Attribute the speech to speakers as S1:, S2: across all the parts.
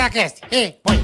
S1: Cast. E põe.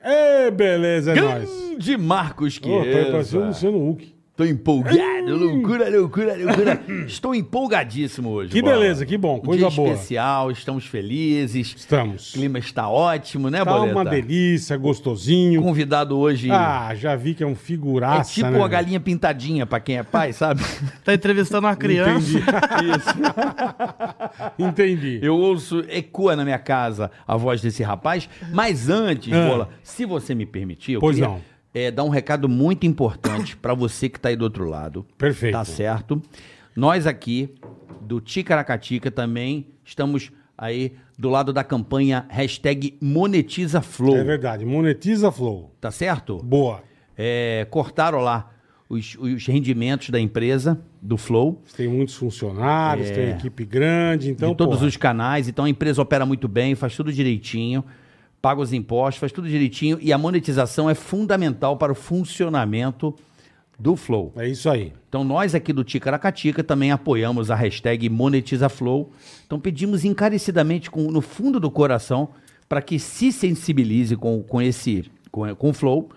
S2: É, beleza, é nóis.
S3: Grande Marcos que
S2: Ô, tá parecendo o Luciano Huck.
S3: Tô empolgado, loucura, loucura, loucura. Estou empolgadíssimo hoje.
S2: Que
S3: Bola.
S2: beleza, que bom,
S3: Um
S2: coisa
S3: dia
S2: boa.
S3: especial, estamos felizes.
S2: Estamos.
S3: O clima está ótimo, né,
S2: Tá
S3: Boleta?
S2: uma delícia, gostosinho.
S3: Convidado hoje
S2: Ah, já vi que é um
S3: é
S2: figuraça,
S3: tipo
S2: né?
S3: uma galinha pintadinha pra quem é pai, sabe?
S4: Tá entrevistando uma criança.
S2: Entendi.
S3: Eu ouço, ecoa na minha casa a voz desse rapaz. Mas antes,
S2: Ah.
S3: Bola, se você me permitir, eu
S2: Pois
S3: queria,
S2: não.
S3: eh, dar um recado muito importante pra você que tá aí do outro lado.
S2: Perfeito.
S3: Tá certo? Nós aqui do Ticaracatica também estamos aí do lado da campanha hashtag Monetiza Flow.
S2: É verdade. Monetiza Flow.
S3: tá certo?
S2: Boa.
S3: É, cortaram lá os, os rendimentos da empresa, do Flow,
S2: Tem muitos funcionários, tem equipe grande, então.
S3: É. de todos
S2: porra,
S3: os canais. Então a empresa opera muito bem, faz tudo direitinho, paga os impostos, faz tudo direitinho. E a monetização é fundamental para o funcionamento do Flow.
S2: É isso aí.
S3: Então nós aqui do Ticaracatica também apoiamos a hashtag MonetizaFlow. Então pedimos encarecidamente, com- no fundo do coração, para que se sensibilize com, com esse com, com o Flow,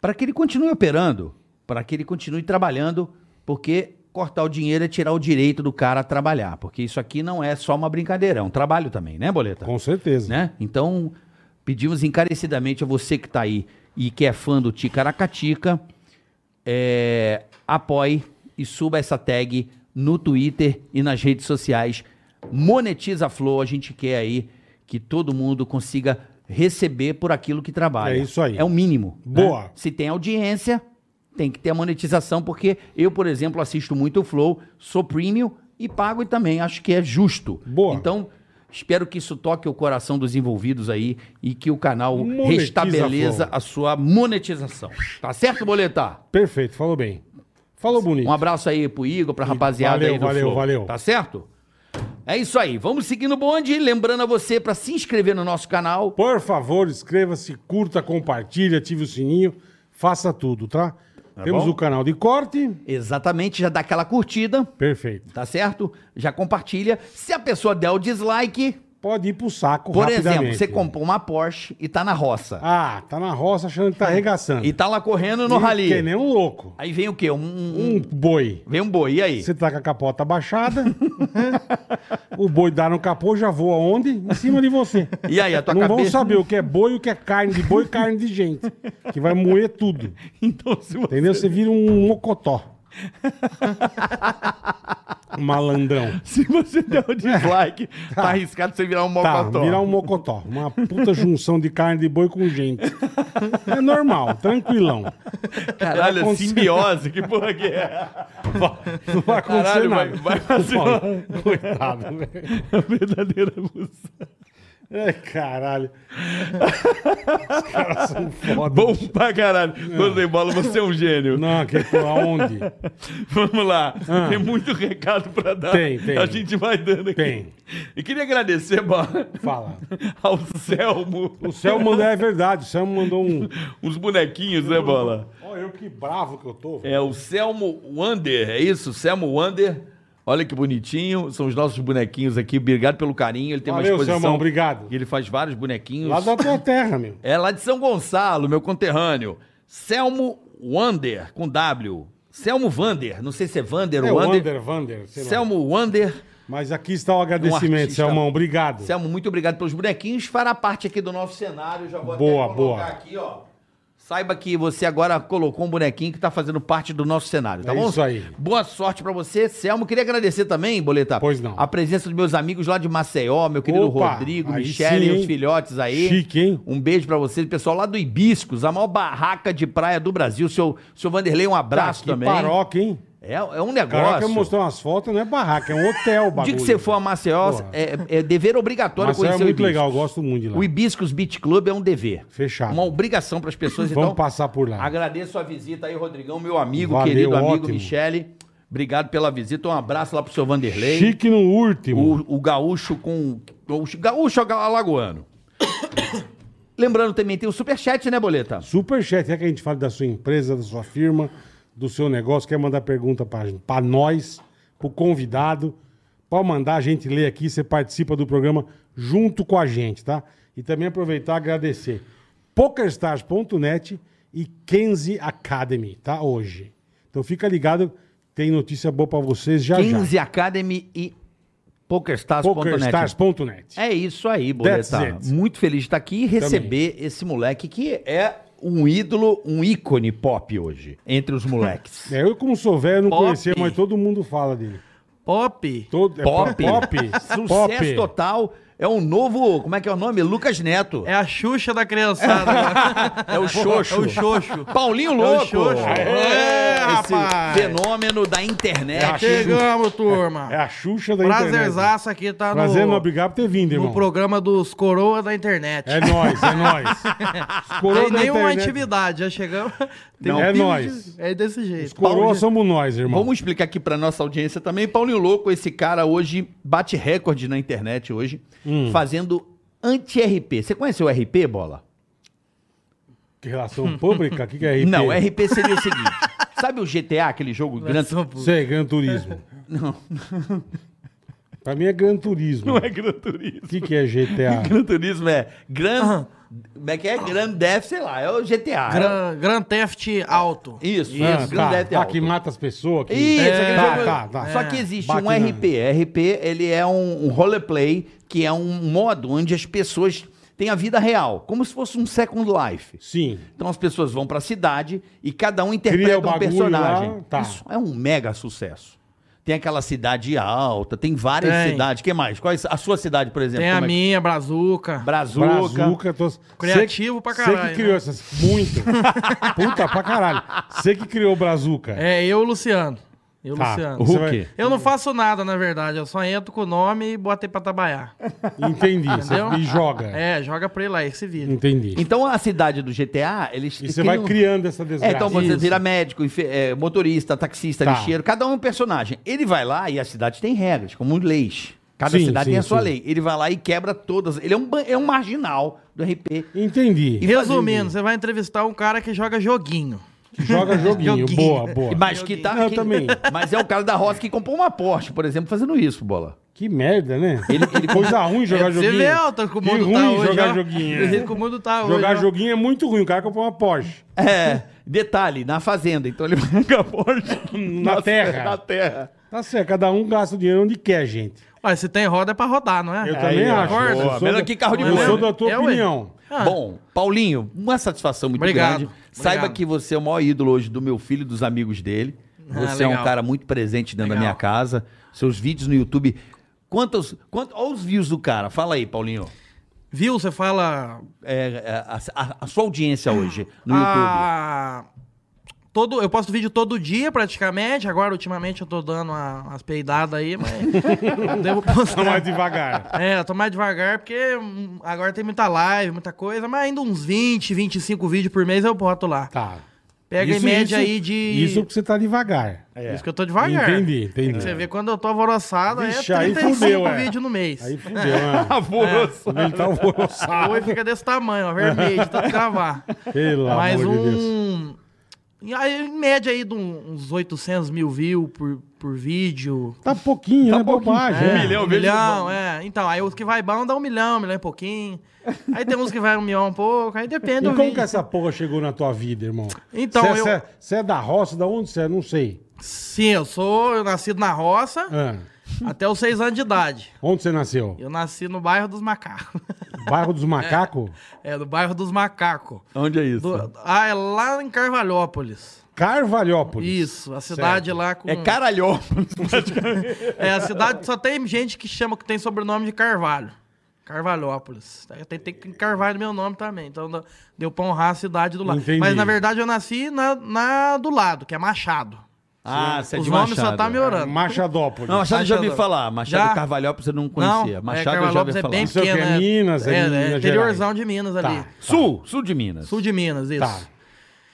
S3: para que ele continue operando, para que ele continue trabalhando, porque cortar o dinheiro é tirar o direito do cara a trabalhar, porque isso aqui não é só uma brincadeira, é um trabalho também, né, Boleta?
S2: Com certeza.
S3: né? Então, pedimos encarecidamente a você que está aí e que é fã do Ticaracatica, é, apoie e suba essa tag no Twitter e nas redes sociais. Monetiza a Flow, a gente quer aí que todo mundo consiga receber por aquilo que trabalha.
S2: É isso aí.
S3: É o mínimo. né?
S2: Boa.
S3: Se tem audiência, tem que ter a monetização, porque eu, por exemplo, assisto muito o Flow, sou premium e pago e também acho que é justo.
S2: Boa.
S3: Então, então, espero que isso toque o coração dos envolvidos aí e que o canal
S2: Monetiza,
S3: restabeleça
S2: Flow.
S3: a sua monetização. Tá certo, Boleta?
S2: Perfeito, falou bem. Falou bonito.
S3: Um abraço aí pro Igor, pra rapaziada
S2: Valeu,
S3: aí do
S2: valeu,
S3: Flow.
S2: valeu.
S3: Tá certo? É isso aí. Vamos seguindo o bonde. Lembrando a você pra se inscrever no nosso canal.
S2: Por favor, inscreva-se, curta, compartilha, ative o sininho, faça tudo, tá? Temos
S3: bom?
S2: o canal de corte.
S3: Exatamente, já dá aquela curtida,
S2: Perfeito.
S3: tá certo? Já compartilha. Se a pessoa der o dislike,
S2: Pode ir pro saco
S3: por
S2: rapidamente.
S3: exemplo, você comprou uma Porsche e tá na roça.
S2: Ah, tá na roça achando que tá arregaçando.
S3: E tá lá correndo no
S2: Ih, Que
S3: rally.
S2: nem um louco.
S3: Aí vem o quê? Um, um-
S2: Um boi.
S3: Vem um boi, e aí?
S2: Você tá com a capota baixada, o boi dá no capô, já voa onde? Em cima de você.
S3: E aí, a tua
S2: Não vão
S3: cabeça-
S2: saber o que é boi, o que é carne de boi e carne de gente. Que vai moer tudo.
S3: Então, se você...
S2: Entendeu? Você vira um mocotó. Um Malandrão.
S3: Se você der o dislike, tá. arriscado você virar um
S2: É, Tá,
S3: mocotó.
S2: virar um mocotó. Uma puta junção de carne de boi com gente. É normal, tranquilão.
S3: Caralho, é
S2: Vai acontecer-
S3: simbiose, que porra que é?
S2: Não vai acontecer
S3: Caralho, vai,
S2: nada.
S3: vai fazer um- uma
S2: Coitado, velho.
S3: uma verdadeira abusão.
S2: Ai, É, caralho. Os caras são foda.
S3: Bom pra caralho. Gostei, Bola, você é um gênio.
S2: Não, que pô, aonde?
S3: Vamos lá.
S2: Ah.
S3: Tem muito recado pra dar.
S2: Tem, tem.
S3: A gente vai dando aqui.
S2: Tem.
S3: E queria agradecer, Bola,
S2: Fala.
S3: ao Selmo.
S2: O Céu mandou, é verdade, o Céu mandou um...
S3: Os bonequinhos, né, Bola?
S2: Olha eu que bravo que eu tô. velho.
S3: É o Selmo Wander, é isso? Selmo Wander. Olha que bonitinho, são os nossos bonequinhos aqui. Obrigado pelo carinho. Ele tem
S2: Valeu,
S3: uma exposição.
S2: Selmão, obrigado.
S3: E ele faz vários bonequinhos.
S2: Lá da tua terra, meu.
S3: É lá de São Gonçalo, meu conterrâneo. Selmo Wander, com W. Selmo Vander, não sei se é Vander
S2: É
S3: ou Wander.
S2: Wander, Wander, sei lá.
S3: Selmo Wander.
S2: Mas aqui está o agradecimento,
S3: Um artista.
S2: Selmão. Obrigado.
S3: Selmo, muito obrigado pelos bonequinhos. Fará parte aqui do nosso cenário. Já vou
S2: Boa,
S3: até colocar
S2: boa.
S3: aqui, ó. Saiba que você agora colocou um bonequinho que tá fazendo parte do nosso cenário, tá
S2: É
S3: bom?
S2: isso aí.
S3: Boa sorte pra você, Selmo. Queria agradecer também, Boleta.
S2: Pois não.
S3: A presença dos meus amigos lá de Maceió, meu querido
S2: Opa,
S3: Rodrigo,
S2: aí
S3: Michele
S2: sim,
S3: e os
S2: hein?
S3: filhotes aí.
S2: Chique, hein?
S3: Um beijo pra vocês, pessoal lá do Hibiscos, a maior barraca de praia do Brasil. Seu, seu Vanderlei, um abraço
S2: Tá, que
S3: também.
S2: paroca, hein?
S3: É, é um
S2: Caraca,
S3: negócio.
S2: mostrou umas fotos, não é barraca, é um hotel, o
S3: O
S2: bagulho.
S3: dia que você for a Maceió,
S2: Porra.
S3: é, é dever obrigatório
S2: Mas é
S3: conhecer
S2: muito
S3: o Hibiscos.
S2: legal, eu gosto muito de lá.
S3: O Hibiscus Beach Club é um dever.
S2: Fechado.
S3: Uma obrigação para as pessoas.
S2: Vamos
S3: então,
S2: passar por lá.
S3: Agradeço a visita aí, Rodrigão, meu amigo,
S2: Valeu,
S3: querido amigo
S2: ótimo.
S3: Michele. Obrigado pela visita. Um abraço lá pro seu Vanderlei.
S2: Chique no último.
S3: O, o gaúcho com. O gaúcho alagoano. Lembrando também, tem o superchat, né, Boleta?
S2: Superchat, é que a gente fala da sua empresa, da sua firma, do seu negócio, quer mandar pergunta pra, pra nós, pro convidado, pode mandar, a gente lê aqui, você participa do programa junto com a gente, tá? E também aproveitar e agradecer pokerstars.net e Kenzie Academy, tá? Hoje. Então fica ligado, tem notícia boa pra vocês já já.
S3: 15 Academy e PokerStars.net.
S2: Pokerstars.net.
S3: É isso aí, Boleta.
S2: That's it.
S3: Muito feliz de estar aqui e receber esse moleque que é um ídolo, um ícone pop hoje, entre os moleques.
S2: É, eu, como sou velho, não
S4: Pop.
S2: conhecia, mas todo mundo fala dele.
S4: Pop.
S2: Todo, é
S3: Pop.
S2: Pop.
S3: Sucesso
S2: Pop.
S3: total. É um novo, como é que é o nome? Lucas Neto.
S4: É a Xuxa da criançada.
S3: É o Xoxo.
S4: É o Xoxo.
S3: Paulinho Louco.
S4: Xoxo. É, Aê,
S3: Esse
S4: rapaz.
S3: fenômeno da internet.
S4: Chegamos, turma.
S2: É a Xuxa da internet.
S4: Prazerzaço aqui tá
S2: Prazer, não
S4: no,
S2: obrigado por ter vindo, irmão.
S4: no programa dos coroa da internet.
S2: É nóis, é nóis. Os coroa
S4: Tem
S2: da
S4: nenhuma
S2: internet-
S4: atividade, já chegamos. Tem
S2: Não,
S4: um
S2: é
S4: pingo
S2: nóis.
S4: de- É desse
S2: Os
S4: jeito.
S2: coroas somos nós, irmão.
S3: Vamos explicar aqui pra nossa audiência também. Paulinho Louco, esse cara hoje bate recorde na internet hoje, fazendo anti-RP. Você conhece o RP, Bola?
S2: Que Relação pública, o que, que é RP?
S3: Não, RP seria o seguinte. Sabe o GTA, aquele jogo grande?
S2: Sei, é Gran Turismo.
S3: Não,
S2: Pra mim é Gran Turismo. O
S3: Gran Turismo.
S2: que, que é GTA?
S3: Gran Turismo é Gran... Como é que é? Gran Theft, sei lá, é o GTA.
S4: Gran, Gran Theft Alto.
S3: Isso,
S2: Ah,
S3: isso, Gran
S2: tá,
S3: Theft
S2: tá,
S3: Auto.
S2: que mata as pessoas. Que...
S3: Isso, aquele
S2: tá,
S3: jogo-
S2: tá, tá.
S3: Só que existe
S2: Bate
S3: um
S2: na-
S3: RP. RP, ele é um, um roleplay, que é um modo onde as pessoas têm a vida real, como se fosse um Second Life.
S2: Sim.
S3: Então as pessoas vão pra cidade e cada um
S2: Cria o
S3: interpreta um
S2: bagulho
S3: personagem.
S2: lá, tá.
S3: Isso é um mega sucesso. Tem aquela cidade alta, tem várias
S4: Tem.
S3: cidades. que mais? Qual é a sua cidade, por exemplo?
S4: Tem a
S3: Como é que- é?
S4: minha, Brazuca.
S3: Brazuca.
S2: Brazuca. tô-
S4: Criativo
S2: Cê-
S4: pra
S2: Você que
S4: caralho,
S2: criou
S4: né?
S2: essas... Muito. Puta, pra caralho. Você que criou o Brazuca.
S4: É, eu, Luciano. Eu,
S2: Tá.
S4: Luciano.
S2: Você
S3: Hulk.
S4: Eu não faço nada, na verdade. Eu só entro com o nome e botei pra trabalhar.
S2: Entendi. Você
S4: Entendeu?
S2: e joga.
S4: É, joga pra ele lá, esse vídeo.
S2: Entendi.
S3: Então a cidade do GTA, eles.
S2: E você
S3: criam-
S2: vai criando essa
S3: É,
S2: desgraça.
S3: então você
S4: Isso.
S3: vira médico, enfe- é, motorista, taxista,
S2: Tá.
S3: lixeiro, cada um é um personagem. Ele vai lá e a cidade tem regras, como leis. Cada
S2: Sim,
S3: cidade
S2: sim,
S3: tem a sua
S2: sim.
S3: lei. Ele vai lá e quebra todas. Ele é um, ban- é um marginal do RP.
S2: Entendi.
S4: Resumindo, você vai entrevistar um cara que joga joguinho.
S2: Joga joguinho.
S4: Joguinho.
S2: Boa, boa.
S3: Mas que tá.
S2: Eu
S3: que-
S2: também.
S3: Mas é o cara da roça que comprou uma Porsche, por exemplo, fazendo isso, bola.
S2: Que merda, né?
S3: Ele- ele-
S2: Coisa ruim jogar
S4: É,
S2: joguinho.
S4: Você vê, Elton, que o
S2: que
S4: mundo
S2: ruim
S4: tá hoje.
S2: jogar
S4: ó.
S2: joguinho.
S4: Do
S2: é.
S4: jeito que o mundo tá hoje.
S2: jogar
S4: ó.
S2: joguinho é muito ruim. O cara comprou uma Porsche.
S3: É. Detalhe, na fazenda. Então ele pega a Porsche.
S2: Na terra.
S3: Na terra.
S2: Tá certo, cada um gasta o dinheiro onde quer, gente.
S4: Olha, se tem roda é pra rodar, não é?
S2: Eu também
S3: ó.
S2: acho.
S4: Boa,
S2: Eu sou
S3: melhor
S2: da-
S3: que carro de
S2: Eu
S4: boi,
S2: sou
S4: né?
S2: da tua
S4: É, ué.
S2: opinião.
S4: Ah.
S3: Bom, Paulinho, uma satisfação muito
S4: Obrigado,
S3: grande.
S4: obrigado.
S3: Saiba que você é o maior ídolo hoje do meu filho e dos amigos dele.
S4: Ah,
S3: Você é um
S4: legal.
S3: cara muito presente dentro da
S4: Legal.
S3: minha casa. Seus vídeos no YouTube. Quantos. quantos olha os views do cara. Fala aí, Paulinho.
S4: Viu? Você fala.
S3: É, é, a, a- a sua audiência hoje no YouTube.
S4: ah, Todo, eu posto vídeo todo dia, praticamente. Agora, ultimamente, eu tô dando a- umas peidadas aí, mas. eu devo postar.
S2: Não é devagar.
S4: É, eu tô mais devagar, porque hum, agora tem muita live, muita coisa, mas ainda uns 20, 25 vídeos por mês eu boto lá.
S2: Tá.
S4: Pega em média aí de. É
S2: Isso porque você tá devagar.
S4: Isso que eu tô devagar.
S2: Entendi, entendi.
S4: Tem que Você vê quando eu tô alvoroçado,
S2: Vixe,
S4: é
S2: aí
S4: 35
S2: fudeu, é.
S4: vídeos no mês.
S2: Aí fudeu, né? Ele tá
S4: O
S2: alvoroçado.
S4: olho fica desse tamanho, ó, vermelho, de tanto gravar.
S2: Pelo
S4: Mais
S2: amor de Deus.
S4: um. e aí, em média aí de um- uns 800 mil views por, por vídeo.
S2: Tá pouquinho, né? Bobagem.
S4: É,
S2: né?
S3: milhão,
S4: um
S3: vejo
S4: milhão, é. Então, aí os que vai bom dá um milhão, um milhão e pouquinho. Aí tem uns que vai um milhão um pouco, aí depende
S2: E
S4: do
S2: como
S4: vídeo.
S2: que essa porra chegou na tua vida, irmão?
S4: Então,
S2: Você é-
S4: eu-
S2: você é- Você é da roça? Da onde você é? Não sei.
S4: Sim, eu sou eu nascido na roça
S2: Ah,
S4: até os seis anos de idade.
S2: Onde você nasceu?
S4: Eu nasci no bairro dos macacos.
S2: Bairro dos Macacos?
S4: É, no bairro dos macacos.
S3: Onde é isso?
S4: Do- ah, é lá em Carvalhópolis.
S2: Carvalhópolis.
S4: Isso, a cidade
S2: Certo.
S4: lá com.
S3: É caralhó.
S4: É, a cidade só tem gente que chama, que tem sobrenome de Carvalho. Carvalhópolis. Aí Tem, tem Carvalho no meu nome também. Então dá- deu pra honrar a cidade do lado.
S2: Entendi.
S4: Mas na verdade eu nasci na, na do lado, que é Machado.
S3: Ah, você é
S4: Os
S3: de
S4: nomes
S3: Machado. É,
S4: só tá melhorando.
S2: Machadópolis.
S3: Não, Machado eu já
S4: Machado.
S3: ouvi falar. Machado
S4: Já?
S3: Carvalhópolis você não
S4: Não,
S3: conhecia.
S4: é,
S3: Machado eu já
S4: Carvalhópolis
S3: ouvi
S4: é
S3: falar.
S4: bem
S2: Isso é o que é
S4: pequena. é
S2: Minas, é
S4: é,
S2: Minas Gerais.
S4: interiorzão de Minas ali.
S2: Tá.
S3: Sul, sul de Minas.
S4: Sul de Minas, isso.
S2: Tá.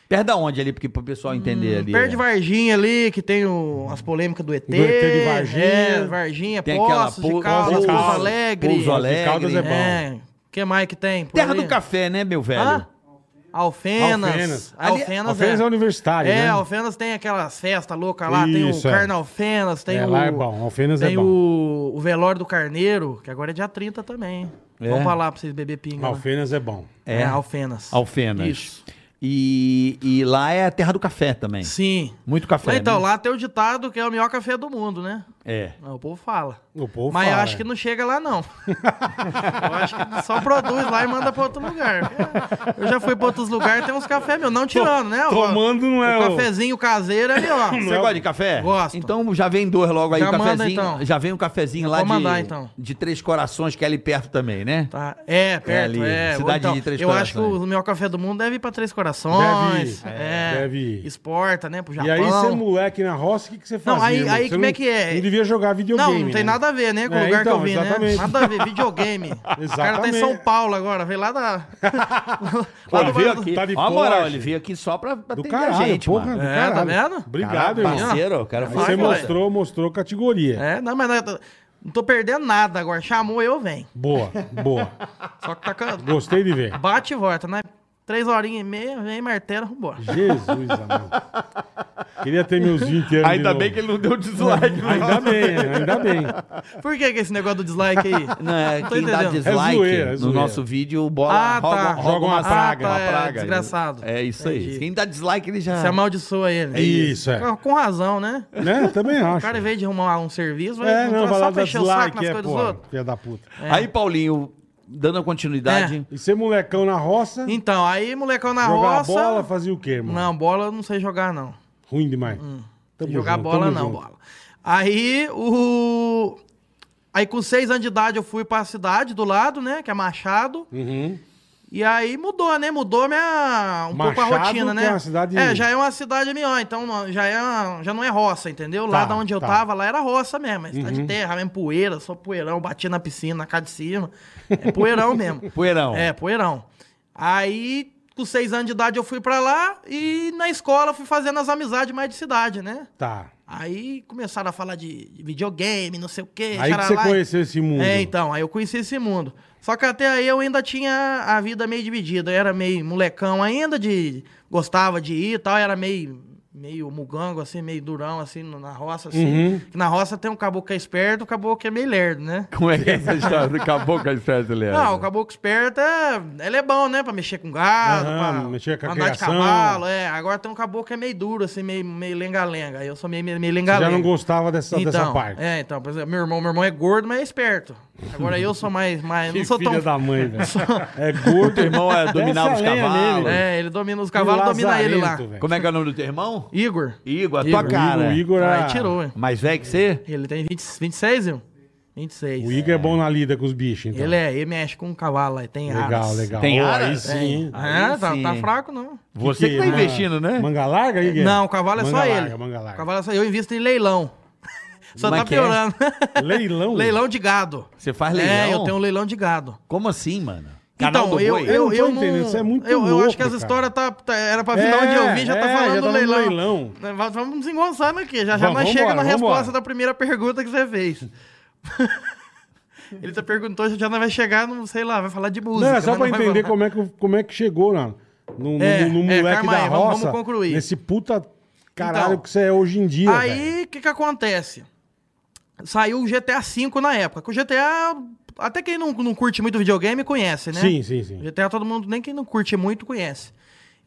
S3: Perto da onde ali, porque pro pessoal entender ali.
S4: Perde
S3: é.
S4: Varginha ali, que tem o- as polêmicas do ET.
S2: Do ET de Varginha.
S4: É, Varginha,
S3: Tem aquela
S4: Poços de
S3: Pou-
S4: Caldas,
S2: Pouso de
S4: Pouso
S2: Caldas.
S4: Alegre.
S3: Pouso Alegre.
S2: Caldas é bom.
S4: É, o que mais que tem? por
S3: Terra
S4: ali?
S3: do café, né, meu velho?
S4: Hã? Alfenas.
S2: Alfenas.
S4: Alfenas,
S3: Ali-
S2: Alfenas é universitário,
S4: É,
S2: né?
S4: Alfenas tem aquelas festas loucas lá, tem o
S2: Isso, é.
S4: Carna Alfenas, tem
S2: É,
S4: o...
S2: lá é bom, Alfenas é
S4: tem
S2: bom.
S4: o, o Velório do Carneiro, que agora é dia 30 também.
S3: É.
S4: Vamos pra lá pra vocês beber pinga. lá.
S2: Alfenas é bom.
S4: É, Alfenas.
S3: Alfenas.
S4: Isso.
S3: E, e lá é a terra do café também.
S4: Sim.
S3: Muito café.
S4: Lá, então,
S3: né?
S4: lá tem o ditado que é o melhor café do mundo, né?
S3: É.
S4: Não, O povo fala.
S2: O povo
S4: Mas eu
S2: fala,
S4: acho
S2: é.
S4: que não chega lá, não. eu acho que só produz lá e manda pra outro lugar. Eu já fui pra outros lugares, tem uns cafés meus, não tirando, né? O-
S2: Tomando não é
S4: o
S2: o...
S4: cafezinho caseiro ali, ó.
S2: é
S3: Você gosta de café?
S4: Gosto.
S3: Então já vem dois logo aí,
S4: Já
S3: o
S4: manda,
S3: cafezinho.
S4: então.
S3: Já vem um cafezinho
S4: Eu
S3: lá
S4: vou
S3: de,
S4: mandar, então.
S3: de Três Corações, que é ali perto também, né?
S4: Tá. É,
S3: ali,
S4: perto, é.
S3: cidade
S4: Ou então,
S3: de Três
S4: Eu acho que
S3: Corações.
S4: o melhor café do mundo deve ir pra Três Corações.
S2: Deve ir,
S4: é,
S2: deve ir.
S4: Exporta, né? Pro Japão.
S2: E aí, você moleque na roça, o que, que você fazia?
S4: Não, aí-
S2: irmão?
S4: aí
S2: Você
S4: como
S2: não-
S4: é que é?
S2: Não devia jogar videogame,
S4: Não, não tem
S2: né?
S4: nada a ver, né? Com o
S2: É,
S4: lugar
S2: então,
S4: que eu vim,
S2: exatamente.
S4: né? Nada a ver, videogame. O cara tá em
S2: Exatamente.
S4: São Paulo agora, veio lá da. lá
S3: Ele
S4: do-
S3: veio aqui.
S2: tá de
S3: Ó, a moral,
S2: Porsche.
S3: ele veio aqui só pra pra
S2: Do
S3: atender a
S2: caralho,
S3: gente,
S2: porra,
S3: mano.
S2: do
S4: É, tá
S2: caralho.
S4: vendo?
S2: Obrigado,
S3: Cara,
S2: irmão.
S3: Parceiro, o cara
S2: Aí
S3: foi
S2: você
S4: Vai,
S3: foda.
S4: moleque.
S2: mostrou, mostrou categoria.
S4: É, não, mas não, não tô perdendo nada agora. Chamou eu, vem.
S2: Boa, boa.
S4: Só que tá can-
S2: Gostei de ver.
S4: Bate e volta, né? Três horinhas e meia, vem, martelo, vambora.
S2: Jesus, amado. Queria ter meus 20 anos.
S3: Ainda bem que ele não deu dislike. não.
S2: Ainda bem, ainda bem.
S4: Por que, que esse negócio do dislike aí?
S3: Não, é,
S4: Tô
S3: quem dá
S4: entendendo.
S3: dislike
S2: É zoeira, é
S3: no
S2: zoeira.
S3: nosso vídeo, bola,
S4: Ah,
S3: roga,
S4: tá.
S3: roga
S2: Joga
S3: uma,
S2: uma
S3: praga.
S2: praga, né?
S3: uma
S4: é,
S3: praga.
S4: desgraçado.
S3: É isso aí.
S4: Entendi.
S3: Quem dá dislike, ele já...
S4: Você amaldiçoa ele.
S2: Isso, é.
S4: Com, com razão, né?
S2: Né? Também
S4: O
S2: acho.
S4: cara, em vez de arrumar um serviço, vai
S2: É, não,
S4: entrar
S2: vai
S4: só
S2: lá
S4: pra
S2: dar
S4: encher o saco
S2: dislike,
S4: nas
S2: é,
S4: coisas dos
S2: porra,
S4: outros.
S2: filha da puta.
S4: é.
S3: Aí, Paulinho, dando a continuidade...
S2: E ser molecão na roça,
S4: Então, aí, molecão na
S2: jogar
S4: roça.
S2: bola, fazia o quê, irmão?
S4: Não, bola eu não sei jogar, não.
S2: Ruim demais. Tamo
S4: jogar
S2: junto,
S4: bola
S2: tamo
S4: não,
S2: junto.
S4: bola. Aí o. Aí com seis anos de idade eu fui pra cidade do lado, né? Que é Machado.
S2: Uhum.
S4: E aí mudou, né? Mudou minha. um pouco a
S2: Machado,
S4: rotina,
S2: que
S4: né?
S2: é uma cidade-
S4: É, já é uma cidade minha, então não- já, é uma- já não é roça, entendeu? Lá
S2: Tá,
S4: da onde eu
S2: tá. Uhum.
S4: tava, lá era roça mesmo. É cidade de terra, mesmo poeira, só poeirão, batia na piscina, na casa de cima. É poeirão mesmo.
S3: Poeirão.
S4: É, poeirão. Aí, com seis anos de idade, eu fui pra lá e na escola fui fazendo as amizades mais de cidade, né?
S2: Tá.
S4: Aí começaram a falar de de videogame, não sei o quê.
S2: Aí que
S4: xaralá.
S2: você conheceu esse mundo.
S4: É, então, aí eu conheci esse mundo. Só que até aí eu ainda tinha a vida meio dividida. Eu era meio molecão ainda, de gostava de ir e tal. Era meio, meio mugango, assim, meio durão, assim, na roça, assim.
S2: Uhum.
S4: Que Na roça tem um caboclo que é esperto, um caboclo que é meio lerdo, né?
S3: Como é que é essa história do caboclo
S2: É.
S3: brasileiro?
S4: Não, o caboclo esperto é. Ele é bom, né? Pra mexer com gado,
S2: Aham,
S4: pra
S2: mexer com a
S4: andar de
S2: criação.
S4: cavalo. É, agora tem um caboclo que é meio duro, assim, meio meio lenga-lenga. Aí eu sou meio meio
S2: Você já
S4: lenga-lenga.
S2: não gostava dessa, dessa parte.
S4: É, então, por exemplo, meu irmão, meu irmão é gordo, mas é esperto. Agora eu sou mais. mais não sou
S2: filha
S4: tão.
S2: da mãe, velho. É gordo.
S3: Teu irmão é, dominava
S2: Essa
S3: os
S2: lenha
S3: cavalos.
S2: nele.
S4: É, ele domina os cavalos, domina ele lá.
S2: lazarento, velho.
S3: Como é que é o nome do teu irmão?
S4: Igor.
S3: Igor, a
S4: Igor.
S3: tua cara.
S2: O Igor, é
S4: Ah,
S2: era-
S4: ele tirou, hein?
S3: Mais velho que você?
S4: Ele tem 20, 26, viu? 26.
S2: o Igor é bom na lida com os bichos, então.
S4: Ele é, ele mexe com um cavalo aí, tem
S2: Legal,
S4: aras.
S2: legal.
S3: Tem
S2: Ó, Aí
S3: aras?
S2: sim.
S4: É,
S3: Aí
S4: tá,
S3: sim,
S4: tá
S3: hein?
S4: fraco, não.
S3: Você
S4: é,
S3: que, tá
S2: manga-
S3: investindo, né?
S2: Manga larga, Igor?
S4: Não, o cavalo é
S2: Manga
S4: só
S2: larga,
S4: ele.
S2: Manga
S4: O
S2: larga.
S4: cavalo é só Eu invisto em leilão. Só
S3: Como é
S4: tá
S3: que é?
S4: piorando.
S2: Leilão?
S4: leilão de gado.
S3: Você faz
S4: É,
S3: leilão?
S4: eu tenho um leilão de gado.
S3: Como assim, mano?
S4: Então, eu,
S3: Boi?
S2: Eu não
S4: eu,
S2: tô
S4: eu
S2: entendendo,
S4: não-
S2: isso é muito
S4: eu, eu
S2: louco,
S4: acho que as
S2: cara.
S4: histórias tá, tá- era pra vir da onde eu vim, já tá
S2: é,
S4: falando
S2: já tá
S4: do
S2: no
S4: leilão.
S2: leilão.
S4: Nós Vamos desengonçando aqui, já já
S2: Vamos,
S4: nós chega na
S2: vambora,
S4: resposta
S2: vambora.
S4: da primeira pergunta que você fez. Ele tá perguntou, já nós vai chegar, não sei lá, vai falar de música.
S2: não, é só
S4: mas
S2: pra
S4: vai
S2: entender
S4: falar.
S2: como é, que, como é que chegou na, no, no-
S4: É,
S2: no- no
S4: é,
S2: moleque
S4: calma
S2: da
S4: aí, vamos-
S2: roça.
S4: vamos concluir.
S2: Nesse puta caralho
S4: Então,
S2: que você é hoje em dia, velho.
S4: Aí, o que que acontece? Saiu o GTA V na época. Que o GTA, até quem não, não curte muito videogame conhece, né?
S2: Sim, sim, sim.
S4: GTA todo mundo, nem quem não curte muito, conhece.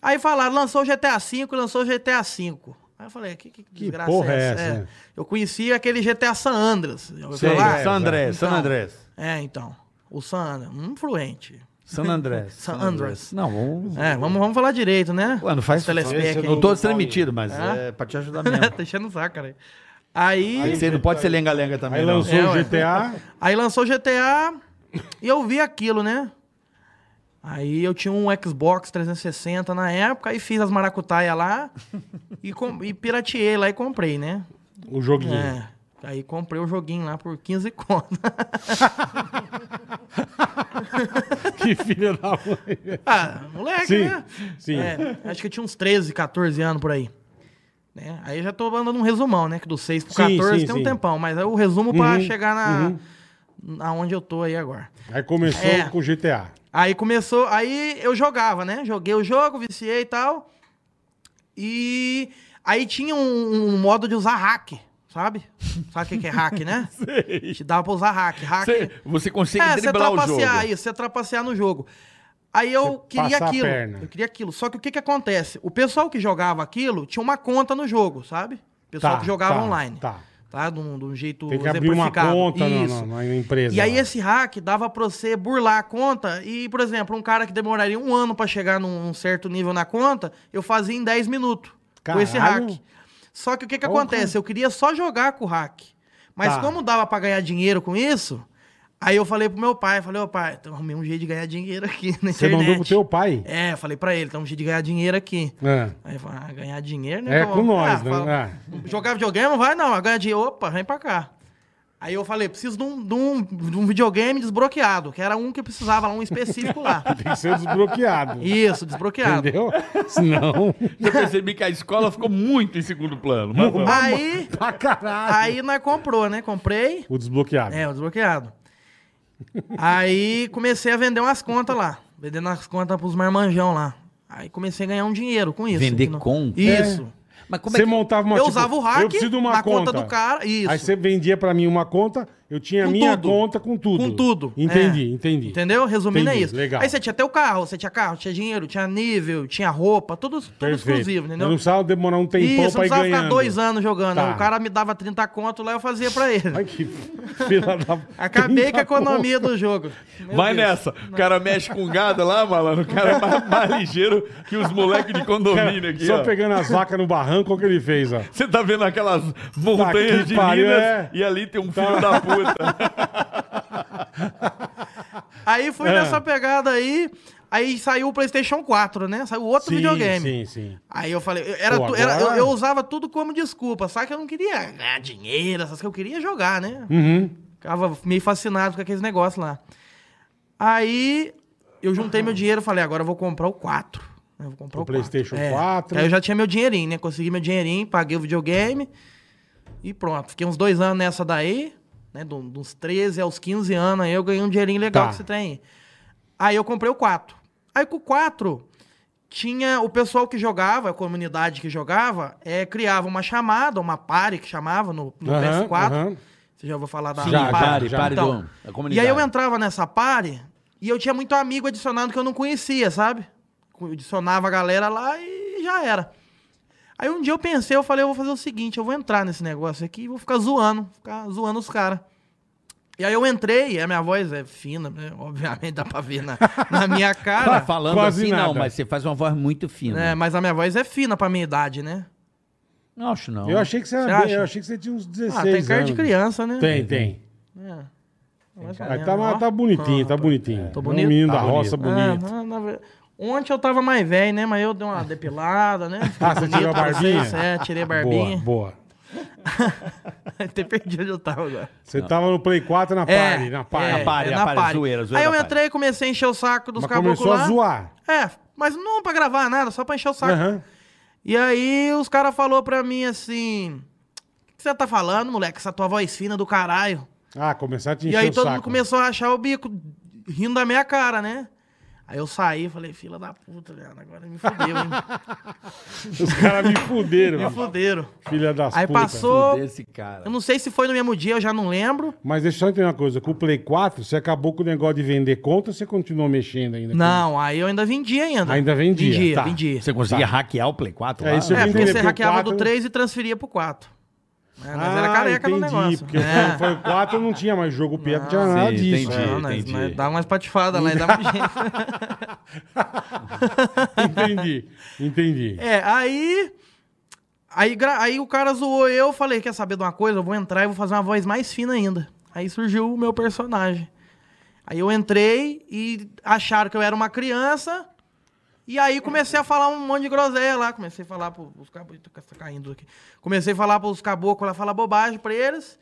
S4: Aí falaram, lançou o GTA V, lançou o GTA V. Aí eu falei, que, que desgraça
S2: porra
S4: é
S2: é
S4: essa?
S2: essa,
S4: É.
S2: né?
S4: Eu conheci aquele GTA San Andreas. Já ouviu
S3: Sei,
S4: falar?
S2: é.
S3: San Andrés,
S4: Então.
S3: San Andrés.
S4: É, então. O San Andreas, um fluente.
S3: San Andrés.
S4: San Andrés.
S3: Não, vamos...
S4: É, vamos, vamos falar direito, né?
S3: Ué, não faz...
S4: Os telespec
S3: Não
S4: aí.
S3: tô sendo metido, mas
S4: Ah?
S3: é pra te ajudar mesmo.
S4: Tá enchendo o saco, cara. Aí...
S3: Aí Você não pode ser lenga-lenga também,
S2: Aí
S3: não.
S2: lançou
S4: É,
S2: o
S4: ué.
S2: GTA.
S4: Aí lançou o GTA e eu vi aquilo, né? Aí eu tinha um Xbox 360 na época e fiz as maracutaias lá e, com- e pirateei lá e comprei, né?
S2: O joguinho.
S4: É. Aí comprei o joguinho lá por 15 conto.
S2: Que filha da mãe. velho.
S4: Ah, moleque,
S2: Sim,
S4: né?
S2: sim.
S4: É, acho que eu tinha uns 13, 14 anos por aí. Né? Aí eu já tô mandando um resumão, né? Que do 6 pro
S2: Sim,
S4: 14
S2: sim,
S4: tem
S2: sim.
S4: um tempão, mas é o resumo pra
S2: Uhum,
S4: chegar na, aonde eu tô aí agora.
S2: Aí começou
S4: É.
S2: com GTA.
S4: Aí começou, aí eu jogava, né? Joguei o jogo, viciei e tal. E aí tinha um, um modo de usar hack, sabe? Sabe o que que é hack, né? Te dava pra usar hack. Hack.
S3: Você, você consegue
S4: É, Ah, você
S3: driblar o jogo.
S4: trapacear isso, você trapacear no jogo. Aí eu
S2: Você
S4: queria
S2: passar a
S4: aquilo.
S2: perna.
S4: Eu queria aquilo. Só que o que que acontece? O pessoal que jogava aquilo tinha uma conta no jogo, sabe? O pessoal
S2: Tá,
S4: que jogava
S2: tá,
S4: online. Tá.
S2: Tá.
S4: De, um, de um jeito
S2: Tem que abrir uma
S4: exemplificado.
S2: conta na-
S4: Isso.
S2: na, na empresa.
S4: E aí
S2: lá.
S4: esse hack dava pra você burlar a conta e, por exemplo, um cara que demoraria um ano pra chegar num, num certo nível na conta, eu fazia em 10 minutos com esse
S2: Caralho.
S4: hack. Só que o que que
S2: Porra.
S4: acontece? Eu queria só jogar com o hack. Mas
S2: Tá.
S4: como dava pra ganhar dinheiro com isso, aí eu falei pro meu pai, falei, ô pai, então arrumei um jeito de ganhar dinheiro aqui na internet.
S2: Você mandou pro teu pai.
S4: É, falei pra ele, tem um jeito de ganhar dinheiro aqui.
S2: É.
S4: Aí eu falei, ah, ganhar dinheiro,
S2: É,
S4: né? Então,
S2: com nós, né?
S4: fala- Jogar videogame não vai, não. Mas ganhar dinheiro, opa, vem pra cá. Aí eu falei, preciso de um, de um- de um videogame desbloqueado, que era um que eu precisava, lá, um específico lá.
S2: Tem que ser desbloqueado.
S4: Isso, desbloqueado.
S2: Entendeu? Senão.
S3: Eu percebi que a escola ficou muito em segundo plano. Mas vamos.
S4: Aí,
S2: pra caralho.
S4: aí nós comprou, né? Comprei.
S2: O desbloqueado.
S4: É, o desbloqueado. Aí comecei a vender umas contas lá. Vendendo as contas pros marmanjão lá. Aí comecei a ganhar um dinheiro com isso.
S3: Vender
S4: Que não-
S3: conta?
S4: Isso.
S3: Mas como é
S2: Você
S3: que...
S2: montava uma
S4: Eu usava o hack
S2: tipo, Eu preciso de uma
S4: na
S2: conta.
S4: conta do cara, isso.
S2: Aí você vendia pra mim uma conta, eu tinha a
S4: Com
S2: minha
S4: tudo.
S2: conta com tudo.
S4: Com tudo.
S2: Entendi,
S4: é.
S2: entendi.
S4: Entendeu? Resumindo
S2: Entendi,
S4: é isso.
S2: legal.
S4: Aí você tinha até o carro, você tinha carro, tinha dinheiro, tinha nível, tinha roupa, tudo, tudo
S2: Perfeito.
S4: exclusivo,
S2: Eu
S4: entendeu?
S2: não precisava demorar um tempão
S4: Isso, não
S2: pra ir
S4: precisava
S2: ganhando.
S4: ficar dois anos jogando. né?
S2: Tá.
S4: O cara me dava 30 conto lá, eu fazia pra
S2: Ai,
S4: ele.
S2: que filha da...
S4: Acabei com
S2: Trinta
S4: a
S2: conto.
S4: economia do jogo. Meu
S3: Vai
S4: Deus.
S3: nessa. O cara mexe com gado lá, malandro. O cara é mais, mais ligeiro que os moleques de condomínio aqui,
S2: Só
S3: ó.
S2: pegando as vacas no barranco, o que ele fez, ó.
S3: Você tá vendo aquelas montanhas
S2: Tá que
S3: de
S2: pariu,
S3: Minas
S2: é.
S3: e ali tem um filho da puta.
S4: Aí fui
S2: É.
S4: nessa pegada aí, aí saiu o PlayStation 4, né? Saiu outro
S2: sim,
S4: videogame.
S2: sim.
S4: Aí eu falei, eu- era,
S2: Pô,
S4: tu- era-
S2: agora-
S4: eu, eu usava tudo como desculpa, sabe? Que eu não queria ganhar dinheiro, essas que eu queria jogar, né?
S2: Uhum.
S4: Ficava meio fascinado com aqueles negócios lá. Aí eu juntei meu dinheiro e falei, agora eu vou comprar o 4. Eu vou comprar
S2: O
S4: o,
S2: PlayStation
S4: 4. É.
S2: 4.
S4: Aí eu já tinha meu dinheirinho, né? Consegui meu dinheirinho, paguei o videogame e pronto. Fiquei uns dois anos nessa daí, né? Do- Dos 13 aos 15 anos aí eu ganhei um dinheirinho legal
S2: Tá.
S4: que você tem. Aí eu comprei o 4. Aí com o 4 tinha o pessoal que jogava, a comunidade que jogava, eh, criava uma chamada, uma party que chamava no, no
S2: Aham,
S4: PS4.
S2: aham.
S4: Você já ouviu falar da
S2: Sim, Já,
S4: party?
S2: já, já.
S3: pare
S4: Então,
S3: do- da
S4: E aí
S3: comunidade.
S4: eu entrava nessa party e eu tinha muito amigo adicionado que eu não conhecia, sabe? Eu adicionava a galera lá e já era. Aí um dia eu pensei, eu falei, eu vou fazer o seguinte, eu vou entrar nesse negócio aqui e vou ficar zoando, ficar zoando os caras. E aí eu entrei, e a minha voz é fina, né? obviamente dá pra ver na, na minha
S3: Tá
S4: cara.
S3: falando
S2: quase
S3: assim, não,
S2: nada.
S3: mas você faz uma voz muito fina.
S4: né? Mas a minha voz é fina pra minha idade, né?
S3: Não acho, não.
S2: Eu achei que você,
S4: Você
S2: era bem,
S4: acha?
S2: eu achei que você tinha uns 16
S4: Ah, tem cara
S2: anos.
S4: de criança, né?
S2: Tem, tem.
S4: É. Mais ou
S2: Mas
S4: menos,
S2: tá,
S4: ó.
S2: mas tá bonitinho, tá
S4: Ah,
S2: bonitinho.
S4: Tô
S2: É
S4: bonito?
S2: Um menino da
S3: Tá
S2: roça
S4: Ah,
S2: bonito.
S4: na- na ver- Ontem eu tava mais velho, né? Mas eu dei uma depilada, né? Fiquei
S2: Ah, você tirou a
S4: bonito,
S2: barbinha?
S4: vocês, é, tirei a
S2: Boa,
S4: barbinha.
S2: boa.
S4: Até perdi onde eu tava agora.
S2: Você tava no Play 4 na party, na party.
S3: é. Na party, a party,
S4: party.
S3: zoeira, zoeira
S4: Aí
S3: da
S4: eu
S3: party.
S4: entrei e comecei a encher o saco dos
S2: Mas começou
S4: caboclos lá.
S2: a zoar.
S4: É, mas não pra gravar nada, só pra encher o saco.
S2: Aham.
S4: E aí os caras falaram pra mim assim... O que você tá falando, moleque? Essa tua voz fina do caralho.
S2: Ah, começar a te
S4: E
S2: encher
S4: aí
S2: o
S4: todo
S2: saco.
S4: mundo começou a achar o bico, rindo da minha cara, né? Aí eu saí e falei, fila da puta, Leandro, agora me fudeu, hein?
S2: Os caras me fuderam,
S4: me fuderam.
S2: filha das
S4: Aí
S2: putas.
S4: passou.
S3: Desse cara.
S4: Eu não sei se foi no mesmo dia, eu já não lembro.
S2: Mas deixa eu só entender uma coisa. Com o Play 4, você acabou com o negócio de vender conta ou você continuou mexendo ainda?
S4: Não, aí eu ainda vendia ainda.
S2: Ainda vendia,
S4: Vendia,
S2: tá.
S4: vendia.
S3: Você conseguia hackear o Play 4
S2: É,
S3: lá?
S2: isso eu
S4: é,
S2: vi
S4: porque
S2: entender,
S4: você
S2: porque o
S4: hackeava
S2: quatro- né?
S4: do 3 e transferia pro 4. É, nós
S2: Ah,
S4: era careca
S2: entendi,
S4: no negócio.
S2: porque
S4: é.
S2: foi o 4 não tinha mais jogo Pedro, não tinha nada
S3: Sim,
S2: disso.
S3: entendi.
S4: Não, nós,
S3: entendi.
S4: nós dava umas patifadas lá, e dava gente.
S2: É. Entendi, entendi.
S4: É, aí. Aí, gra- aí o cara zoou eu, falei, quer saber de uma coisa? Eu vou entrar e vou fazer uma voz mais fina ainda. Aí surgiu o meu personagem. Aí eu entrei e acharam que eu era uma criança. E aí comecei a falar um monte de groselha lá. Comecei a falar pros caboclos. Tá caindo aqui. Comecei a falar pros caboclos lá, falar bobagem pra eles.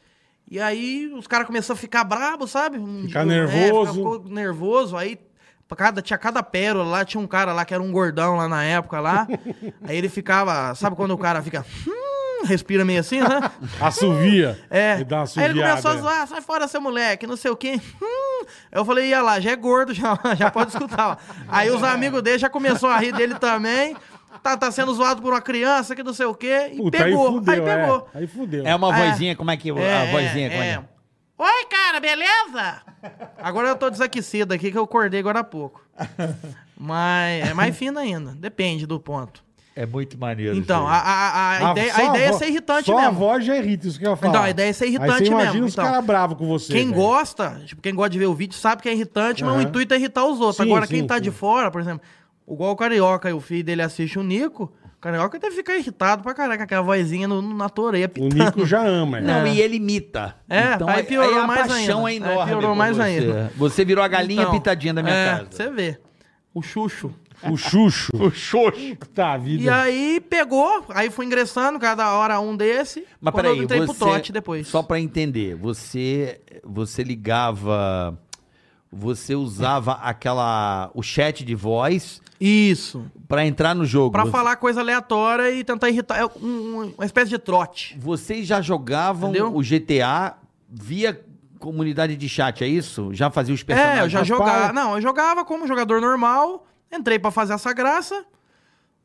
S4: E aí os caras começaram a ficar brabo, sabe? Um
S2: Ficar
S4: dia-
S2: nervoso.
S4: ficou nervoso. Aí pra cada, tinha cada pérola lá, tinha um cara lá que era um gordão lá na época lá. aí ele ficava, sabe quando o cara fica, hum, respira meio assim, né?
S2: Assovia.
S4: É.
S2: E dá uma é.
S4: aí ele começou a
S2: assoviada.
S4: zoar, sai fora, seu moleque, não sei o quê. Hum. Eu falei, ia lá, já é gordo, já, já pode escutar. ó." Aí os amigos dele já começou a rir dele também. Tá, tá sendo zoado por uma criança que não sei o quê. E
S2: Puta,
S4: pegou.
S2: aí fudeu. é.
S4: pegou.
S2: Aí fudeu.
S1: É uma
S4: É.
S1: vozinha, como é que
S4: É,
S1: a vozinha? como é
S4: é.
S1: que é?
S4: Oi, cara, beleza? Agora eu tô desaquecido aqui que eu acordei agora há pouco. Mas é mais fino ainda. Depende do ponto.
S1: É muito maneiro.
S4: Então, a,
S1: isso aí.
S4: a- a- a ideia, a
S2: Ah, só
S4: ideia é
S2: vo-
S4: ser irritante
S2: só a
S4: mesmo.
S2: voz já irrita, isso que eu ia falar.
S4: Então, a ideia é ser irritante
S2: Aí você imagina
S4: mesmo,
S2: os
S4: então.
S2: caras bravos com você.
S4: Quem
S2: velho.
S4: gosta, tipo, quem gosta de ver o vídeo sabe que é irritante, mas
S2: Aham.
S4: o intuito é irritar os outros.
S2: Sim,
S4: Agora,
S2: sim,
S4: quem tá
S2: sim.
S4: de fora, por exemplo, igual o Carioca e o filho dele assiste o Nico, o Carioca deve ficar irritado pra caraca, aquela vozinha no, na toreia
S2: O
S4: pitando.
S2: Nico já ama, é.
S3: Não, e ele imita. Então,
S4: É, aí piorou
S3: a
S4: mais
S3: paixão
S4: ainda.
S3: é
S4: Aí
S3: enorme.
S4: piorou
S3: por
S4: mais
S3: você.
S4: ainda.
S3: Você virou a galinha
S4: Então,
S3: pitadinha da minha
S4: é,
S3: casa.
S4: Você vê. O Xuxo.
S2: O Xuxo.
S1: O Xoxo.
S2: Puta tá vida.
S4: E aí pegou, aí foi ingressando, cada hora um desse.
S3: Mas
S4: Quando eu
S3: peraí,
S4: entrei
S3: você,
S4: pro trote depois.
S3: só pra entender, você você ligava, você usava aquela o chat de voz
S4: Isso.
S3: pra entrar no jogo.
S4: Pra
S3: Você-
S4: falar coisa aleatória e tentar irritar. É um- um- uma espécie de trote.
S3: Vocês já jogavam
S4: Entendeu?
S3: o GTA via comunidade de chat, é isso? Já fazia os
S4: É, eu
S3: personagens?
S4: já
S2: rapaz.
S4: jogava. Não, eu jogava como jogador normal. Entrei pra fazer essa graça.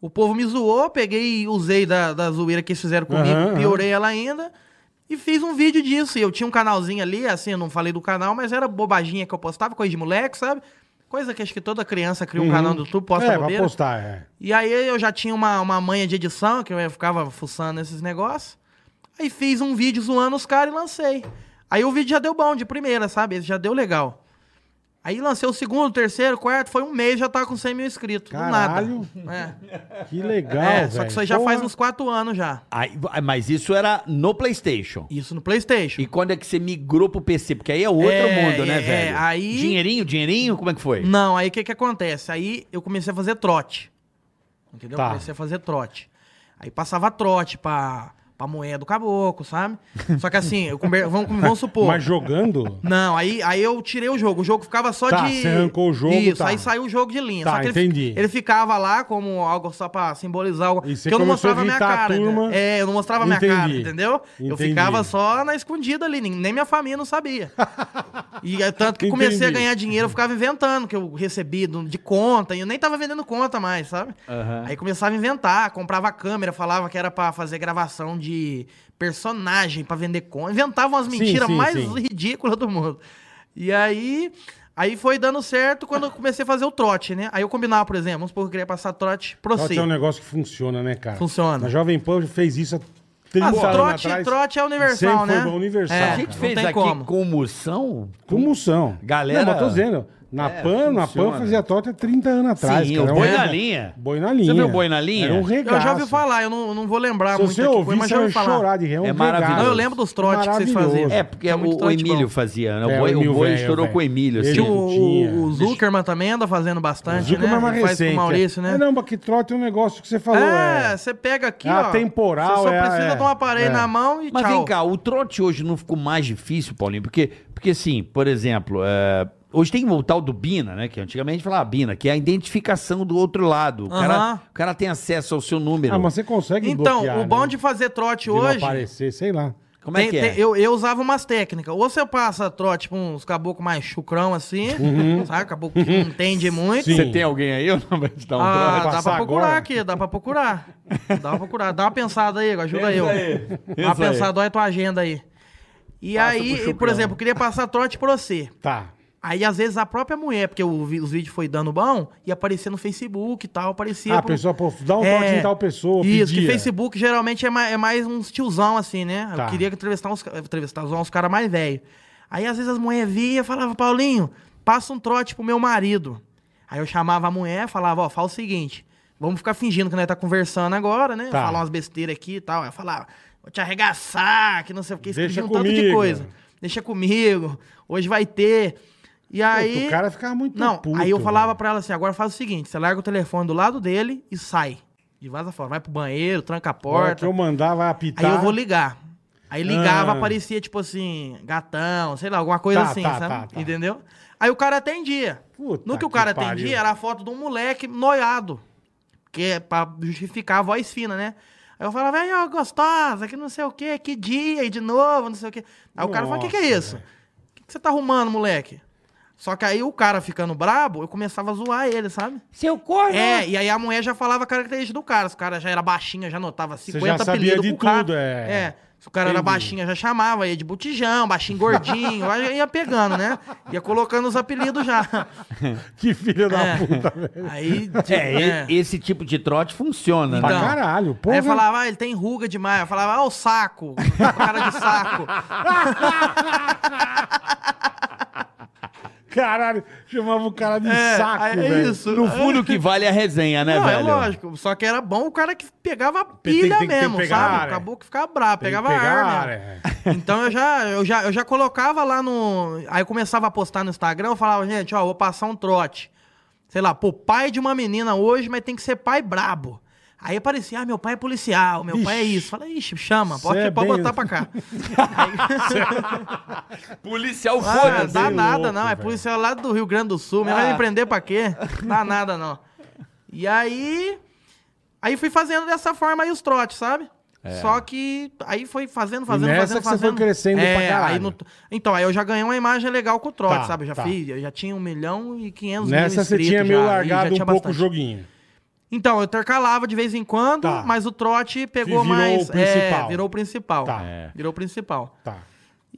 S4: O povo me zoou, peguei e usei da, da zoeira que eles fizeram comigo,
S2: Aham, aham.
S4: piorei ela ainda. E fiz um vídeo disso. E eu tinha um canalzinho ali, assim, eu não falei do canal, mas era bobaginha que eu postava, coisa de moleque, sabe? Coisa que acho que toda criança cria um
S2: Uhum.
S4: canal no YouTube, posta
S2: É, pra
S4: bobeira.
S2: postar, é.
S4: E aí eu já tinha uma, uma manha de edição, que eu ficava fuçando esses negócios. Aí fiz um vídeo zoando os caras e lancei. Aí o vídeo já deu bom de primeira, sabe? Esse já deu legal. Aí lancei o segundo, o terceiro, o quarto, foi um mês já tava com 100 mil inscritos.
S2: Caralho.
S4: Do nada. É,
S2: Que legal,
S4: É,
S2: velho.
S4: só que isso aí já
S2: Porra.
S4: faz uns quatro anos já.
S3: Aí- ah, mas isso era no PlayStation.
S4: Isso no Playstation.
S3: E quando é que você migrou pro PC? Porque aí é outro
S4: É,
S3: mundo, né,
S4: é,
S3: velho?
S4: aí-
S3: Dinheirinho, dinheirinho, como é que foi?
S4: Não, aí o que que acontece? Aí eu comecei a fazer trote. Entendeu?
S2: Tá.
S4: Comecei a fazer trote. Aí passava trote pra, pra moeda do caboclo, sabe? Só que assim, eu conver- vamos, vamos supor.
S2: Mas jogando?
S4: Não, aí, aí eu tirei o jogo. O jogo ficava só
S2: Tá,
S4: de.
S2: você arrancou o jogo,
S4: Isso,
S2: tá.
S4: aí saiu o jogo de linha.
S2: Tá,
S4: só que ele, fi-
S2: entendi.
S4: ele ficava lá como algo só pra simbolizar algo.
S2: E você
S4: Porque eu não
S2: começou a
S4: mostrava a minha
S2: irritar a
S4: cara. né?
S2: turma.
S4: É, eu não mostrava a minha cara,
S2: Entendi.
S4: entendeu? Eu
S2: Entendi.
S4: ficava só na escondida ali, nem, nem minha família não sabia. E é tanto que
S2: Entendi.
S4: comecei a ganhar dinheiro, eu ficava inventando, que eu recebi do- de conta, e eu nem tava vendendo conta mais, sabe? Aí começava a inventar, comprava câmera, falava que era pra fazer gravação de personagem, pra vender conta. Inventava umas
S2: Sim,
S4: mentiras
S2: sim,
S4: mais
S2: sim.
S4: ridículas do mundo. E aí, aí foi dando certo quando eu comecei a fazer o trote, né? Aí eu combinava, por exemplo, vamos supor que eu queria passar trote pro
S2: Trote
S4: você.
S2: é um negócio que funciona, né, cara?
S4: Funciona.
S2: A Jovem Pan fez isso há 30
S4: Ah,
S2: anos
S4: trote,
S2: atrás.
S4: trote é universal,
S2: Sempre
S4: né?
S2: foi bom universal,
S4: É,
S2: cara.
S3: A gente
S4: não
S3: fez
S4: tem
S3: aqui
S4: como.
S3: comoção?
S2: Comoção.
S3: Galera-
S2: Não, mas tô dizendo. Na
S3: É,
S2: PAN, na
S3: funciona.
S2: PAN fazia trote há 30 anos atrás.
S3: Sim, o
S2: cara. Era um
S3: boi
S2: rega-
S3: na linha.
S2: Boi na linha.
S3: viu o boi na linha?
S2: Era um regaço.
S4: Eu já ouvi falar, eu não, não vou lembrar
S2: Se
S4: muito
S2: você
S4: aqui,
S2: ouvir, você
S4: mas já
S2: vai
S4: ouvi falar.
S2: chorar de rir. um
S3: É maravilhoso.
S2: regaço.
S4: Não, eu lembro dos trotes que vocês
S2: Maravilhoso.
S4: faziam.
S3: É, porque
S4: Tinha
S3: o,
S4: muito
S3: o
S4: trote
S3: Emílio
S4: bom.
S3: fazia, né?
S2: É,
S3: o boi,
S2: o Emílio
S3: o boi
S2: velho,
S3: estourou
S2: velho.
S3: com o Emílio, assim.
S2: Ele-
S4: Tinha um
S2: Sim, tinha.
S4: o, o Zuckerman também anda fazendo bastante,
S2: Zuckerman
S4: né?
S2: é mais
S4: Ele Faz
S2: recente.
S4: com o Maurício,
S2: É,
S4: né?
S2: não, mas que trote é um negócio que você falou.
S4: é,
S2: É,
S4: você pega aqui,
S2: É
S4: ó.
S2: atemporal,
S4: Você só
S2: é-
S4: precisa
S2: é.
S4: de um aparelho
S2: É.
S4: na mão e
S3: Mas
S4: tchau.
S3: vem cá, o trote hoje não ficou mais difícil, Paulinho? Porque, porque assim, por exemplo, é, hoje tem o tal do Bina, né? Que antigamente falava Bina, que é a identificação do outro lado. O, cara,
S4: Aham.
S3: o cara tem acesso ao seu número.
S2: Ah, mas você consegue
S4: Então,
S2: bloquear,
S4: o bom
S2: né?
S4: de fazer trote
S2: De não
S4: hoje.
S2: aparecer, sei lá.
S3: Como é
S4: tem-
S3: que é?
S4: tem- eu, eu usava umas técnicas. Ou você passa trote pra uns caboclos mais chucrão assim, sabe? Caboclo que não entende muito.
S2: Uhum. Sim. Então,
S1: Você tem alguém aí ou não vai te dar um
S4: Ah,
S2: Vai
S4: dá
S2: passar
S4: pra procurar
S2: agora?
S4: aqui, dá pra procurar. dá pra procurar. Dá uma pensada aí, ajuda eu. Dá uma
S1: isso aí.
S4: pensada, olha a tua agenda aí. E aí, por exemplo, eu queria passar trote pra você.
S2: Tá.
S4: Aí, às vezes, a própria mulher, porque o vi- os vídeos foi dando bom, e aparecia no Facebook e tal, aparecia...
S2: Ah, a
S4: pro-
S2: pessoa, pô, dá um trote em tal pessoa,
S4: Tipo, é, Isso,
S2: pedia.
S4: que Facebook geralmente é mais, é mais uns tiozão, assim, né?
S2: Tá.
S4: Eu queria entrevistar uns, entrevistar zoar uns caras mais velhos. Aí, às vezes, as mulheres via e falavam, Paulinho, passa um trote pro meu marido. Aí eu chamava a mulher falava, ó, fala o seguinte, vamos ficar fingindo que nós tá conversando agora, né?
S2: Tá.
S4: Falar umas besteiras aqui e tal. Aí eu falava, vou te arregaçar, que não sei o que,
S2: Deixa
S4: fingia um tanto de
S2: comigo.
S4: coisa. Deixa comigo, hoje vai ter... E
S2: Pô,
S4: aí...
S2: O cara ficava muito
S4: Não,
S2: puto,
S4: aí eu falava
S2: velho.
S4: pra ela assim: agora faz o seguinte, você larga o telefone do lado dele e sai. E vaza fora. Vai pro banheiro, tranca a
S2: A hora que
S4: porta.
S2: eu mandar, vai apitar.
S4: Aí eu vou ligar. Aí ligava,
S2: Ah.
S4: aparecia tipo assim, gatão, sei lá, alguma coisa
S2: Tá,
S4: assim,
S2: tá,
S4: sabe?
S2: tá, tá.
S4: Entendeu? Aí o cara atendia.
S2: Puta
S4: No que, o cara
S2: pariu.
S4: atendia era a foto de um moleque noiado. Que é pra justificar a voz fina, né? Aí eu falava, aí, ó, gostosa, que não sei o quê, que dia, e de novo, não sei o quê. Aí o cara falava, o que, que é
S2: Nossa,
S4: isso?
S2: velho.
S4: O que, que você tá arrumando, moleque? Só que aí o cara ficando brabo, eu começava a zoar ele, sabe?
S3: Seu corno!
S4: É, e aí a mulher já falava a característica do cara. Se o cara já era baixinho, já notava 50
S2: já sabia
S4: apelido
S2: de
S4: pro cara.
S2: tudo, é.
S4: Se o cara era
S2: Entendi.
S4: baixinho, já chamava, ia de botijão, baixinho gordinho, aí ia pegando, né? Ia colocando os apelidos já.
S2: Que filho da
S4: É.
S2: puta, velho.
S4: Aí, de-
S3: É, e-
S4: é.
S3: esse tipo de trote funciona,
S2: Pra
S4: Então,
S3: né?
S2: caralho, porra.
S4: Aí eu falava, ah, ele tem ruga demais. Eu falava, ah, o saco. Cara de saco.
S2: Caralho, chamava o cara de
S4: É,
S2: saco,
S4: é
S2: velho.
S4: isso.
S3: No fundo o que vale é a resenha, né,
S4: Não, é
S3: velho?
S4: lógico. Só que era bom o cara que pegava
S2: tem-
S4: pilha
S2: tem que
S4: mesmo,
S2: pegar
S4: sabe?
S2: ar, é.
S4: Acabou que ficava brabo,
S2: Tem que
S4: pegava
S2: pegar
S4: ar,
S2: ar,
S4: né?
S2: é.
S4: Então eu já, eu, já, eu já colocava lá no. Aí eu começava a postar no Instagram, eu falava, gente, ó, vou passar um trote. Sei lá, pô, pai de uma menina hoje, mas tem que ser pai brabo. Aí aparecia, ah, meu pai é policial, meu pai é
S2: Ixi.
S4: isso. Falei, ixi, chama, pode,
S2: Cê é
S4: pode
S2: bem-
S4: botar pra cá.
S3: Policial
S4: Ah,
S3: foda-se.
S4: dá
S2: bem
S4: nada
S2: louco,
S4: não, é
S2: velho. Ah.
S4: policial lá do Rio Grande do Sul, mas vai me prender pra quê? Dá nada não. E aí, aí fui fazendo dessa forma aí os trotes, sabe? Só que aí foi fazendo, fazendo,
S2: É. nessa
S4: fazendo,
S2: que você foi
S4: fazendo. É,
S2: crescendo pra caralho.
S4: aí então, aí eu já ganhei uma imagem legal com o trote,
S2: Tá,
S4: sabe? Eu já
S2: tá.
S4: fiz, eu já tinha um milhão e quinhentos mil
S2: Nessa
S4: inscritos.
S2: você tinha meio
S4: já, aí já
S2: largado um
S4: tinha
S2: pouco o
S4: bastante.
S2: joguinho.
S4: Então, eu intercalava de vez em quando,
S2: Tá.
S4: mas o trote pegou
S2: virou
S4: mais...
S2: o principal.
S4: É, virou o principal.
S2: Tá. Ah,
S4: É. Virou o principal.
S2: Tá.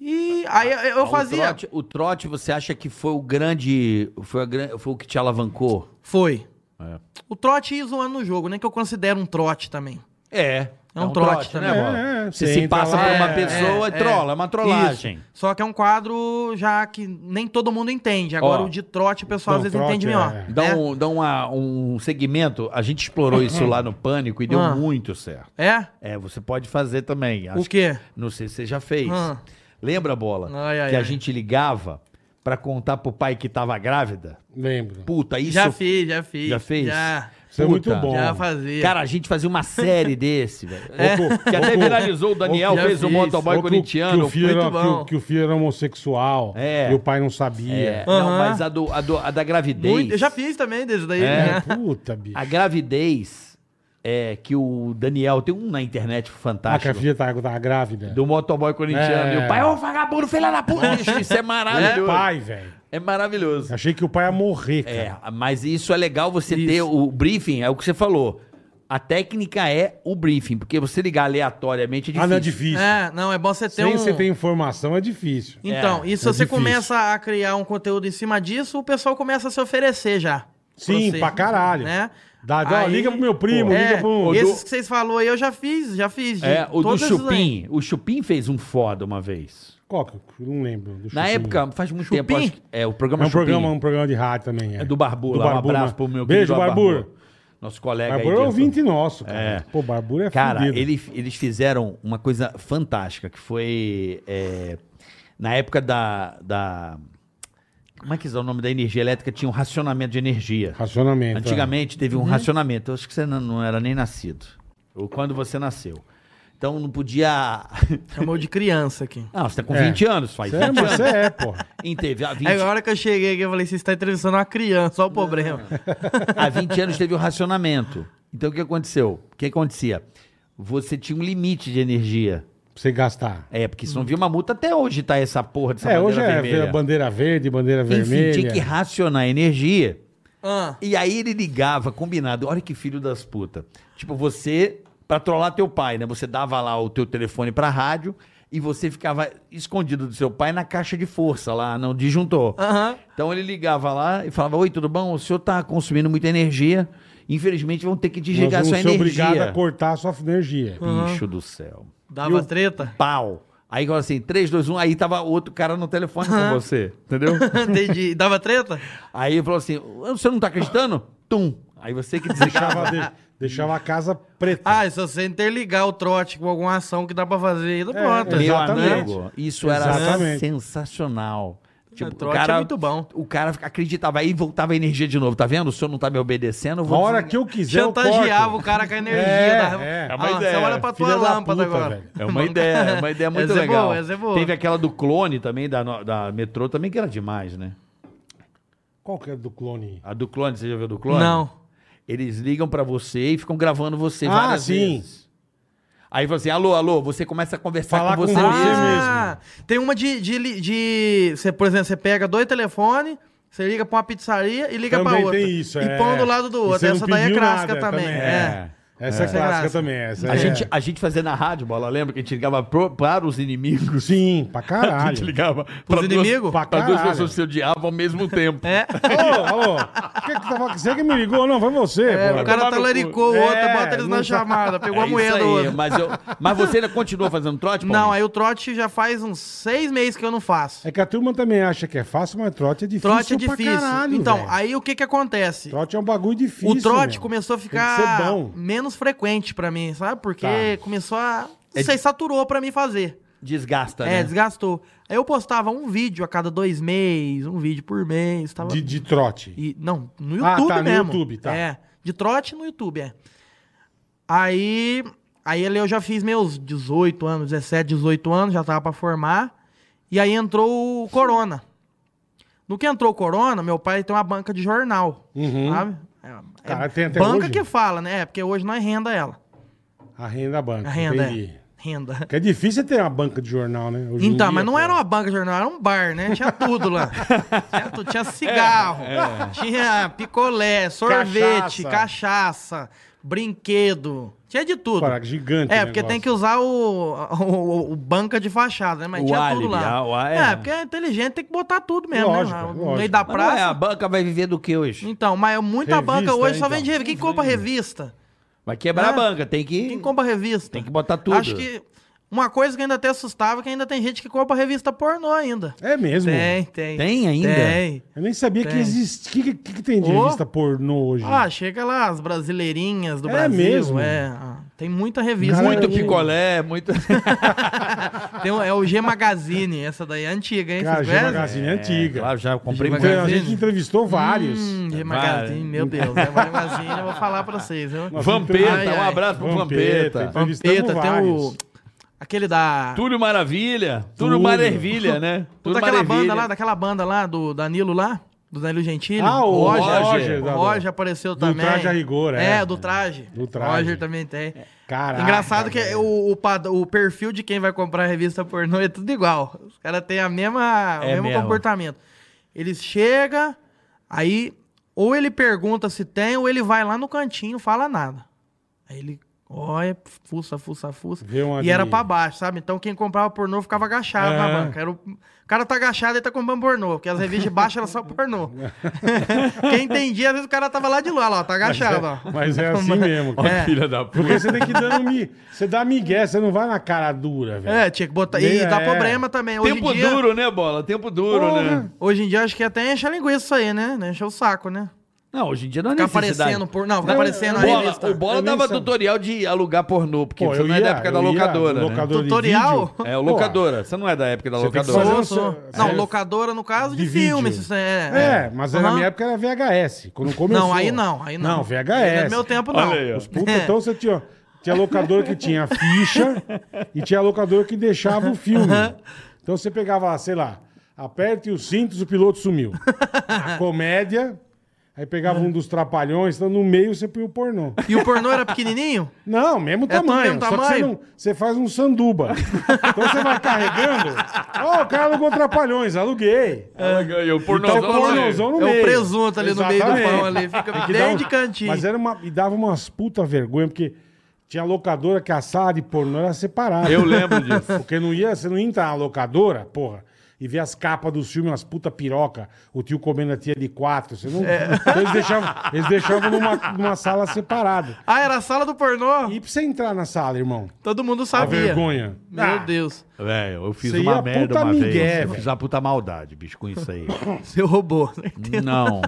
S4: E aí eu, eu
S3: Ah, O
S4: fazia...
S3: trote- o trote, você acha que foi o grande. Foi, a gran- foi o que te alavancou?
S4: Foi.
S3: É.
S4: O trote ia zoando no jogo, né? Que eu considero um trote também.
S3: É.
S4: É um trote também.
S3: Bola?
S2: É, é,
S3: você
S2: você
S3: se
S2: entra
S3: passa
S2: lá,
S3: por uma
S2: é,
S3: pessoa e trola, é uma trollagem.
S4: Isso. Só que é um quadro já que nem todo mundo entende. Agora
S3: Ó.
S4: o de trote o
S2: Não,
S4: pessoal às vezes
S2: trote
S4: entende
S2: é-
S4: melhor.
S3: Dá,
S4: né?
S3: um, dá uma- um segmento, a gente explorou isso lá no Pânico e deu
S4: Ah.
S3: muito certo.
S4: É?
S3: É, você pode fazer também.
S4: O quê?
S3: Não sei se você já fez.
S4: Ah.
S3: Lembra, Bola?
S4: Ai, ai,
S3: que a
S4: ai.
S3: gente ligava pra contar pro pai que tava grávida?
S2: Lembro.
S3: Puta, isso...
S4: Já fiz, já fiz.
S3: Já fez?
S4: Já,
S2: Isso é muito
S3: Puta.
S2: bom.
S4: já fazia.
S3: Cara, a gente fazia uma série desse, velho.
S2: Ô, Cu,
S3: Que
S2: ô,
S3: até
S2: Cu,
S3: viralizou, o Daniel
S4: É. já
S3: fez o
S4: fiz.
S3: motoboy
S2: ô, Cu, Que
S3: corintiano.
S2: o, filho
S4: muito
S2: era, que, o-
S4: bom.
S2: que o filho era homossexual.
S3: É.
S2: E o pai não sabia.
S3: É, Não,
S4: Aham.
S3: mas a, do- a do- a da gravidez...
S4: Muito- eu já fiz também desde daí.
S3: É.
S4: né?
S2: Puta, bicho.
S3: A gravidez é que o Daniel... Tem um na internet
S2: Ah, que a
S3: fantástico.
S2: filha tava, tava grávida.
S3: Do motoboy corintiano.
S2: É.
S3: E o pai, ô vagabundo, filha da puta. Bicho, Isso é
S2: É
S3: maravilhoso.
S2: pai, velho.
S3: É maravilhoso.
S2: Achei que o pai ia morrer, cara.
S3: É, mas isso é legal você ter o briefing, é o que você falou. A técnica é o briefing, porque você ligar aleatoriamente é
S2: Ah,
S3: difícil.
S2: não, é difícil.
S4: É, não, é bom você ter
S2: Sem
S4: um...
S2: você ter informação é difícil.
S4: Então,
S3: É,
S4: e se
S2: é
S4: você
S2: difícil.
S4: começa a criar um conteúdo em cima disso, o pessoal começa a se oferecer já.
S2: Sim,
S4: você,
S2: pra caralho.
S4: Né?
S2: Dá- dá- liga pro meu primo,
S4: é,
S2: liga pro-
S4: Esses
S2: do-
S4: que vocês falaram aí, eu já fiz, já fiz. de
S3: É, o do
S4: todos esses aí.
S3: Chupim. O Chupim fez um foda uma vez.
S2: Qual que eu não lembro? do
S3: Na
S2: Chupim.
S3: época, faz muito
S4: Chupim?
S3: tempo. Acho, que- é, o programa
S2: É um
S3: Chupim.
S2: programa, um programa de rádio também.
S3: É do Barbura.
S2: Do
S3: lá,
S2: Barbura.
S3: Um abraço pro meu
S2: Beijo,
S3: querido
S2: Barbura.
S3: Nosso colega aí.
S2: Barbura é
S3: de-
S2: ouvinte nosso, cara.
S3: É.
S2: Pô, Barbura é
S3: Cara,
S2: fudido.
S3: ele- eles fizeram uma coisa fantástica, que foi é, na época da, da... Como é que é o nome da energia elétrica? Tinha um racionamento de energia.
S2: Racionamento. é.
S3: Antigamente teve um racionamento. Eu acho que você não, não era nem nascido. Ou quando você nasceu. Então não podia.
S4: Chamou de criança aqui.
S3: Ah, você tá com
S2: É.
S3: 20 anos, faz
S2: Você é,
S3: 20
S2: mas
S3: anos.
S2: você é, porra.
S3: Em TV, há 20,
S4: Aí a hora que eu cheguei aqui, eu falei, você está entrevistando uma criança, olha o problema.
S3: há 20 anos teve o racionamento. Então o que aconteceu? O que acontecia? Você tinha um limite de energia.
S2: Pra você gastar.
S3: É, porque senão via uma multa até hoje tá essa porra dessa
S2: é,
S3: bandeira
S2: hoje é
S3: vermelha.
S2: bandeira verde, bandeira vermelha.
S3: Enfim, tinha que racionar energia.
S4: Ah,
S3: E aí ele ligava, combinado. Olha que filho das puta. Tipo, você, pra trollar teu pai, né? Você dava lá o teu telefone pra rádio e você ficava escondido do seu pai na caixa de força lá, não disjuntor.
S4: Aham.
S3: Então ele ligava lá e falava: Oi, tudo bom? O senhor tá consumindo muita energia. Infelizmente vão ter que
S2: Nós
S3: desligar
S2: vamos
S3: sua
S2: ser obrigado a
S3: energia.
S2: cortar a sua energia.
S3: Bicho do céu.
S4: dava treta?
S3: Pau. Aí agora assim, 3, 2, 1, aí tava outro cara no telefone com você. Entendeu?
S4: Entendi. Dava treta?
S3: aí ele falou assim: Você não tá acreditando? Tum. Aí você que desligava.
S2: Deixava, de- deixava a casa preta.
S4: Ah, e se você interligar o trote com alguma ação que dá pra fazer ainda,
S2: É,
S4: pronto.
S3: Meu
S2: Exatamente.
S3: amigo, isso era
S2: Exatamente.
S3: sensacional. Tipo,
S2: Tipo,
S4: O trote é muito bom.
S3: O cara acreditava aí e voltava a energia de novo. Tá vendo? O senhor não tá me obedecendo. eu
S2: a
S3: vou
S2: hora
S3: desligar.
S2: que eu quiser, eu
S4: Chantageava
S2: corto.
S4: o cara com a energia.
S2: É,
S4: dava-
S2: é. É
S4: Ah,
S2: uma
S4: Você
S3: ideia.
S4: olha pra tua
S2: Filha da
S4: lâmpada
S2: puta,
S4: agora.
S2: velho.
S3: É uma ideia, é uma ideia muito
S4: Essa é
S3: legal.
S4: boa, essa é boa.
S3: Teve aquela do clone também, da, no- da metrô também, que era demais, né?
S2: Qual que é do clone?
S3: A do clone, você já viu do clone?
S4: Não.
S3: Eles ligam pra você e ficam gravando você
S2: Ah,
S3: várias
S2: sim.
S3: vezes. Aí você, assim, alô, alô, você começa a conversar
S2: Falar
S3: com
S2: com
S3: você
S2: você
S3: mesmo.
S4: Ah, Tem uma de. de, li- de- você, por exemplo, você pega dois telefones, você liga pra uma pizzaria e liga pra
S2: Também
S4: outra.
S2: tem isso,
S4: e
S2: é.
S4: põe um do lado
S2: E
S4: do
S2: você
S4: outro.
S2: não
S4: Essa daí é
S2: pediu
S4: clássica
S2: nada,
S4: também.
S2: também,
S4: É.
S2: Essa é,
S4: Essa é
S2: clássica
S4: graça.
S2: também. Essa
S3: A,
S2: é-
S3: gente, a gente fazia na rádio, bola, lembra que a gente ligava pro- para os inimigos?
S2: Sim, pra
S3: A
S2: caralho.
S3: gente ligava para Duas,
S4: inimigos?
S2: Pra
S3: pra duas
S2: caralho.
S3: pessoas que se odiavam ao mesmo tempo.
S4: É.
S2: Alô, alô. Que que tá falando? Você que me ligou? Não, foi você.
S4: É,
S2: pô.
S4: o cara
S1: tomar no cu.
S4: talaricou o outro,
S2: É,
S4: bota eles
S2: não-
S4: na chamada, pegou
S3: É
S4: a moeda
S3: isso
S4: do
S3: aí,
S4: outro.
S3: mas, eu, mas você ainda continua fazendo trote,
S4: Não, é-
S3: Paulinho?
S4: aí o trote já faz uns seis meses que eu não faço.
S2: É que a turma também acha que é fácil, mas trote é difícil.
S4: trote é
S2: pra
S4: difícil.
S2: caralho,
S4: então,
S2: velho.
S4: aí o que que acontece?
S2: Trote é um bagulho difícil.
S4: o trote
S2: meu.
S4: começou a
S2: Tem que
S4: ficar
S2: ser bom.
S4: menos frequente pra mim, sabe? Porque
S2: Tá.
S4: começou a...
S3: É
S4: Não sei, saturou pra mim fazer.
S3: Desgasta,
S4: É,
S3: né?
S4: desgastou. Aí eu postava um vídeo a cada dois meses, um vídeo por mês. Tava...
S2: De, de trote.
S4: E, não, no
S2: Ah,
S4: YouTube
S2: tá, no
S4: mesmo.
S2: YouTube, tá.
S4: É, de trote no YouTube, é. Aí, aí ali eu já fiz meus 18 anos, 17, 18 anos, já tava pra formar. E aí entrou o Corona. No que entrou o Corona, meu pai tem uma banca de jornal,
S2: Uhum.
S4: sabe? É, é
S2: Cara, tem até
S4: banca
S2: hoje?
S4: que fala, né? É, porque hoje nós renda ela.
S2: A renda da banca.
S4: A renda,
S2: entendi.
S4: é. Renda.
S2: Que é difícil ter uma banca de jornal, né? Hoje em
S4: Então,
S2: dia,
S4: mas não
S2: pô.
S4: era uma banca de jornal, era um bar, né? Tinha tudo lá. tinha, tudo, tinha cigarro,
S3: É,
S4: tinha picolé, sorvete,
S2: Cachaça.
S4: cachaça. brinquedo. Tinha de tudo.
S2: Cara, gigante.
S4: é,
S2: o
S4: porque tem
S2: negócio.
S4: que usar o, o, o banca de fachada, né? Mas
S3: O
S4: tinha
S3: álibi,
S4: tudo lá.
S3: ah, o á- é.
S4: é. porque é inteligente, tem que botar tudo mesmo,
S2: Lógico,
S4: né? No
S2: lógico.
S4: meio da
S3: Mas não é, a
S4: praça.
S3: banca vai viver do que hoje?
S4: Então, mas muita
S2: Revista,
S4: banca hoje
S2: é,
S4: só
S2: então.
S4: vende revista. Quem compra revista?
S3: Vai quebrar
S4: É.
S3: a banca, tem que...
S4: Quem compra revista?
S3: Tem que botar tudo.
S4: Acho que uma coisa que ainda até assustava é que ainda tem gente que compra revista pornô ainda.
S2: É mesmo.
S4: Tem, tem.
S3: Tem ainda?
S4: Tem.
S2: Eu nem sabia que
S4: Tem.
S2: existe. O que, que, que tem de
S4: Ô.
S2: revista pornô hoje?
S4: Ah, chega lá as brasileirinhas do
S2: É
S4: Brasil.
S2: mesmo?
S4: É Ah, Tem muita revista.
S2: Galera,
S3: Muito
S4: Muito pico.
S3: picolé, muito...
S4: Tem, o- é o G Magazine. Essa daí é antiga, hein?
S2: Cara,
S4: Vocês
S2: G
S4: conhecem?
S2: Magazine é, antiga.
S3: Claro, já comprei
S4: Gil
S2: Foi- a
S3: muito.
S4: Magazine.
S2: gente entrevistou vários.
S4: Hum, G
S3: É,
S4: Magazine,
S3: vai.
S4: meu Deus. É G Magazine, eu vou falar pra vocês. viu?
S2: Nossa,
S3: Vampeta,
S4: Ai,
S3: um
S4: ai.
S3: abraço pro
S2: Vampeta,
S3: Vampeta.
S2: então. entrevistamos
S4: Vampeta, tem
S2: vários.
S4: o... Aquele da...
S3: Túlio Maravilha.
S2: Túlio.
S3: Túlio Maravilha, né?
S4: Tudo daquela banda lá, daquela banda lá, do Danilo lá, do Danilo Gentili.
S2: Ah, o
S3: Roger.
S2: Roger.
S4: O
S2: da-
S4: Roger apareceu
S2: do
S4: também.
S2: Traje a Rigor, é.
S4: É, do traje.
S2: Do Traje. É.
S4: Roger também tem.
S2: Caraca,
S4: Engraçado que
S2: velho.
S4: o, o pad- o perfil de quem vai comprar a revista pornô é tudo igual. Os caras têm a mesma, o
S3: É
S4: mesmo
S3: mesmo.
S4: comportamento. Eles chegam, aí ou ele pergunta se tem, ou ele vai lá no cantinho, fala nada. Aí ele olha, fuça, fuça, fuça.
S2: Vê uma
S4: E era
S2: de-
S4: pra baixo, sabe? Então quem comprava pornô ficava agachado
S2: É.
S4: na banca. Era o... o cara tá agachado e tá comprando pornô, porque as revistas de baixo eram só pornô. quem entendia, às vezes o cara tava lá de lá, ó, tá agachado, ó.
S2: Mas é assim mesmo, cara.
S4: É.
S3: Filha da puta.
S2: Porque você tem que dar um mi... Você dá migué, você não vai na cara dura, velho.
S4: É, tinha que botar.
S2: Meia,
S4: E dá
S2: é.
S4: problema também. Hoje
S3: Tempo
S4: em dia,
S3: duro, né, Bola? Tempo duro, né?
S4: Hoje em dia acho que até enche a linguiça isso aí, né? Enche o saco, né?
S3: Não, hoje em dia não é
S4: Ficar
S3: necessidade.
S4: aparecendo por. Não, ficar
S2: Não,
S4: aparecendo
S2: na
S3: Bola,
S4: aí. revista. É
S3: o Bola
S2: Eu nem
S3: dava
S2: sei.
S3: tutorial de alugar pornô, porque
S2: Pô,
S3: você
S2: eu
S3: não é
S2: ia-
S3: da época da
S2: eu ia
S3: locadora,
S2: no
S3: né?
S2: locador de
S4: Tutorial?
S2: vídeo.
S3: É, o locadora. Você não é da época da
S2: Você tem que
S3: locadora.
S2: fazer
S4: Sou,
S2: um-
S4: sou.
S2: você-
S4: Não,
S2: você-
S4: locadora no caso
S2: de
S4: de, filme.
S2: vídeo.
S4: Isso é,
S2: É, mas aí na
S4: Aham.
S2: minha época era VHS. Quando começou.
S4: Não, aí não, aí não.
S2: Não,
S4: Não é
S2: VHS.
S4: do meu tempo, não. É.
S3: Olha aí, ó.
S4: Os
S2: Puta, então você tinha, tinha locador que tinha ficha e tinha locador que deixava o filme. Então você pegava, lá, sei lá, aperte os cintos, o piloto sumiu. A comédia, aí pegava um dos trapalhões, então no meio você põe o pornô.
S4: E o pornô era pequenininho?
S2: Não, mesmo
S4: É tudo
S2: tamanho.
S4: mesmo
S2: só que você,
S4: tamanho?
S2: não- você faz um sanduba. Então você vai carregando. Ó, o cara alugou trapalhões, aluguei.
S3: E É, o pornozão
S2: Então,
S3: lá, né?
S2: pornozão no
S4: é
S2: meio.
S4: o presunto ali no meio do
S2: Exatamente.
S4: pão ali. Fica
S2: Tem que dar
S4: bem
S2: um-
S4: de cantinho.
S2: Mas era uma. E dava umas puta vergonha, porque tinha locadora que a sala de pornô era separada.
S3: Eu lembro disso.
S2: Porque não ia, você não ia entrar na locadora, porra, e ver as capas dos filmes, umas puta piroca, o tio comendo a tia de quatro. Você não,
S4: É.
S2: Então eles deixavam, eles deixavam numa, numa sala separada.
S4: Ah, era a sala do pornô?
S2: E pra você entrar na sala, irmão?
S4: Todo mundo
S2: A
S4: sabia.
S2: vergonha.
S4: Tá
S2: Ah.
S4: Meu Deus.
S3: Velho, eu fiz
S2: Você ia
S3: uma merda
S2: puta
S3: uma
S2: migué,
S3: vez. Eu
S2: velho.
S3: fiz uma puta maldade, bicho, com isso aí.
S4: Você roubou.
S3: Não.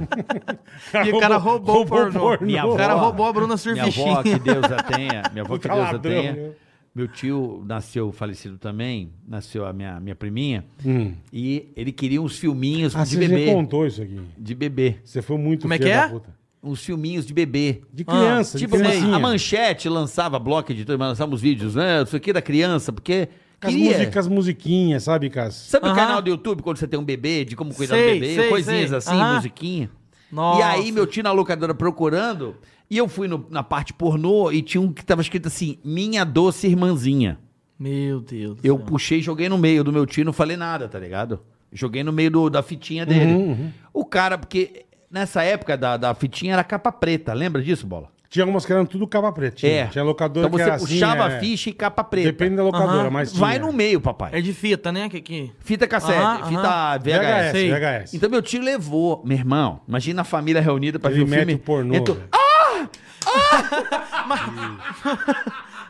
S4: E o cara roubou o pornô.
S3: Minha
S4: O cara
S3: avó-
S4: roubou a Bruna
S3: Minha avó,
S4: Surfichinha.
S3: que Deus a tenha. Minha avó,
S2: Puta
S3: que Deus a
S2: ladrão,
S3: tenha.
S2: meu.
S3: Meu tio nasceu falecido também. Nasceu a minha, minha priminha.
S2: Hum.
S3: E ele queria uns filminhos
S2: Ah,
S3: de
S2: você já
S3: bebê.
S2: contou isso aqui.
S3: De bebê.
S2: Você foi muito
S4: Como é
S2: filho
S4: que
S2: da
S4: é?
S2: puta.
S3: Uns filminhos de bebê.
S2: De
S4: Ah,
S2: criança, de
S3: Tipo,
S2: criancinha.
S3: a manchete lançava bloco de mas lançava uns vídeos, né? Isso aqui da criança, porque
S2: Com as,
S3: Queria.
S2: músicas, com as musiquinhas, sabe, Cas?
S3: Sabe o
S4: Aham.
S3: canal do YouTube quando você tem um bebê, de como cuidar
S4: Sei,
S3: do bebê,
S4: sei,
S3: coisinhas
S4: sei.
S3: assim,
S4: Aham.
S3: musiquinha?
S4: Nossa.
S3: E aí meu tio na locadora procurando, e eu fui no- na parte pornô e tinha um que tava escrito assim, minha doce irmãzinha.
S4: Meu Deus do
S3: Eu
S4: céu.
S3: puxei e joguei no meio do meu tio, não falei nada, tá ligado? Joguei no meio do- da fitinha dele.
S2: Uhum.
S3: O cara, porque nessa época da, da fitinha era capa preta, lembra disso, Bola?
S2: Tinha algumas que eram tudo capa preta. Tinha, tinha locadora
S3: então
S2: que
S3: você
S2: era assim,
S3: puxava
S2: é,
S3: a ficha e capa preta.
S2: Depende da locadora,
S4: Aham.
S2: mas tinha.
S3: Vai no meio, papai.
S4: É de fita, né? Que, que...
S3: Fita cassete,
S4: Aham,
S3: fita
S4: aham.
S3: VHS.
S2: VHS,
S4: Sei.
S2: VHS.
S3: Então meu tio levou, meu irmão. Imagina a família reunida pra
S2: Ele
S3: ver o
S2: mete
S3: filme.
S2: o pornô,
S3: Entrou-
S2: velho.
S3: Ah,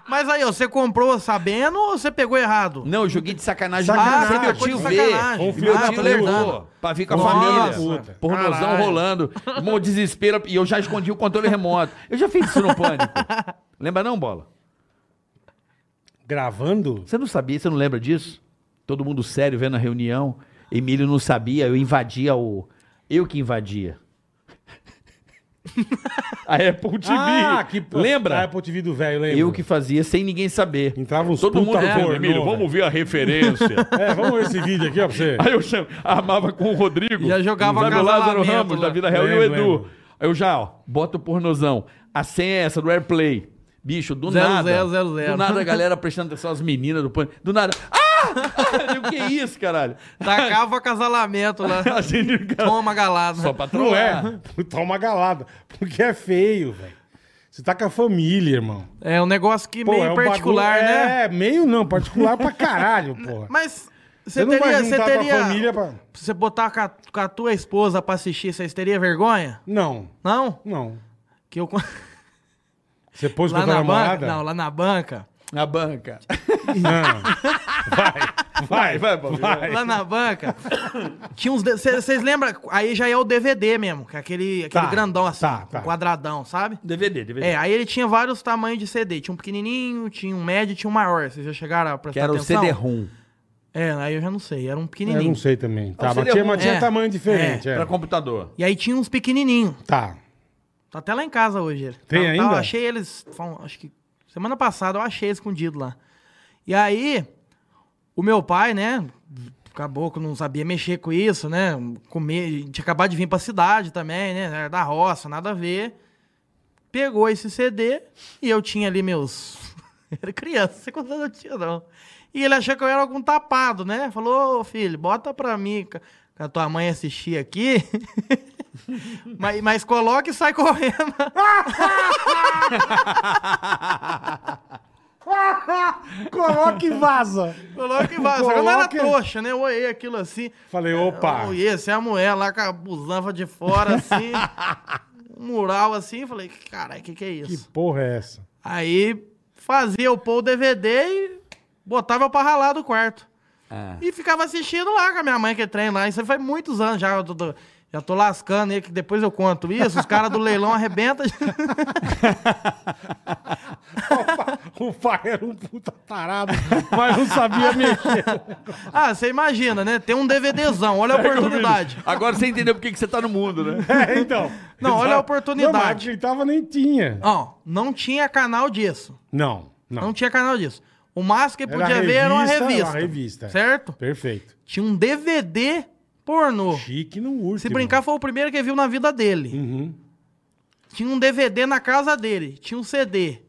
S4: Mas aí, ó, você comprou sabendo ou você pegou errado?
S3: não, eu joguei de sacanagem. Ah,
S4: Sacanagem,
S3: pra meu
S4: coisa
S3: tio
S4: de
S3: um ver.
S4: sacanagem.
S3: E Meu
S2: Ah,
S3: tio
S2: tô
S3: levou
S4: lembrando.
S3: um pra vir com a
S4: Nossa,
S3: família.
S2: puta.
S3: Pornozão
S4: Caralho.
S3: rolando. Irmão, desespero. E eu já escondi o controle remoto. Eu já fiz isso no pânico. Lembra não, Bola?
S2: Gravando?
S3: Você não sabia, você não lembra disso? Todo mundo sério vendo a reunião. Emílio não sabia, eu invadia o. Eu que invadia. é a Apple TV.
S2: A
S3: Ah, lembra?
S2: Ah, é Apple TV do velho, lembra?
S3: Eu que fazia sem ninguém saber.
S2: Entrava uns
S3: Todo
S2: puta né?
S3: mundo
S2: pornô,
S3: é, Emílio,
S2: velho.
S3: vamos ver a referência.
S2: É, vamos ver esse vídeo aqui, ó, pra você.
S3: Aí eu cham... armava com o Rodrigo.
S4: Já jogava
S3: sabe, o Lázaro
S4: acasalamento
S3: Ramos
S4: lá.
S3: da Vida Real e o Edu.
S2: Lembro, lembro.
S3: Aí eu já, ó, bota o pornozão. A senha é essa do Airplay. Bicho, do
S4: Zero,
S3: nada.
S4: zero, zero, zero.
S3: Do nada a galera prestando atenção às meninas do pânico. Do nada. Ah! O que é isso, caralho?
S4: Tacava Tá o acasalamento lá.
S3: A gente-
S4: Toma galada.
S3: Só pra
S2: Não
S3: trollar.
S2: é. Toma galada. Porque é feio, velho. Você tá com a família, irmão.
S4: É um negócio que
S2: Pô,
S4: meio
S2: é um
S4: particular,
S2: bagulho-
S4: né?
S2: É, meio não, particular pra caralho, porra.
S4: Mas
S2: Você
S4: você
S2: não vai
S4: teria. Você
S2: juntar com a
S4: teria.
S2: família pra...
S4: Você botar com a, com a tua esposa pra assistir, vocês teria vergonha?
S2: Não,
S4: Não?
S2: não.
S4: Que eu.
S2: Você pôs com a
S4: Lá
S2: tua
S4: na
S2: namorada?
S4: banca. Não, lá na banca.
S3: Na banca.
S2: Não.
S3: Vai, vai, Bob.
S4: Lá na banca. tinha uns. Vocês lembram? Aí já é o DVD mesmo, que é aquele, aquele
S2: Tá,
S4: grandão assim,
S2: tá, tá.
S4: quadradão, sabe?
S3: DVD, DVD.
S4: É, aí ele tinha vários tamanhos de CD. Tinha um pequenininho, tinha um médio, tinha um maior. Vocês já chegaram a
S3: que
S4: prestar
S3: era o
S4: atenção?
S3: CD-ROM.
S4: É, aí eu já não sei. Era um
S2: Eu
S4: pequenininho.
S2: não sei também. Tá,
S3: Não,
S2: mas
S3: seria
S2: tinha,
S3: ruim.
S2: mas tinha
S4: É.
S2: tamanho diferente. É.
S3: Pra computador.
S4: E aí tinha uns pequenininhos.
S2: Tá.
S4: Tá até lá em casa hoje. ele.
S2: Tem
S4: Tá- tá,
S2: ainda?
S4: eu achei eles, fal- acho que semana passada eu achei escondido lá. E aí, o meu pai, né, caboclo não sabia mexer com isso, né, comer, tinha acabado de vir pra cidade também, né, era da roça, nada a ver. Pegou esse CD e eu tinha ali meus... era criança, não sei quantos anos eu tinha não. E ele achou que eu era algum tapado, né, falou, ô filho, bota pra mim, ca- com a tua mãe assistir aqui... Mas, mas coloca e sai correndo.
S2: Coloca e vaza.
S4: Coloca e vai. Só que eu não era
S2: Coloca-
S4: trouxa, né? Eu olhei aquilo assim.
S2: Falei, opa.
S4: Eu olhei assim, a mulher lá com a busanfa de fora, assim. um mural assim. Falei, caralho, o que, que é
S2: Que
S4: isso?
S2: porra é essa?
S4: Aí fazia eu pôr o DVD e botava eu pra ralar do quarto.
S2: É.
S3: Ah.
S4: E ficava assistindo lá com a minha mãe que treina lá. Isso aí faz muitos anos já. Eu tô- tô- já tô lascando aí, que depois eu conto isso. Os caras do leilão arrebentam.
S2: O pai era um puta tarado, mas não sabia mexer.
S4: ah, você imagina, né? Tem um DVDzão. Olha a oportunidade.
S3: Agora você entendeu por que que você tá no mundo, né?
S2: É, então.
S4: Não, olha a
S2: Não, mas
S4: oportunidade.
S2: acreditava nem tinha.
S4: Ó, não tinha canal disso.
S2: Não, não.
S4: Não, tinha canal disso. O máximo que
S2: Era
S4: podia ver era uma
S2: revista,
S4: revista.
S2: era uma revista.
S4: Certo?
S2: Perfeito.
S4: Tinha um DVD pornô.
S2: Chique no último.
S4: Se brincar, foi o primeiro que viu na vida dele.
S2: Uhum.
S4: Tinha um DVD na casa dele. Tinha um CD.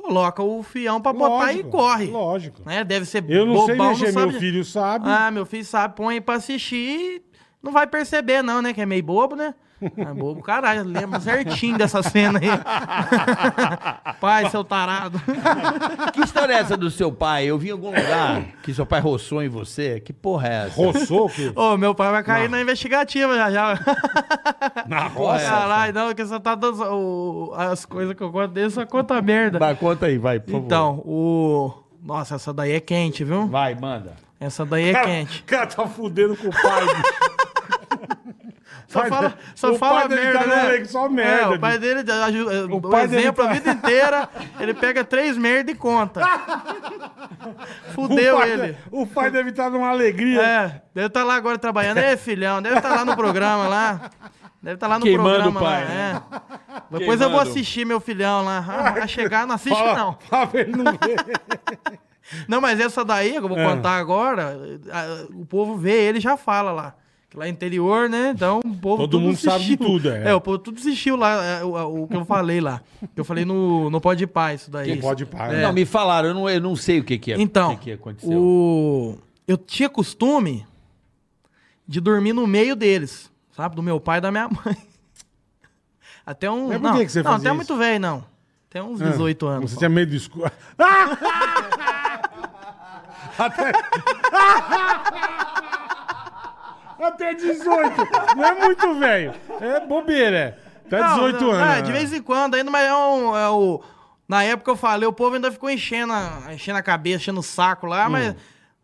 S4: Coloca o fião pra botar e
S2: Lógico,
S4: tá corre.
S2: Lógico.
S4: Né? Deve ser
S2: Eu não sei
S4: bobão,
S2: mexer,
S4: não sabe.
S2: meu filho sabe.
S4: Ah, meu filho sabe, põe pra assistir. Não vai perceber, não, né? Que é meio bobo, né? É bobo, caralho. Lembro certinho dessa cena aí. Pai, seu tarado.
S3: Que história é essa do seu pai? Eu vi em algum lugar que seu pai roçou em você. Que porra é essa?
S2: Roçou, filho.
S4: Ô, meu pai vai cair na investigativa já já.
S2: Na
S3: Porra, é essa?
S4: Caralho, não, que você tá dançando. o- As coisas que eu conto dele só conta merda.
S3: Vai, conta aí, vai, por favor.
S4: Então, o. Nossa, essa daí é quente, viu?
S3: Vai, manda.
S4: Essa daí é quente.
S2: O cara tá fudendo com o pai. bicho.
S4: Só
S2: pai
S4: fala,
S2: dele-
S4: só
S2: o
S4: fala
S2: pai dele
S4: merda,
S2: tá
S4: né?
S2: moleque, só merda,
S4: É, o pai dele, ajuda, o,
S2: pai dele
S4: exemplo,
S2: tá-
S4: a vida inteira, ele pega três merda e conta. Fudeu
S2: o pai
S4: ele.
S2: de- o pai deve estar numa alegria.
S4: É, deve estar lá agora trabalhando. Ei, filhão, deve estar lá no programa lá. Deve estar lá no
S3: Queimando o
S4: programa
S3: pai,
S4: lá.
S3: né?
S4: É. Depois eu vou
S3: Queimando.
S4: assistir meu filhão lá. Ah, vai chegar, não assiste
S2: Fala-
S4: não.
S2: fala pra ele não ver.
S4: Não, mas essa daí que eu vou
S2: É.
S4: contar agora, a- o povo vê ele e já fala lá. Que lá é interior, né? Então o povo.
S2: Todo
S4: tudo
S2: mundo sabe de
S4: assistiu.
S2: tudo, é.
S4: É, o povo tudo assistiu lá é, o, o que eu falei lá. Eu falei no, no Pode Pá isso daí. É.
S2: Quem pode né? parar.
S3: Ah, Não, me falaram, eu não, eu não sei o que, que é. o
S4: Então,
S3: que, que aconteceu.
S4: o... eu tinha costume de dormir no meio deles, sabe? Do meu pai e da minha mãe. Até um.
S2: Mas por
S4: não,
S2: que que você
S4: não
S2: fazia Ah,
S4: até muito velho, não. Até uns 18 anos.
S2: Você
S4: só.
S2: tinha medo do escuro. Até... Até 18. Não é muito velho. É bobeira. é. Até
S4: Não,
S2: 18
S4: não,
S2: anos. né?
S4: É, de vez em quando, ainda, mas é, um, é o. Na época eu falei, o povo ainda ficou enchendo a, enchendo a cabeça, enchendo o saco lá, mas.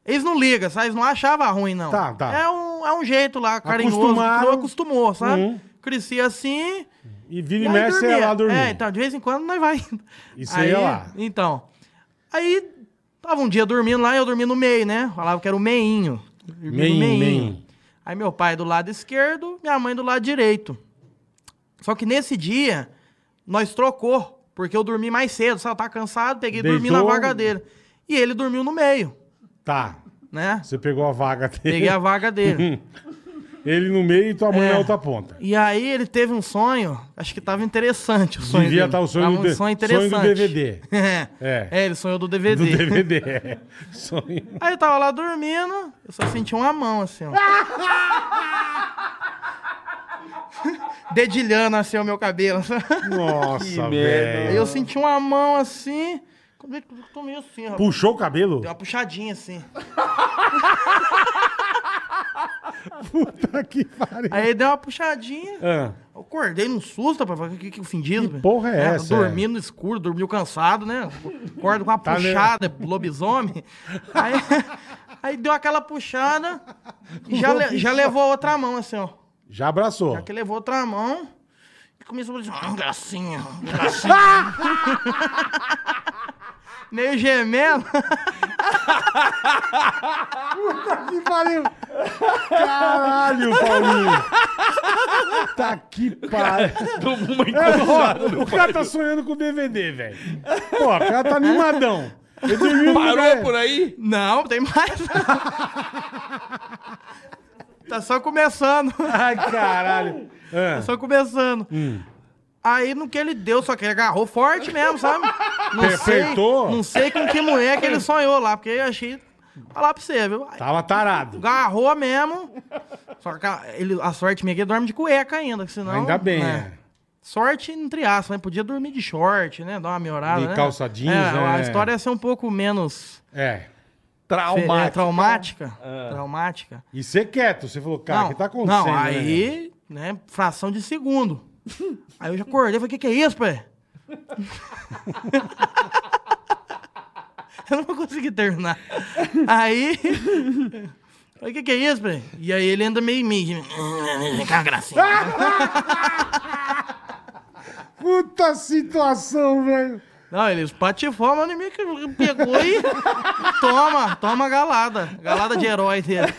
S4: Eles não ligam, sabe? Eles não achavam ruim, não.
S2: Hum. Tá, tá.
S4: É um, é um jeito lá, carinhoso,
S2: Acostumaram.
S4: que não acostumou, sabe?
S2: Uhum.
S4: Crescia assim,
S2: E vira e
S4: E aí
S2: mexe, você é
S4: dormia.
S2: lá dormir.
S4: É, então, de vez em quando nós vai indo.
S2: E você ia lá.
S4: Então. Aí, tava um dia dormindo lá, eu dormi no meio, né? Falava que era o meinho. Dormi no
S2: Meinho, meinho.
S4: Aí meu pai do lado esquerdo, minha mãe do lado direito. Só que nesse dia, nós trocou, porque eu dormi mais cedo, sabe? Eu tava cansado, peguei e dormi na
S2: Deitou.
S4: vaga dele. E ele dormiu no meio,
S2: Tá.
S4: né?
S2: Você pegou a vaga dele.
S4: Peguei a vaga dele.
S2: Ele no meio e tua mãe
S4: É.
S2: na outra ponta.
S4: E aí ele teve um sonho, acho que tava interessante o sonho
S2: Devia
S4: dele.
S2: estar o sonho
S4: Tava
S2: do
S4: um
S2: D- sonho do
S4: sonho interessante.
S2: DVD.
S4: é.
S2: É.
S4: É, ele sonhou do DVD.
S2: Do DVD. é. Sonho.
S4: Aí eu tava lá dormindo, eu só senti uma mão assim, ó. Dedilhando assim o meu cabelo.
S2: Nossa,
S4: Aí
S2: velho.
S4: eu senti uma mão assim. Como é que eu tô meio assim, rapaz?
S2: Puxou o cabelo?
S4: Deu uma puxadinha assim.
S2: Puta que pariu.
S4: Aí deu uma puxadinha.
S2: Ah,
S4: Eu acordei num susto, rapaz. O que, que eu fingi? Que
S2: porra é essa,
S4: Dormindo no escuro, dormiu cansado, né? Acordo com uma
S2: né?
S4: puxada, lobisomem. Aí, aí deu aquela puxada e já, le- já levou a outra mão, assim, ó.
S2: já abraçou.
S4: Já que levou outra mão e começou a dizer, ah, gracinha, gracinha. Meio gemendo.
S2: Que pariu! Caralho, Paulinho! Tá que pariu! É, Ó, o cara tá sonhando com o DVD, velho. Pô, o cara tá animadão. Ele
S4: É,
S2: dormiu no lugar-
S3: Parou por aí?
S4: Não, tem mais. tá só começando.
S2: Ai, caralho. Ah,
S4: Tá só começando.
S2: Hum.
S4: Aí no que ele deu, só que ele agarrou forte mesmo, sabe? Não
S2: Per- apertou?
S4: Sei, não sei com que mulher que ele sonhou lá, porque eu achei. Falar pra você, viu?
S2: tava tarado.
S4: Agarrou mesmo. Só que a- ele, a sorte minha é que ele dorme de cueca ainda, que senão.
S2: Ainda bem,
S4: né?
S2: né?
S4: Sorte entre aspas, né? Podia dormir de short, né? Dar uma melhorada.
S2: De
S4: né?
S2: calça jeans,
S4: é,
S2: né?
S4: A história ia ser um pouco menos
S2: É.
S4: fe- é,
S3: Traumático.
S4: traumática.
S2: Ah.
S4: Traumática.
S2: E você é quieto, você falou, cara, o que tá acontecendo?
S4: Não,
S2: né?
S4: aí, né? fração de segundo. aí eu já acordei e falei: o que, que é isso, pai? eu não vou conseguir terminar. Aí. Falei, o que, que é isso, pai? E aí ele anda meio em mim. assim, Vem cá, gracinha.
S2: Puta situação, velho.
S4: Não, eles patifou, mas o inimigo que pegou e. toma, toma a galada. Galada de herói dele.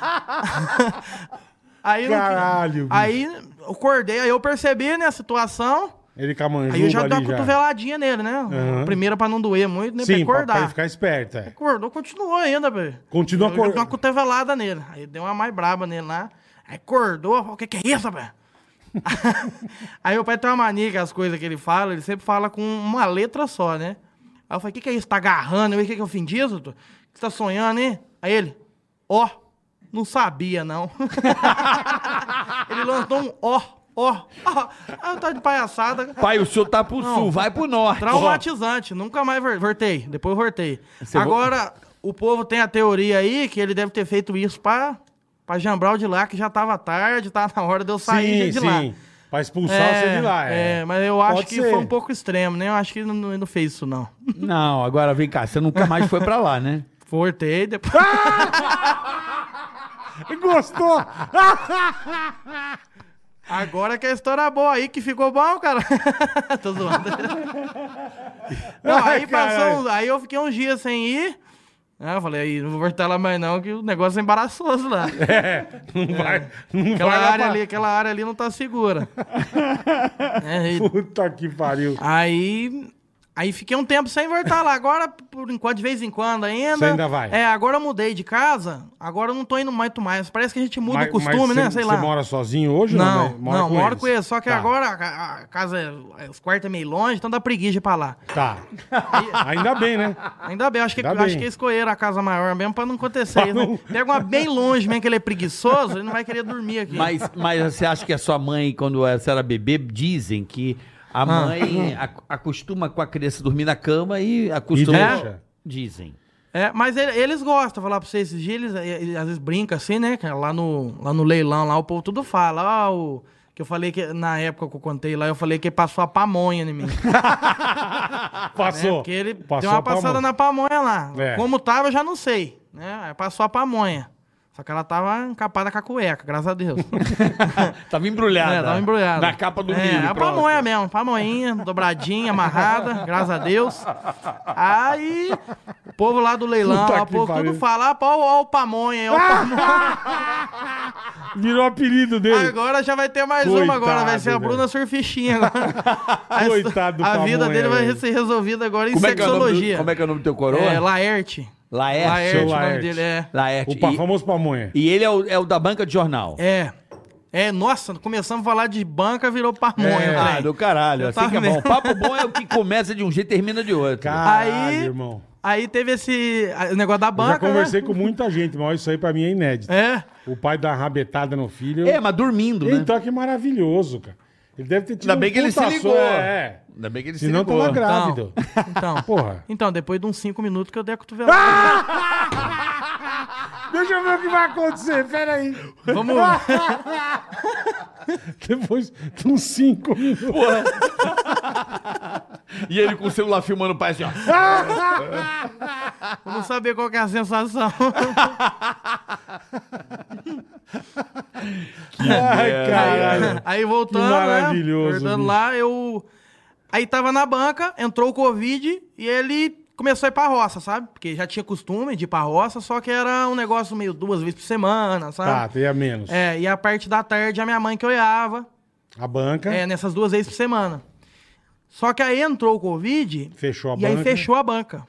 S4: aí, eu não-
S2: Caralho, bicho.
S4: aí eu acordei, aí eu percebi, né, a situação.
S2: Ele com a manjuba
S4: Aí eu já dei uma
S2: ali já.
S4: cotoveladinha nele, né?
S2: Aham.
S4: A Primeira pra não doer muito, né?
S2: Sim,
S4: pra
S2: pra,
S4: acordar.
S2: pra ele ficar esperto, é.
S4: Acordou, continuou ainda, velho.
S2: Continua
S4: Eu já dei uma
S2: acordando.
S4: cotovelada nele. Aí deu uma mais braba nele lá. Aí acordou, falou, o que que é isso, velho? aí meu pai tem uma mania que as coisas que ele fala, ele sempre fala com uma letra só, né? Aí eu falei, o que que é isso? Tá agarrando? O que que eu fim disso? O que você tá sonhando, hein? Aí ele, ó, não sabia, não. ele lançou um ó, ó, ó. Aí eu tava de palhaçada.
S3: Pai, o senhor tá pro sul, vai pro norte.
S4: Traumatizante, nunca mais ver- voltei. Depois eu voltei.
S3: vo-
S4: Agora, o povo tem a teoria aí que ele deve ter feito isso pra, pra jambrar o de lá, que já tava tarde, tava na hora de eu sair
S2: Sim,
S4: de lá.
S2: sim. Pra expulsar você de lá, é.
S4: é, mas eu acho
S2: Pode
S4: que
S2: ser.
S4: foi um pouco extremo, né? Eu acho que ele não, ele não fez isso, não.
S3: Não, agora vem cá, você nunca mais foi pra lá, né?
S4: Voltei, depois.
S2: Ah! Gostou?
S4: Agora que a história é boa aí, que ficou bom, cara. Tô zoando. Não,
S2: Ai,
S4: aí
S2: caralho.
S4: passou. um- Aí eu fiquei uns dias sem ir. Aí eu falei, aí, não vou voltar lá mais não, que o negócio é embaraçoso lá.
S2: É, não vai. Não
S4: Aquela
S2: vai lá
S4: área
S2: pra-
S4: ali, aquela área ali Ah, não tá segura. É, e-
S2: Puta que pariu.
S4: aí, aí, Aí fiquei um tempo sem voltar lá. Agora, por enquanto, de vez em quando ainda.
S2: Você ainda vai?
S4: É, agora eu mudei de casa. Agora eu não tô indo muito mais. Parece que a gente muda
S2: Mas-
S4: o costume,
S2: mas
S4: né?
S2: você-
S4: Sei lá.
S2: Você mora sozinho hoje ou
S4: Não,
S2: né?
S4: não, moro com ele. Só que
S2: Tá,
S4: agora a, a casa, é- os quartos é meio longe, então dá preguiça de ir pra lá.
S2: Tá. Ainda bem, né?
S4: Ainda bem, acho que,
S2: Ainda
S4: acho
S2: bem.
S4: que escolheram a casa maior mesmo pra não acontecer isso,
S2: não-
S4: né? Pega uma bem longe mesmo, que ele é preguiçoso, ele não vai querer dormir aqui.
S3: Mas, mas você acha que a sua mãe, quando você era bebê, dizem que
S4: Ah.
S3: a mãe ac- acostuma com a criança dormir na cama e acostuma.
S2: E deixa.
S3: Dizem.
S4: É, mas ele- eles gostam, falar pra vocês, esses dias eles, eles às vezes brincam assim, né? cara? Lá no, lá no leilão, lá o povo tudo fala, ó, o... Que eu falei que, na época que eu contei lá, eu falei que passou a pamonha em mim. né?
S2: Passou.
S4: É, Porque ele
S2: Passou
S4: deu uma
S2: a palma.
S4: passada na pamonha lá.
S2: É.
S4: Como tava, eu já não sei, né? Aí passou a pamonha. Só que ela tava encapada com a cueca, graças a Deus.
S3: Tava embrulhada.
S4: É, tava embrulhada.
S3: Na capa do
S4: é,
S3: milho.
S4: É, a
S3: pronto.
S4: pamonha mesmo, pamonhinha, dobradinha, amarrada, graças a Deus. Aí, o povo lá do leilão,
S2: Puta
S4: lá, o
S2: que
S4: povo
S2: pariu.
S4: tudo falar, pô, ó o pamonha, ó o
S3: Ah!
S4: pamonha.
S2: Virou apelido dele.
S4: Agora já vai ter mais uma agora, vai ser a
S2: Coitado,
S4: Bruna Surfichinha agora. A-
S2: Coitado do
S4: A
S2: pamonha,
S4: vida dele vai
S2: velho.
S4: ser resolvida agora em
S3: Como é, que é o nome do,
S4: sexologia.
S3: como é que é o nome do teu coroa?
S4: É, Laerte.
S3: Laerte.
S4: o nome
S2: Laerte.
S4: dele, é.
S3: Laerte.
S2: O pa-
S3: E-
S2: famoso pamonha.
S3: E ele é o, é o da banca de jornal.
S4: É. É, nossa, começamos a falar de banca, virou pamonha.
S2: É.
S4: velho.
S3: Ah, do caralho.
S4: Eu
S3: Assim
S4: tava
S3: que é bom.
S4: vendo.
S3: Papo bom é o que começa de um jeito e termina de outro.
S2: Caralho,
S4: Aí-
S2: irmão.
S4: Aí teve esse a- o negócio da
S2: Eu
S4: banca,
S2: já conversei
S4: né?
S2: com muita gente, mas isso aí pra mim é inédito.
S4: É.
S2: O pai dá uma rabetada no filho.
S3: É, mas dormindo, né?
S2: Então, que maravilhoso, cara. Ele deve ter tido
S3: Ainda bem
S2: um
S3: que ele se
S2: puta
S3: ligou.
S2: sonho, É,
S3: Ainda bem que ele
S2: é. Senão
S3: se ligou.
S2: tava grávido.
S4: Então,
S2: Porra.
S4: então, depois de uns 5 minutos que eu dei a
S2: Ah!
S4: cotovelada.
S2: Deixa eu ver o que vai acontecer, peraí.
S4: Vamos.
S2: Depois de uns cinco minutos.
S3: E ele com o celular filmando o pai assim, ó.
S4: Vamos saber qual que é a sensação.
S2: Ai, caralho.
S4: Aí voltando,
S2: É. Que maravilhoso,
S4: né? Voltando
S2: bicho.
S4: lá, eu. Aí tava na banca, entrou o Covid e ele começou a ir pra roça, sabe? Porque já tinha costume de ir pra roça, só que era um negócio meio duas vezes por semana,
S2: Tá,
S4: sabe?
S2: teria menos.
S4: É, e a parte da tarde a minha mãe que olhava.
S2: A banca.
S4: É, nessas duas vezes por semana. Só que aí entrou o Covid.
S2: Fechou a
S4: e
S2: banca.
S4: aí fechou a banca.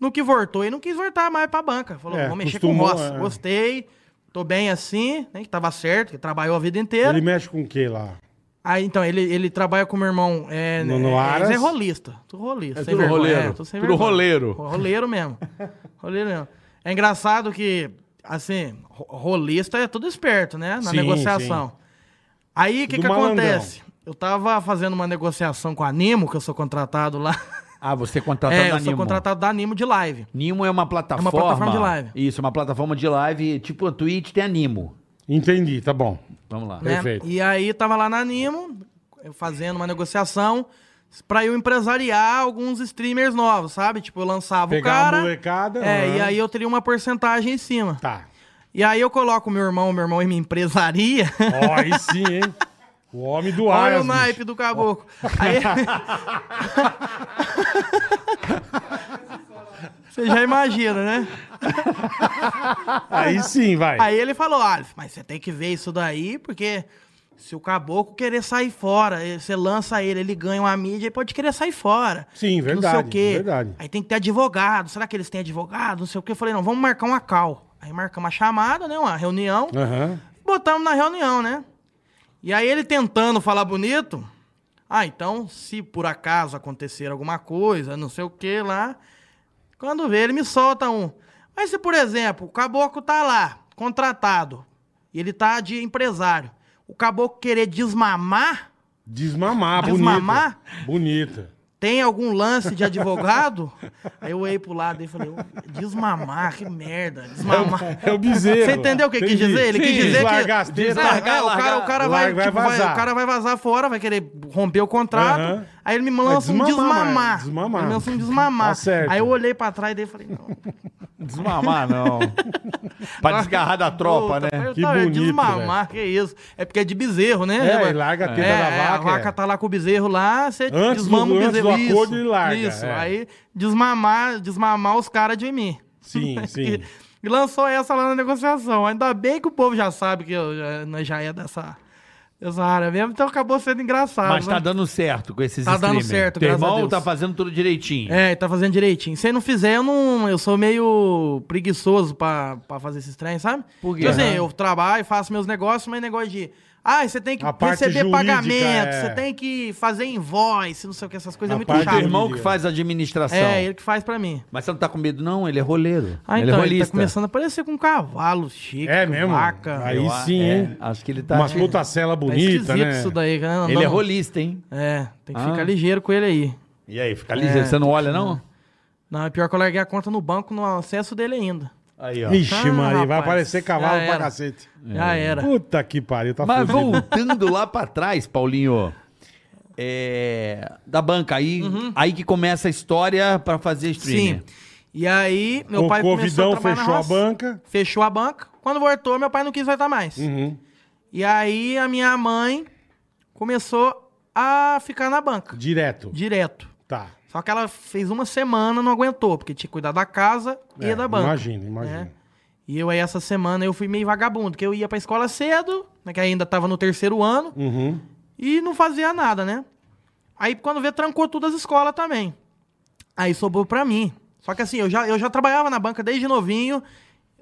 S4: No que voltou, e não quis voltar mais pra banca. Falou,
S2: É,
S4: vou mexer
S2: costumou,
S4: com roça.
S2: é.
S4: Gostei, tô bem assim, né? Que tava certo, que trabalhou a vida inteira.
S2: Ele mexe com o que lá?
S4: Aí, então, ele, ele trabalha com o meu irmão. É,
S2: No- no
S4: é,
S2: Aras? É
S4: é rolista. Tudo rolista.
S3: tudo roleiro,
S4: tô sem
S3: tudo
S4: vergonha.
S3: roleiro.
S4: Ro- Roleiro mesmo. roleiro mesmo. É engraçado que, assim, ro- rolista é tudo esperto, né? Na
S2: Sim,
S4: negociação. Aí, o que,
S2: Tudo
S4: que
S2: malandrão.
S4: acontece? Eu tava fazendo uma negociação com a Nimo, que eu sou contratado lá.
S3: Ah, você é contratado
S4: é,
S3: da
S4: eu sou
S3: Nimo.
S4: contratado da Nimo de live.
S3: Nimo é uma plataforma.
S4: É uma plataforma de live.
S3: Isso, uma plataforma de live. Tipo a Twitch tem a Nimo.
S2: Entendi, tá bom.
S3: Vamos lá.
S4: né?
S2: Perfeito.
S4: E aí tava lá na Animo, eu fazendo uma negociação pra eu empresariar alguns streamers novos, sabe? Tipo, eu lançava
S2: Pegar
S4: o cara.
S2: a molecada,
S4: É,
S2: aham.
S4: e aí eu teria uma porcentagem em cima.
S2: Tá.
S4: E aí eu coloco meu irmão, meu irmão em minha empresaria.
S2: Ó, aí sim, hein? O homem do ar.
S4: Olha o naipe do caboclo. Aí- Você já imagina, né?
S2: Aí sim, vai.
S4: Aí ele falou, Aleph, mas você tem que ver isso daí, porque se o caboclo querer sair fora, eh, você lança ele, ele ganha uma mídia, ele pode querer sair fora.
S2: Sim,
S4: Que
S2: verdade,
S4: Não sei o quê.
S2: verdade.
S4: Aí tem que ter advogado. Será que eles têm advogado? Não sei o quê. Eu falei, não, vamos marcar uma cal. Aí marcamos uma chamada, né? Uma reunião.
S2: Aham.
S4: Botamos na reunião, né? E aí ele tentando falar bonito. Ah, então, se por acaso acontecer alguma coisa, não sei o que lá. Quando vê, ele me solta um. Mas se, por exemplo, o caboclo tá lá, contratado, e ele tá de empresário, o caboclo querer desmamar,
S2: Desmamar, bonito.
S4: Desmamar?
S2: Bonita.
S4: tem algum lance de advogado? aí eu olhei pro lado e falei, desmamar, que merda, desmamar.
S2: É o bezerro.
S4: Você entendeu o que quis
S2: Entendi.
S4: dizer? Ele
S2: Sim.
S4: quis dizer
S2: Deslargar as
S4: que.
S2: tetas.
S4: Deslargar, o cara, o cara vai,
S2: Larga, vai
S4: tipo, vai-
S2: vazar.
S4: o cara vai vazar fora, vai querer romper o contrato.
S2: Aham.
S4: Aí ele me lança
S2: É
S4: um
S2: desmamar,
S4: desmamar.
S2: desmamar.
S4: Ele me lança um desmamar.
S2: Tá certo.
S4: Aí eu olhei pra trás e falei, não.
S3: Desmamar, não. pra desgarrar da tropa,
S4: puta,
S3: né?
S4: eu
S2: Que
S4: tava-
S2: bonito,
S4: Desmamar, que isso. É porque é de bezerro, né?
S2: É,
S4: Vai-
S2: e larga a teta
S4: é,
S2: da
S4: é,
S2: vaca,
S4: A vaca
S2: é.
S4: tá lá com o bezerro lá, você
S2: Antes
S4: desmama
S2: do-
S4: o
S2: antes
S4: bezerro.
S2: do acordo, ele larga,
S4: Isso,
S2: é.
S4: aí desmamar, desmamar os caras de mim.
S2: Sim, sim.
S4: E lançou essa lá na negociação. Ainda bem que o povo já sabe que eu já, nós já é dessa, Exato, mesmo, então acabou sendo engraçado.
S3: Mas tá
S4: né?
S3: dando certo com esses
S4: Tá dando
S3: streamers.
S4: certo,
S3: Teu
S4: graças a
S3: irmão
S4: Deus.
S3: tá fazendo tudo direitinho.
S4: É, tá fazendo direitinho. Se não fizer, eu não. Eu sou meio preguiçoso pra, pra fazer esses trem, sabe?
S3: Por quê?
S4: Então, assim,
S3: Aham.
S4: eu trabalho, faço meus negócios, mas negócio de. Ah, você tem que
S2: A parte
S4: receber
S2: jurídica,
S4: pagamento,
S2: é.
S4: você tem que fazer invoice, não sei o que, essas coisas
S2: A
S4: é muito
S2: parte
S3: O teu
S4: chato.
S3: irmão que faz a administração.
S4: É, ele que faz pra mim.
S3: Mas você não tá com medo, não? Ele é roleiro.
S4: Ah,
S3: ele é
S4: então, ele tá
S3: rolista.
S4: começando a aparecer com cavalo, chique,
S2: É mesmo?
S4: vaca.
S2: Aí
S3: Ah,
S2: sim,
S3: é,
S2: hein?
S3: Acho que ele tá.
S2: Umas putacelas
S4: Tá
S2: bonitas,
S4: esquisito
S2: né?
S4: isso daí, né? Andando-
S3: Ele é rolista, hein? É.
S4: É, tem que
S3: Ah.
S4: ficar ligeiro com ele aí.
S3: E aí, fica ligeiro. você não olha, não?
S4: Não, é pior que eu larguei a conta no banco no acesso dele ainda.
S3: Aí, ó.
S2: Ixi,
S4: Ah,
S2: Maria, vai
S4: rapaz,
S2: aparecer cavalo
S4: já
S2: pra
S4: era.
S2: cacete.
S4: Já era.
S2: Puta que pariu, tá
S3: Mas
S2: fudido.
S3: voltando lá pra trás, Paulinho. é, da banca, aí, aí que começa a história pra fazer streaming.
S4: Uhum. Sim. E aí, meu
S2: O
S4: pai começou a
S2: Covidão
S4: trabalhar na
S2: fechou a
S4: roça.
S2: banca.
S4: Fechou a banca. Quando voltou, meu pai não quis voltar mais.
S2: Uhum.
S4: E aí, a minha mãe começou a ficar na banca,
S2: Direto.
S4: direto.
S2: Tá.
S4: Só que ela fez uma semana, não aguentou, porque tinha que cuidar da casa e
S2: É,
S4: da banca.
S2: Imagina, imagina.
S4: né? E eu aí, essa semana, eu fui meio vagabundo, porque eu ia pra escola cedo, né, que ainda tava no terceiro ano,
S2: Uhum.
S4: e não fazia nada, né? Aí, quando vê, trancou todas as escolas também. Aí sobrou pra mim. Só que assim, eu já, eu já trabalhava na banca desde novinho,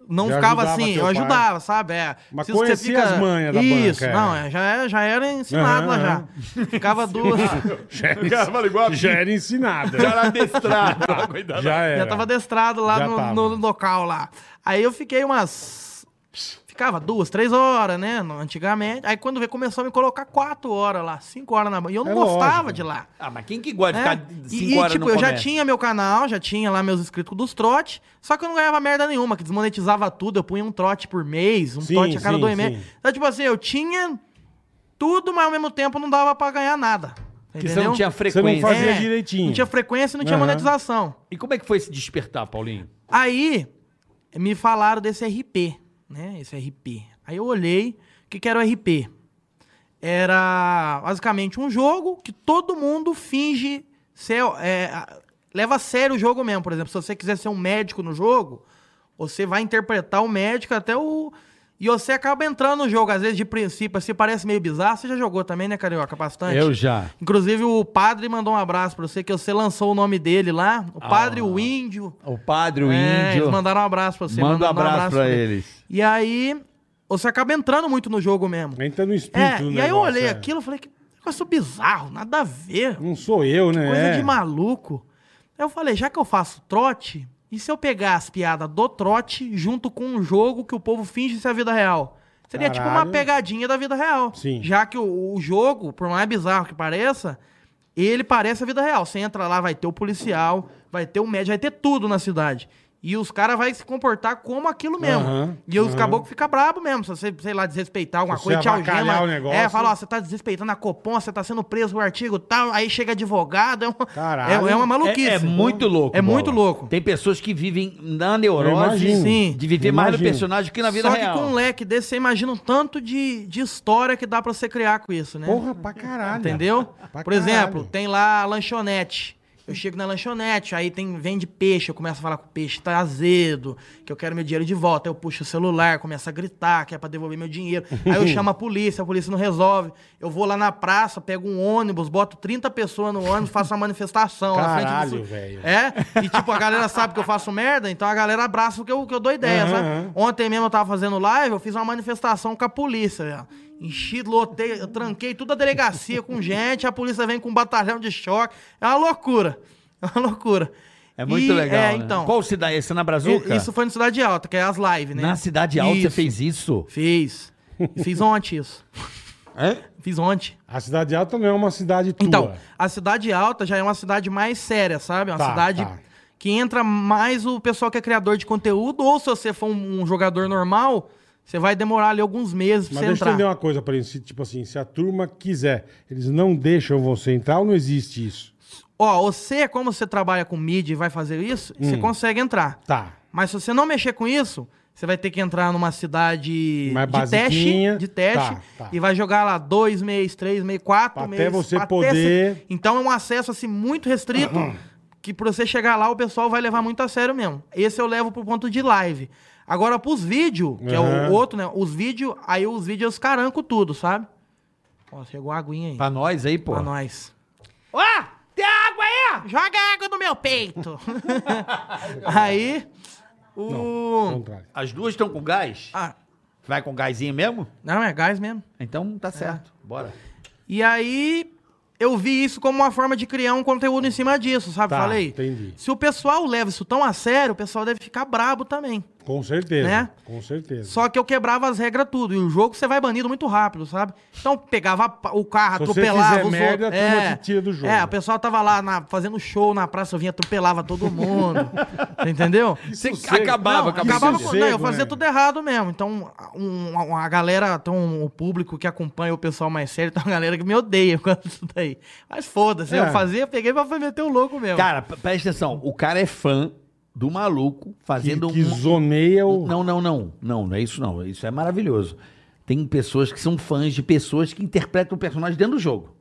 S4: não
S2: Já
S4: ficava
S2: ajudava
S4: assim,
S2: teu
S4: eu
S2: pai.
S4: ajudava, sabe? É,
S2: Mas
S4: preciso que você
S2: conhecia as manhas da
S4: Isso,
S2: banca, é.
S4: não, é, já, era- já era ensinado
S2: Aham,
S4: lá já. Ficava duas,
S2: Já era,
S3: fala igual
S2: já era ensinado. Tá.
S3: Cara adestrado.
S2: já era.
S4: já tava adestrado lá
S2: Já
S4: no,
S2: tava.
S4: no local lá. Aí eu fiquei umas... Ficava duas, três horas, né? no- Antigamente. Aí quando veio, começou a me colocar quatro horas lá, cinco horas na banca. E eu não
S2: É
S4: gostava
S2: lógico.
S4: de lá.
S3: Ah, mas quem que gosta de
S4: né?
S3: ficar
S4: E-
S3: 5
S4: e,
S3: horas
S4: tipo,
S3: no
S4: eu já
S3: comércio?
S4: tinha meu canal, já tinha lá meus inscritos dos trote, só que eu não ganhava merda nenhuma, que desmonetizava tudo, eu punha um trote por mês, um
S2: Sim,
S4: trote a cada
S2: sim,
S4: dois
S2: sim.
S4: meses. Então, tipo assim, eu tinha tudo, mas ao mesmo tempo não dava pra ganhar nada.
S3: Que
S4: entendeu?
S3: você não tinha
S2: Você
S3: frequência.
S2: não fazia
S4: É,
S2: direitinho.
S4: Não tinha frequência, não tinha
S2: Aham.
S4: monetização.
S3: E como é que foi se despertar, Paulinho?
S4: Aí me falaram desse RP, né? Esse RP. Aí eu olhei, o que, que era o RP? Era basicamente um jogo que todo mundo finge ser. é, a- leva a sério o jogo mesmo. Por exemplo, se você quiser ser um médico no jogo, você vai interpretar o médico até o. E você acaba entrando no jogo, às vezes, de princípio, assim, parece meio bizarro. Você já jogou também, né, Carioca? Bastante.
S3: já.
S4: Inclusive, o padre mandou um abraço pra você, que você lançou o nome dele lá. O padre, o índio.
S3: O padre, o
S4: É,
S3: índio.
S4: Eles mandaram um abraço pra você.
S3: Manda um
S4: mandaram
S3: abraço pra
S4: ele.
S3: eles.
S4: E aí, você acaba entrando muito no jogo mesmo.
S2: Entra no espírito
S4: É,
S2: do
S4: e aí eu
S2: negócio,
S4: olhei
S2: é.
S4: aquilo e falei, que negócio bizarro, nada a ver.
S2: Não sou eu, né?
S4: Coisa
S2: É.
S4: de maluco. Aí eu falei, já que eu faço trote, e se eu pegar as piadas do trote junto com um jogo que o povo finge ser a vida real? Seria tipo uma
S2: Caralho.
S4: pegadinha da vida real.
S2: Sim.
S4: Já que o, o jogo, por mais bizarro que pareça, ele parece a vida real. Você entra lá, vai ter o policial, vai ter o médico, vai ter tudo na cidade. E os caras vão se comportar como aquilo mesmo.
S2: Aham,
S4: e os
S2: aham.
S4: caboclos ficam bravos mesmo. Se você, sei lá, desrespeitar alguma
S2: Se
S4: coisa,
S2: você
S4: te algema.
S2: avacalhar o negócio.
S4: É, fala, ó, você tá desrespeitando a Copom, você tá sendo preso por artigo tal, aí chega advogado, é, um-
S2: Caralho.
S4: é, é uma maluquice.
S3: É, é muito louco.
S4: É muito
S3: Bola.
S4: louco.
S3: Tem pessoas que vivem na
S2: Eu
S3: neurose
S2: imagino.
S4: Sim.
S3: de viver mais no
S2: Imagino.
S3: personagem que na vida
S4: Só
S3: real.
S4: que com um leque desse, você imagina o tanto de, de história que dá pra você criar com isso, né?
S2: Porra, pra caralho.
S4: Entendeu?
S2: Pra
S4: Por exemplo,
S2: caralho.
S4: tem lá a lanchonete. Eu chego na lanchonete, aí tem, vende peixe, eu começo a falar que o peixe tá azedo, que eu quero meu dinheiro de volta. Aí eu puxo o celular, começo a gritar, que é pra devolver meu dinheiro. Aí eu chamo a polícia, a polícia não resolve. Eu vou lá na praça, pego um ônibus, boto 30 pessoas no ônibus, faço uma manifestação na frente
S2: Caralho,
S4: do-
S2: velho.
S4: É? E tipo, a galera sabe que eu faço merda, então a galera abraça o que eu, o que eu dou ideia,
S2: Aham,
S4: sabe?
S2: aham.
S4: Ontem mesmo eu tava fazendo live, eu fiz uma manifestação com a polícia, velho. Enchi, lotei, eu tranquei toda a delegacia com gente, a polícia vem com um batalhão de choque. É uma loucura. É uma loucura.
S3: É muito
S4: E,
S3: legal.
S4: É,
S3: né?
S4: então.
S3: Qual cidade? Você na Brazuca?
S4: i- Isso foi na Cidade Alta, que é as lives, né?
S3: Na Cidade Alta você
S4: Isso,
S3: fez isso?
S4: Fiz. E Fiz ontem isso.
S2: É?
S4: Fiz ontem.
S2: A Cidade Alta não é uma cidade tua.
S4: Então, a cidade alta já é uma cidade mais séria, sabe? É Uma
S2: Tá,
S4: cidade
S2: tá.
S4: que entra mais o pessoal que é criador de conteúdo, ou se você for um, um jogador normal, você vai demorar ali alguns meses pra
S2: Mas
S4: você
S2: deixa eu
S4: entrar.
S2: entender uma coisa pra eles. Se, Tipo assim, se a turma quiser, eles não deixam você entrar ou não existe isso?
S4: Ó, você, como você trabalha com mídia e vai fazer isso,
S2: Hum.
S4: você consegue entrar.
S2: Tá.
S4: Mas se você não mexer com isso, você vai ter que entrar numa cidade
S2: Mais
S4: de
S2: basiquinha.
S4: teste, de teste
S2: Tá, tá.
S4: e vai jogar lá dois meses, três meses, quatro
S2: Até
S4: meses.
S2: você poder-
S4: se- Então é um acesso assim muito restrito que pra você chegar lá o pessoal vai levar muito a sério mesmo. Esse eu levo pro ponto de live. Agora pros vídeos, que é
S2: Aham.
S4: o outro, né? Os vídeos, aí os vídeos eu escaranco tudo, sabe? Ó, chegou a aguinha aí.
S2: Tá,
S3: Pra nós aí, pô.
S4: Pra nós.
S3: Ó, tem água aí!
S4: Joga água no meu peito. aí,
S2: Ao
S4: o...
S2: contrário.
S3: As duas estão com gás?
S4: Ah,
S3: Vai com gásinho mesmo?
S4: não, é gás mesmo.
S3: Então
S4: É.
S3: tá certo. Bora.
S4: E aí, eu vi isso como uma forma de criar um conteúdo em cima disso, sabe?
S2: Tá,
S4: Falei.
S2: entendi.
S4: Se o pessoal leva isso tão a sério, o pessoal deve ficar brabo também.
S2: Com certeza.
S4: Né?
S2: Com certeza.
S4: Só que eu quebrava as regras tudo. E o jogo você vai banido muito rápido, sabe? Então pegava pa- o carro,
S2: Se você
S4: atropelava
S2: fizer
S4: os
S2: merda,
S4: outros.
S2: a turma te tira do jogo.
S4: É, o pessoal tava lá na- fazendo show na praça, eu vinha atropelava todo mundo. entendeu?
S3: Você
S2: sossego.
S3: acabava,
S4: Não,
S2: que
S4: acabava com,
S2: sossego,
S4: não, eu fazia
S2: né?
S4: tudo errado mesmo. Então, um- um- a galera, então, o público que acompanha o pessoal mais sério, tem uma galera que me odeia com isso daí. Mas foda-se,
S2: É.
S4: eu fazia, peguei pra meter o louco mesmo.
S3: Cara, p- presta atenção. O cara é fã do maluco
S2: que,
S3: fazendo
S2: que
S3: um-
S2: zoneia o.
S3: Não, não, não. Não, não é isso não. Isso é maravilhoso. Tem pessoas que são fãs de pessoas que interpretam o personagem dentro do jogo.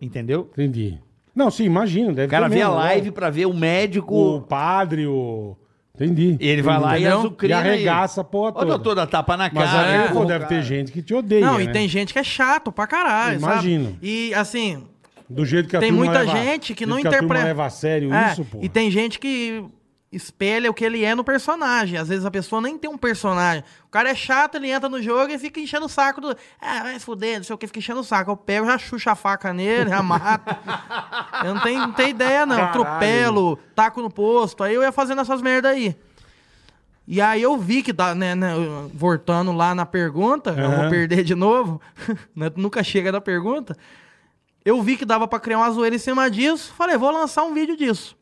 S3: Entendeu?
S2: Entendi. Não, sim, imagino. Deve
S3: O cara
S2: ter
S3: vê a
S2: mesmo, né?
S3: live pra ver o
S2: O
S3: médico.
S2: padre, o. Entendi.
S3: Ele vai lá e
S4: Entendeu?
S2: e
S3: azucrina ele.
S2: arregaça a porra
S3: Ô,
S2: toda.
S3: doutor, dá tapa na
S2: Mas
S3: cara.
S2: aí,
S3: né?
S2: pô,
S3: Pô,
S2: deve
S3: cara.
S2: ter gente que te odeia.
S4: não, e
S2: né?
S4: tem gente que é chato pra caralho,
S2: Imagino.
S4: sabe? E assim,
S2: Do jeito que a
S4: tem
S2: turma
S4: muita
S2: leva-
S4: gente que
S2: do
S4: não
S2: jeito a turma
S4: interpreta-
S2: leva a sério
S4: É,
S2: isso, pô.
S4: E tem gente que espelha o que ele é no personagem. Às vezes a pessoa nem tem um personagem. O cara é chato, ele entra no jogo e fica enchendo o saco do. Ah, vai se fuder, não sei o que, fica enchendo o saco. Eu pego, já chucho a faca nele, já mato. eu não tenho, não tenho ideia, não.
S2: Caralho.
S4: Atropelo, taco no posto. Aí eu ia fazendo essas merda aí. E aí eu vi que, dá, né, né, voltando lá na pergunta, eu
S2: Aham.
S4: vou perder de novo, né, nunca chega da pergunta. Eu vi que dava pra criar uma zoeira em cima disso, falei, vou lançar um vídeo disso.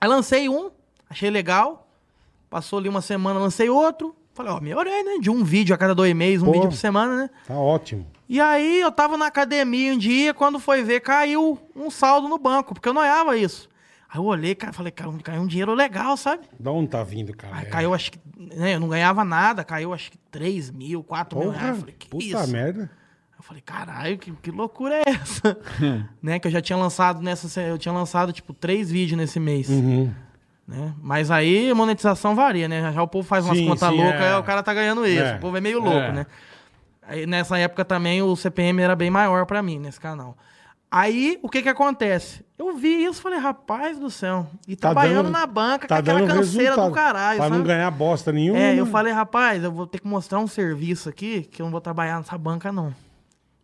S4: Aí lancei um, achei legal, passou ali uma semana, lancei outro, falei, ó, melhorei, né, de um vídeo a cada dois meses, um
S2: Pô.
S4: vídeo por semana, né.
S2: Tá ótimo.
S4: E aí eu tava na academia um dia, quando foi ver, caiu um saldo no banco, porque eu não olhava isso. Aí eu olhei, cara, falei, cara, caiu um dinheiro legal, sabe?
S2: Da onde tá vindo, cara?
S4: Aí caiu, acho que. Né, eu não ganhava nada, caiu acho que 3 mil, 4 mil reais.
S2: Porra,
S4: Eu falei, que
S2: puta
S4: isso?
S2: merda.
S4: Eu falei, caralho, que, que loucura é essa? né? Que eu já tinha lançado nessa. se- Eu tinha lançado, tipo, três vídeos nesse mês.
S2: Uhum.
S4: Né? Mas aí a monetização varia, né? Já, já o povo faz umas
S2: Sim,
S4: contas
S2: sim,
S4: loucas,
S2: é.
S4: aí o cara tá ganhando isso.
S2: É,
S4: O povo é meio louco,
S2: é.
S4: né? Aí, nessa época também o CPM era bem maior pra mim nesse canal. Aí, o que que acontece? Eu vi isso, falei, rapaz do céu. E trabalhando na banca,
S2: tá
S4: com aquela
S2: dando
S4: canseira
S2: resultado.
S4: do caralho,
S2: Pra não
S4: sabe?
S2: ganhar bosta nenhuma.
S4: É, eu falei, rapaz, eu vou ter que mostrar um serviço aqui que eu não vou trabalhar nessa banca, não.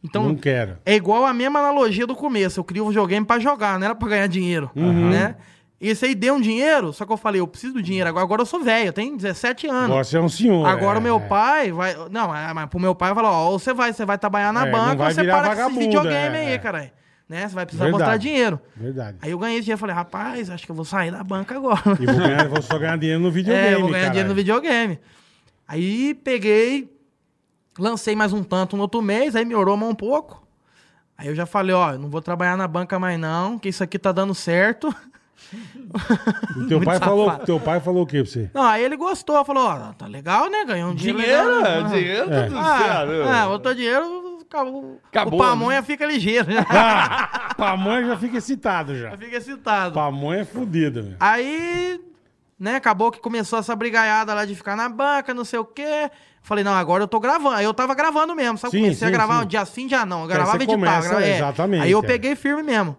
S4: Então,
S2: Não quero.
S4: é igual a mesma analogia do começo. Eu crio o videogame pra jogar, não era pra ganhar dinheiro,
S2: Uhum.
S4: né? E esse aí deu um dinheiro, só que eu falei, eu preciso do dinheiro agora. Agora eu sou velho, eu tenho 17 anos.
S2: Agora você é um senhor.
S4: Agora
S2: é.
S4: o meu pai vai. Não, é, mas pro meu pai falar, ó, ou você vai, você vai trabalhar na
S2: É, não
S4: banca,
S2: vai
S4: ou você
S2: virar
S4: para com esse
S2: vagabundo,
S4: videogame
S2: é, é.
S4: aí, caralho. Né? Você vai precisar
S2: Verdade.
S4: mostrar dinheiro.
S2: Verdade.
S4: Aí eu ganhei esse dinheiro, falei, rapaz, acho que eu vou sair da banca agora.
S2: E vou, ganhar- vou só ganhar dinheiro no videogame,
S4: É, eu vou ganhar
S2: caralho.
S4: dinheiro no videogame. Aí peguei, lancei mais um tanto no outro mês, aí melhorou mais um pouco. Aí eu já falei, ó, eu não vou trabalhar na banca mais não, que isso aqui tá dando certo.
S2: E teu, pai
S4: Muito
S2: falou,
S4: safado.
S2: teu pai falou o quê pra você?
S4: Não, aí ele gostou, falou, ó, tá legal, né? Ganhou um dinheiro.
S3: Dinheiro,
S2: é,
S4: legal, né?
S3: dinheiro, tá tudo certo.
S4: Ah, ah, botou dinheiro, acabou.
S3: Acabou,
S4: o pamonha fica ligeiro, né?
S2: Ah, pamonha já fica excitado já.
S4: fica excitado.
S2: Pamonha é fudido, meu.
S4: Aí, né, acabou que começou essa brigaiada lá de ficar na banca, não sei o quê. Falei, não, agora eu tô gravando. Aí eu tava gravando mesmo, sabe?
S2: Sim,
S4: Comecei
S2: sim,
S4: a gravar
S2: sim.
S4: um dia sim, dia não. Eu
S2: Aí
S4: gravava
S2: você
S4: e editava.
S2: começa,
S4: grava- é.
S2: exatamente,
S4: Aí eu
S2: cara.
S4: peguei firme mesmo.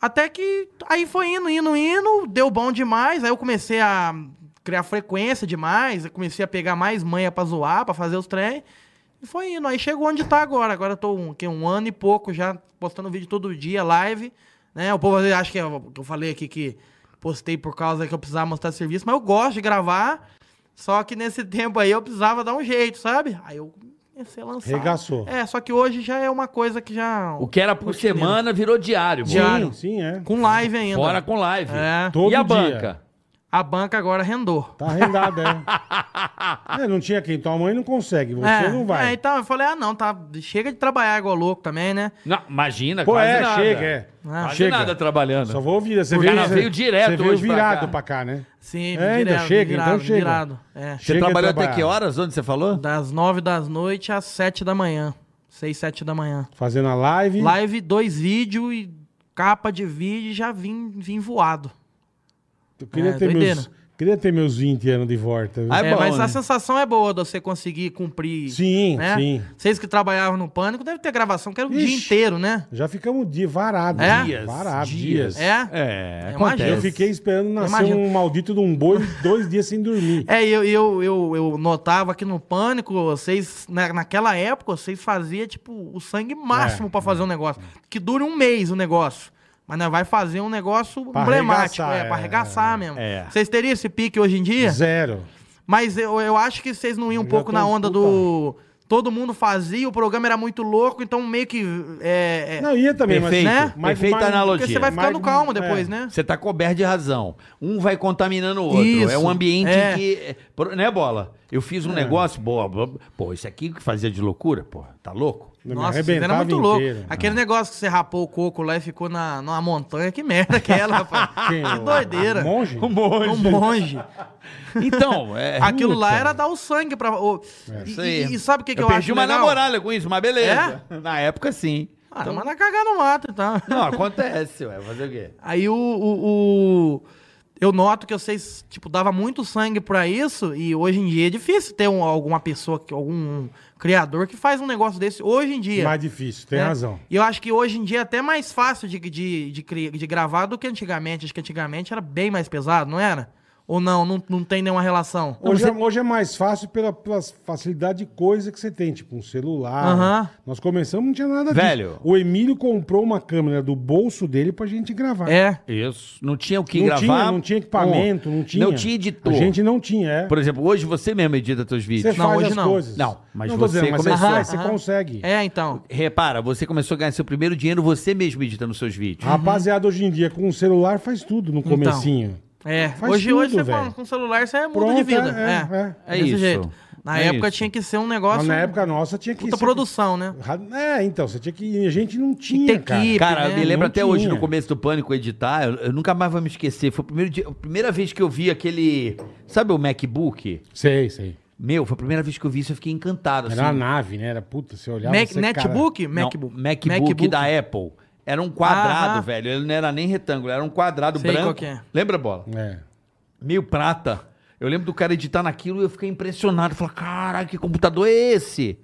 S4: Até que aí foi indo, indo, indo, deu bom demais. Aí eu comecei a criar frequência demais, eu comecei a pegar mais manha pra zoar, pra fazer os trem. E foi indo. Aí chegou onde tá agora. Agora eu tô um, que, um ano e pouco já postando vídeo todo dia, live. Né? O povo às vezes acha que eu, que eu falei aqui que postei por causa que eu precisava mostrar serviço, mas eu gosto de gravar. Só que nesse tempo aí eu precisava dar um jeito, sabe? Aí eu comecei a lançar.
S2: Regaçou.
S4: É, só que hoje já é uma coisa que já.
S3: O que era por
S4: rotineiro.
S3: semana virou diário.
S4: Diário.
S2: Sim, sim, é.
S4: Com live ainda.
S3: Bora com live.
S4: É.
S2: Todo
S3: e a
S2: dia.
S3: banca?
S4: A banca agora rendou.
S2: Tá arrendado, é. é. Não tinha quem. Tua mãe não consegue, você
S4: é,
S2: não vai.
S4: é, então eu falei, ah, não, tá. Chega de trabalhar igual louco também, né?
S3: Não, imagina,
S2: Pô,
S3: quase
S2: é,
S3: nada.
S2: chega, é.
S4: Ah.
S3: Quase
S2: chega.
S3: nada trabalhando.
S2: Só vou ouvir. Você
S3: O cara veio direto
S2: Você veio
S3: hoje pra
S2: virado
S3: cá.
S2: pra cá, né?
S4: Sim,
S2: É, ainda chega, então chega.
S4: Assim, virado. É.
S3: Você
S2: Chega
S3: trabalhou
S2: a
S3: até
S2: trabalhar.
S3: que horas? Onde você falou?
S4: Das 9 das noites às 7 da manhã. 6, 7 da manhã.
S2: Fazendo a live.
S4: Live, dois vídeos e capa de vídeo e já vim, vim voado.
S2: Eu queria
S4: É,
S2: ter meus,
S4: doideira.
S2: Queria ter meus 20 anos de volta. viu?
S3: Ah,
S4: É,
S3: bom,
S4: mas
S3: né?
S4: a sensação é boa de você conseguir cumprir.
S2: Sim,
S4: né?
S2: sim.
S4: Vocês que trabalhavam no Pânico devem ter gravação, que era o dia
S2: Ixi.
S4: inteiro, né?
S2: Já ficamos um dia varado.
S4: É?
S2: Dias, varado, dias.
S3: dias.
S4: É?
S1: É,
S4: Eu
S2: E
S4: imagino.
S2: Eu fiquei esperando nascer
S4: Imagina.
S2: um maldito de um boi dois dias sem dormir.
S4: É, e eu, eu, eu, eu notava que no Pânico, vocês, na, naquela época, vocês faziam, tipo, o sangue
S2: É,
S4: máximo pra fazer um negócio. Que dure um mês o negócio. Mas nós vai fazer um negócio
S2: Pra
S4: emblemático,
S2: arregaçar,
S4: é, pra
S2: é.
S4: arregaçar mesmo.
S3: É.
S4: Vocês teriam esse pique hoje em dia?
S2: Zero.
S4: Mas eu, eu acho que vocês não iam um
S2: Já
S4: pouco
S2: tô
S4: na onda do. Todo mundo fazia, o programa era muito louco, então meio que. É, é,
S2: Não, ia também,
S3: Perfeito.
S2: mas...
S4: Né?
S2: mas-
S3: Perfeita
S2: mas-
S3: analogia.
S4: porque você vai ficando
S2: Mas-
S4: calmo
S2: é.
S4: depois, né?
S3: Você tá coberto de razão. Um vai contaminando o outro.
S4: Isso,
S3: é um ambiente
S4: é.
S3: que. pro- Né, bola? Eu fiz um negócio, boa, boa. Pô, isso aqui que fazia de loucura, pô, tá louco?
S2: Me
S4: Nossa, isso era
S2: arrebentava
S4: muito louco.
S2: inteiro. né?
S4: Aquele negócio que você rapou o coco lá e ficou na, numa montanha, que merda que era, rapaz.
S2: Quem?
S4: que doideira.
S2: O Monge?
S4: Um monge.
S3: Então, é.
S4: Aquilo lá
S3: Puta.
S4: era dar o sangue pra. o- e,
S3: Isso aí.
S4: e- e sabe o que, que eu,
S3: eu
S4: acho?
S3: perdi uma
S4: legal?
S3: namorada com isso, mas beleza. Na época, sim.
S4: Ah, então... mas na cagada no mato, então.
S3: Não, acontece, ué. Fazer o quê?
S4: Aí o, o- o- Eu noto que vocês, tipo, dava muito sangue pra isso e hoje em dia é difícil ter um- alguma pessoa, que- algum criador que faz um negócio desse hoje em dia.
S2: Mais difícil, tem
S4: né?
S2: razão.
S4: E eu acho que hoje em dia é até mais fácil de, de, de, cri- de gravar do que antigamente. Acho que antigamente era bem mais pesado, não era? Ou não? Não, não tem nenhuma relação?
S2: Hoje, é- hoje é mais fácil pela, pela facilidade de coisa que você tem, tipo um celular.
S4: Aham.
S2: Nós começamos, não tinha nada
S3: Velho.
S2: O Emílio comprou uma câmera do bolso dele pra gente gravar.
S4: É.
S3: Isso. Não tinha o que
S2: não
S3: gravar.
S2: Tinha, não tinha equipamento, não tinha.
S3: Não tinha editor.
S2: A gente não tinha, é.
S3: Por exemplo, hoje você mesmo edita seus
S2: Você
S3: vídeos.
S4: Não,
S2: faz
S4: hoje
S2: as
S4: não.
S2: coisas.
S3: Não, mas
S2: tô
S3: você
S2: mas
S3: começou.
S2: faz, você
S4: Aham.
S2: consegue.
S4: É, então.
S3: Repara, você começou a ganhar seu primeiro dinheiro você mesmo editando seus vídeos.
S2: Rapaziada, hoje em dia, com o celular faz tudo no comecinho.
S4: É.
S2: Ah, Faz
S4: hoje,
S2: tudo,
S4: hoje você
S2: velho.
S4: fala, com o celular você é muda
S2: Pronto,
S4: de vida.
S2: é,
S4: É,
S3: é. É
S4: Desse
S3: isso.
S4: jeito. Na
S3: É
S4: época
S3: isso.
S4: tinha que ser um
S2: Mas
S4: negócio.
S2: na época nossa tinha que.
S4: Puta produção, né?
S2: Ra- É, então, você tinha que. A gente não tinha.
S4: ter
S2: cara.
S4: equipe,
S3: Cara,
S4: né?
S3: eu me lembro
S2: Não
S3: até hoje,
S2: tinha.
S3: no começo do Pânico editar, eu, eu nunca mais vou me esquecer. Foi o primeiro dia- a primeira vez que eu vi aquele. Sabe o MacBook?
S2: Sei, sei.
S3: Meu, foi a primeira vez que eu vi isso, eu fiquei encantado.
S2: Era
S3: assim.
S2: uma nave, né? Era puta, você olhava.
S4: Mac-
S2: você, cara-
S4: netbook?
S3: Não,
S4: um MacBook.
S3: MacBook, da Apple. Era um quadrado,
S4: Aham.
S3: velho. Ele não era nem retângulo, era um quadrado
S4: Sei
S3: branco.
S4: qual que é.
S3: Lembra, bola?
S2: É.
S3: Meio prata. Eu lembro do cara editar naquilo e eu fiquei impressionado. Eu Falei, caralho, que computador é esse?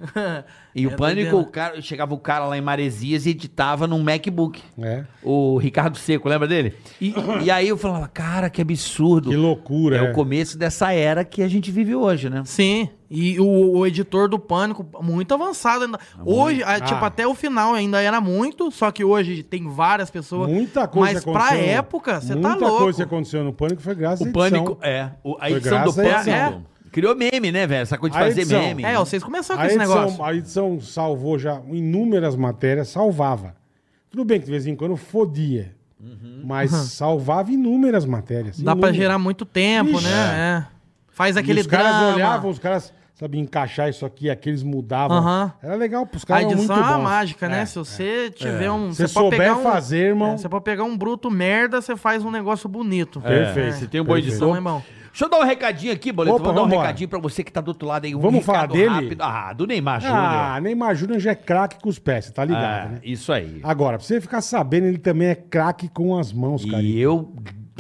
S3: E o
S4: É
S3: pânico,
S4: doideira.
S3: o cara, chegava o cara lá em Maresias e editava num MacBook.
S2: É.
S3: O Ricardo Seco, lembra dele? E, e aí eu falava, cara, que absurdo.
S2: Que loucura.
S3: É
S2: é.
S3: o começo dessa era que a gente vive hoje, né?
S4: Sim, e o, o editor do Pânico, muito avançado ainda. Hoje, a- tipo,
S2: Ah.
S4: até o final ainda era muito, só que hoje tem várias pessoas.
S2: Muita coisa
S4: Mas
S2: aconteceu.
S4: pra época, você tá
S2: Muita
S4: louco.
S2: coisa que aconteceu no Pânico foi graças
S3: O
S2: à edição.
S3: pânico, é. O- a
S2: Foi
S3: edição do
S2: graças
S3: pânico é.
S4: à
S3: criou meme, né, velho? Essa coisa de
S2: A
S3: fazer
S2: edição.
S3: meme.
S4: É, ó, vocês começaram
S2: A
S4: com esse negócio.
S2: edição, a edição salvou já inúmeras matérias, salvava. Tudo bem que de vez em quando fodia, mas salvava inúmeras matérias.
S4: Dá pra
S2: inúmeras.
S4: gerar muito tempo,
S2: um. Ixi.
S4: né? É. Faz
S2: E
S4: aquele
S2: Os caras
S4: drama.
S2: olhavam, os caras sabiam encaixar isso aqui, aqueles mudavam.
S4: Aham.
S2: Era legal pros
S4: a
S2: caras. eram
S4: edição é
S2: muito
S4: uma
S2: bons.
S4: mágica, né?
S2: É.
S4: Se você tiver um.
S2: Se
S4: você pode
S2: souber
S4: pegar um-
S2: fazer, irmão.
S4: é, Você pode pegar um bruto merda, você faz um negócio bonito.
S2: Perfeito.
S3: Se tem um boa
S2: Perfeito.
S3: edição.
S4: Então, irmão.
S3: Deixa eu dar um recadinho aqui, Boleto.
S2: Opa,
S3: Vou dar um
S2: vambora.
S3: recadinho pra você que tá do outro lado aí. Um
S2: Vamos falar
S3: recado
S2: dele?
S3: Ah, do Neymar Júnior.
S2: Ah, Neymar Júnior já é craque com os pés, você tá ligado,
S3: Ah,
S2: né?
S3: Isso aí.
S2: Agora, pra você ficar sabendo, ele também é craque com as mãos, cara.
S3: E eu,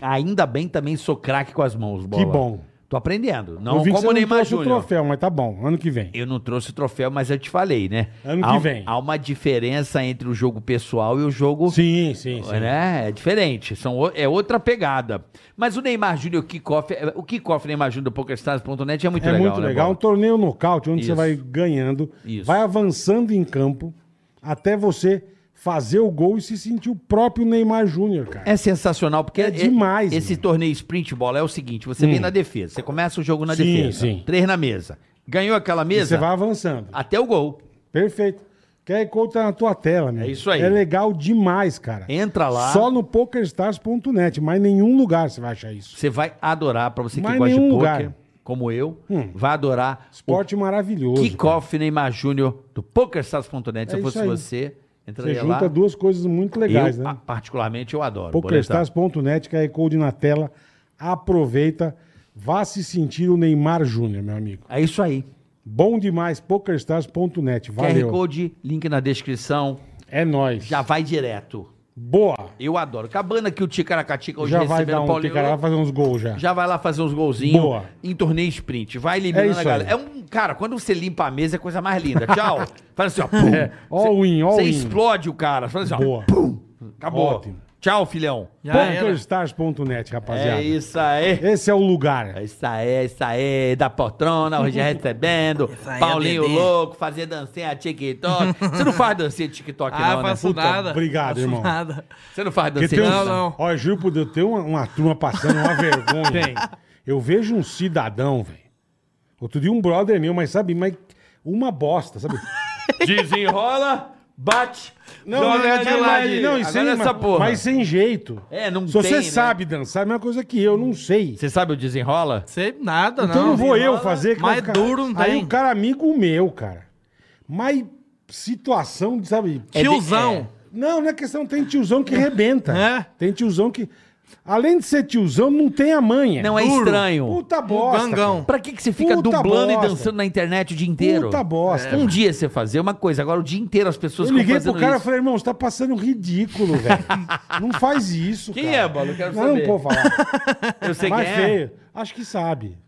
S3: ainda bem, também sou craque com as mãos, bola.
S2: Que bom.
S3: Tô aprendendo. Não
S2: Eu vi que
S3: como
S2: você
S3: o Neymar
S2: trouxe o
S3: Júnior.
S2: troféu, mas tá bom, ano que vem.
S3: Eu não trouxe o troféu, mas eu te falei, né?
S2: Ano
S3: há,
S2: que
S3: um-
S2: vem.
S3: Há uma diferença entre o jogo pessoal e o jogo.
S2: Sim, sim, sim.
S3: Né? É diferente, são, o- é outra pegada. Mas o Neymar Júnior, o kickoff, é- o kickoff Neymar Júnior do PokerStars.net é muito
S2: é
S3: legal.
S2: muito
S3: né,
S2: legal. um
S3: Bola?
S2: torneio nocaute, onde você
S3: Isso.
S2: vai ganhando,
S3: Isso.
S2: vai avançando em campo, até você fazer o gol e se sentir o próprio Neymar Júnior, cara.
S3: É sensacional, porque
S2: É demais,
S3: Esse
S2: mano. Hum.
S3: torneio sprint bola é o seguinte: você vem na defesa, você começa o jogo na
S2: Sim,
S3: defesa,
S2: sim.
S3: três na mesa. Ganhou aquela
S2: E você
S3: mesa?
S2: vai avançando.
S3: Até o gol.
S2: Perfeito. QR Code tá na tua tela, meu.
S3: É isso aí.
S2: É legal demais, cara.
S3: Entra lá.
S2: Só no pokerstars.net, mas em nenhum lugar você vai achar isso.
S3: Você vai adorar, pra você que
S2: Mas
S3: gosta de
S2: nenhum
S3: pôquer,
S2: lugar.
S3: como eu,
S2: Hum.
S3: vai adorar.
S2: Esporte maravilhoso.
S3: Kickoff Neymar Júnior do PokerStars.net.
S2: É
S3: Se eu
S2: isso
S3: fosse
S2: aí.
S3: você,
S2: Você
S3: entraria
S2: junta
S3: lá.
S2: duas coisas muito legais,
S3: eu,
S2: né?
S3: ah, particularmente, eu adoro. Boletar.
S2: PokerStars.net, QR Code na tela. Aproveita. Vá se sentir o Neymar Júnior, meu amigo.
S3: É isso aí.
S2: Bom demais, PokerStars.net.
S3: QR
S2: Valeu.
S3: Code, link na descrição.
S2: É nóis.
S3: Já vai direto.
S2: Boa.
S3: Eu adoro. Cabana que o Ticaracatica hoje
S2: já vai dar
S3: recebendo
S2: um
S3: Paulinho.
S2: picará, vai fazer uns gols já.
S3: Já vai lá fazer uns golzinhos
S2: Boa.
S3: em torneio sprint. Vai eliminando
S2: É
S3: a
S2: isso
S3: galera.
S2: aí.
S3: É um, cara, quando você limpa a mesa é a coisa mais linda. Tchau. Faz assim, ó. Pum.
S2: All in, all
S3: Você
S2: in.
S3: explode o cara. Faz assim, ó.
S2: Boa.
S3: Pum. Acabou.
S2: Ótimo.
S3: Tchau, filhão.
S4: Já era.
S2: Pokerstars.net, rapaziada.
S3: É isso aí.
S2: Esse é o lugar.
S3: É isso aí, é isso aí, da poltrona, hoje é recebendo,
S4: aí, é
S3: Paulinho
S4: bebê.
S3: louco, fazer dancinha TikTok. Você não faz dancinha TikTok
S4: Ah,
S3: não,
S4: faço
S3: né?
S4: nada.
S2: obrigado,
S4: faço
S2: irmão.
S4: Nada.
S3: Você não faz
S2: Porque
S3: dancinha
S2: tem um- uns...
S4: Não,
S3: não,
S4: não.
S2: Olha, juro por Deus, tem uma, uma turma passando uma vergonha. Eu vejo um cidadão, velho. Outro dia um brother meu, mas sabe, mas uma bosta, sabe?
S3: Desenrola, bate, joga
S4: é
S2: mas-
S4: de
S3: de
S2: mas-
S4: lá
S3: lado.
S4: de-
S2: não,
S3: Agora
S2: e
S3: é
S2: sem,
S3: essa porra.
S2: mas sem jeito.
S3: É, não
S2: Se
S3: tem,
S2: você
S3: né?
S2: sabe dançar, é a mesma coisa que eu, não sei.
S3: Você sabe o desenrola?
S4: Sei nada, não.
S2: Então não vou eu
S4: Rola,
S2: fazer. que vai
S4: Mais
S2: ficar-
S4: duro não
S2: Aí
S4: tem.
S2: o cara amigo meu, cara. Mas situação, de, sabe?
S4: É
S3: de-
S4: Tiozão.
S2: Não, não é questão, tem tiozão que rebenta.
S4: É.
S2: Tem tiozão que... Além de ser tiozão, não tem a manha.
S3: Não, é
S4: Duro.
S3: estranho. Um
S2: Puta bosta.
S4: gangão.
S3: Pra que, que você fica
S2: Puta
S3: dublando
S2: bosta.
S3: e dançando na internet o dia
S2: Cara.
S3: inteiro?
S2: Puta bosta.
S3: Um dia você fazer uma coisa, agora o dia inteiro as pessoas
S2: Eu liguei pro
S3: fazendo
S2: cara e
S3: isso.
S2: falei, irmão, você tá passando ridículo, velho. não faz isso,
S3: Quem
S2: cara.
S3: é, Bola? Eu quero
S2: não,
S3: saber.
S2: Não vou falar.
S3: Eu sei
S2: Mas
S3: quem é.
S2: "Tá feio. Acho que sabe.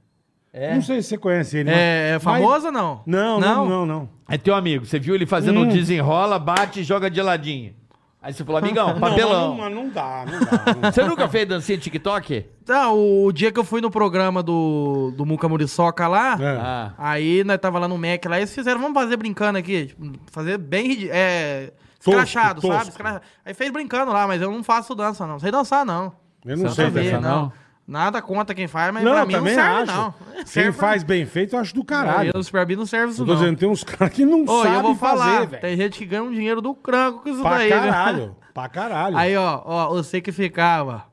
S3: É.
S2: Não sei se você conhece ele.
S4: É, é
S2: mas-
S4: famoso ou não?
S2: Não, não, não, não.
S3: É teu amigo, você viu ele fazendo
S2: Hum.
S3: um desenrola, bate e joga de ladinho. Aí você falou,
S4: Um
S3: amigão, papelão.
S2: Não, mas não, mas não dá, não dá. Não dá.
S3: Você nunca fez dancinha TikTok?
S4: Tá, o, o dia que eu fui no programa do, do Muca Muriçoca lá,
S2: É.
S3: Ah.
S4: aí nós tava lá no Mac lá, e eles fizeram, vamos fazer brincando aqui, tipo, fazer bem ridi- é,
S2: Tosco,
S4: escrachado, sabe?
S2: tosco.
S4: Escra- Aí fez brincando lá, mas eu não faço dança não, não sei dançar não.
S2: Eu não
S3: Você
S2: sei
S3: não
S4: Sabia,
S3: dançar,
S2: dançar.
S3: não?
S4: Nada contra quem faz, mas
S2: Não,
S4: pra mim não
S2: também
S4: serve
S2: acho.
S4: não.
S2: Quem
S4: Serve pra
S2: faz bem feito, eu acho do caralho.
S4: Eu, no Super B não serve isso
S2: Eu tô
S4: não.
S2: dizendo, tem uns caras que não
S4: Ô, e
S2: sabem
S4: eu vou falar,
S2: fazer, velho.
S4: tem gente que ganha um dinheiro do cranco com isso
S2: Pra
S4: daí, né?
S2: caralho, pra caralho.
S4: Aí, ó, ó, você que ficava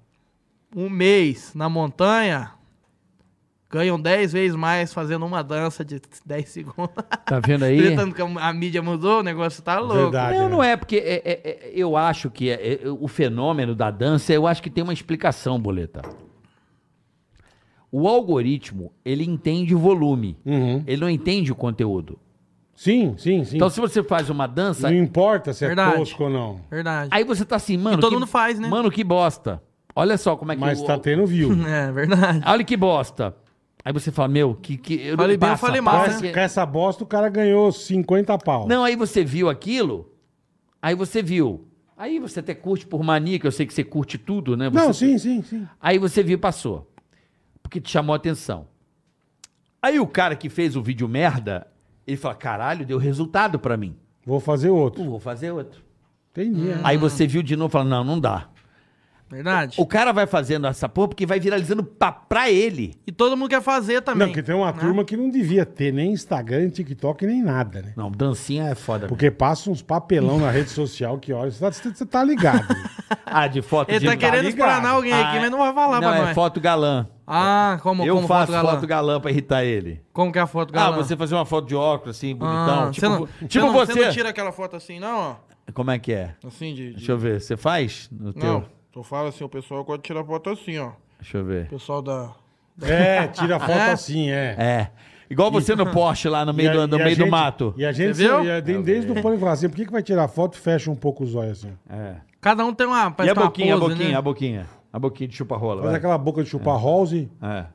S4: um mês na montanha, ganham 10 vezes mais fazendo uma dança de 10 segundos.
S3: Tá vendo aí?
S4: Tanto que a mídia mudou, o negócio tá louco.
S2: Verdade.
S3: Não,
S2: né?
S3: não é, porque é- é- é- eu acho que é- é- o fenômeno da dança, eu acho que tem uma explicação, Boleta. O algoritmo, ele entende volume.
S2: Uhum.
S3: Ele não entende o conteúdo.
S2: Sim, sim, sim.
S3: Então, se você faz uma dança,
S2: Não importa se é
S4: Verdade.
S2: tosco ou não.
S4: Verdade.
S3: aí você tá assim, mano...
S4: E todo
S3: que-
S4: mundo faz, né?
S3: Mano, que bosta. Olha só como é que...
S2: Mas
S3: o-
S2: tá tendo view.
S4: É, verdade.
S3: Olha que bosta. Aí você fala, meu, que... que eu
S4: Falei bem, eu
S3: passa,
S4: falei mal,
S3: passa
S4: né?
S3: que-
S2: Com essa bosta, o cara ganhou 50 pau.
S3: Não, aí você viu aquilo, aí você viu. Aí você até curte por mania, que eu sei que você curte tudo, né? Você-
S2: Não, sim, sim, sim.
S3: Aí você viu e passou. Porque te chamou a atenção. Aí o cara que fez o vídeo merda, ele fala: caralho, deu resultado pra mim.
S2: Vou fazer outro.
S3: Não vou fazer outro.
S2: Entendi. é.
S3: Aí você viu de novo e fala: não, não dá.
S4: Verdade.
S3: O cara vai fazendo essa porra porque vai viralizando pra, pra ele.
S4: E todo mundo quer fazer também. Né?
S2: Não, porque tem
S3: né?
S2: uma turma que não devia ter nem Instagram, TikTok, nem nada, né?
S3: Não, dancinha é foda. mesmo.
S2: Porque passa uns papelão na rede social que olha, você tá, você tá ligado.
S3: Ah, de foto
S4: Ele
S3: de
S4: tá querendo
S2: ligado.
S4: explanar alguém aqui,
S3: Ah,
S4: mas não vai falar
S3: Não,
S4: pra
S3: é
S4: nós.
S3: foto galã.
S4: Ah, como,
S3: eu
S4: como
S3: faço
S4: galã?
S3: foto galã pra irritar ele.
S4: Como que é a foto
S3: Ah,
S4: galã?
S3: você fazer uma foto de óculos assim, bonitão.
S4: Ah,
S3: tipo
S4: você não,
S3: tipo
S4: você não-
S3: você.
S4: Você não tira aquela foto assim, não, ó.
S3: Como é que é?
S4: Assim, de... de-
S3: Deixa eu ver. Você faz? No teu?
S4: Não, eu falo assim, o pessoal gosta de tirar foto assim, ó.
S3: Deixa eu
S4: O
S3: ver.
S4: pessoal da...
S2: é, tira foto
S4: É?
S2: assim, é.
S3: É. Igual você no Porsche lá no meio,
S2: E a-
S3: do, no
S2: e a
S3: meio do
S2: gente-
S3: mato.
S2: E a gente,
S4: Você viu?
S2: e a- desde, desde o pânico, fala assim, por que, que vai tirar foto e fecha um pouco os olhos assim?
S3: É.
S4: Cada um tem uma...
S3: E
S4: parece
S3: a
S4: que uma
S3: boquinha, a
S4: pose,
S3: boquinha,
S4: né?
S3: a boquinha. A boquinha de chupa-rola.
S2: Faz
S3: vai.
S2: aquela boca de chupar rose.
S3: É.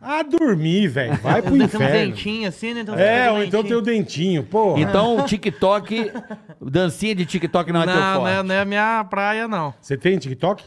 S2: Ah, dormir, velho. Vai pro
S4: Tem um
S2: inferno.
S4: dentinho assim, né? Então
S2: É,
S4: tem um
S2: ou então tem
S4: dentinho.
S2: o dentinho, porra.
S3: Então, o TikTok, dancinha de TikTok
S2: Ah,
S3: não é teu
S4: Não, não é,
S3: forte.
S4: não é a minha praia, não.
S2: Você tem TikTok?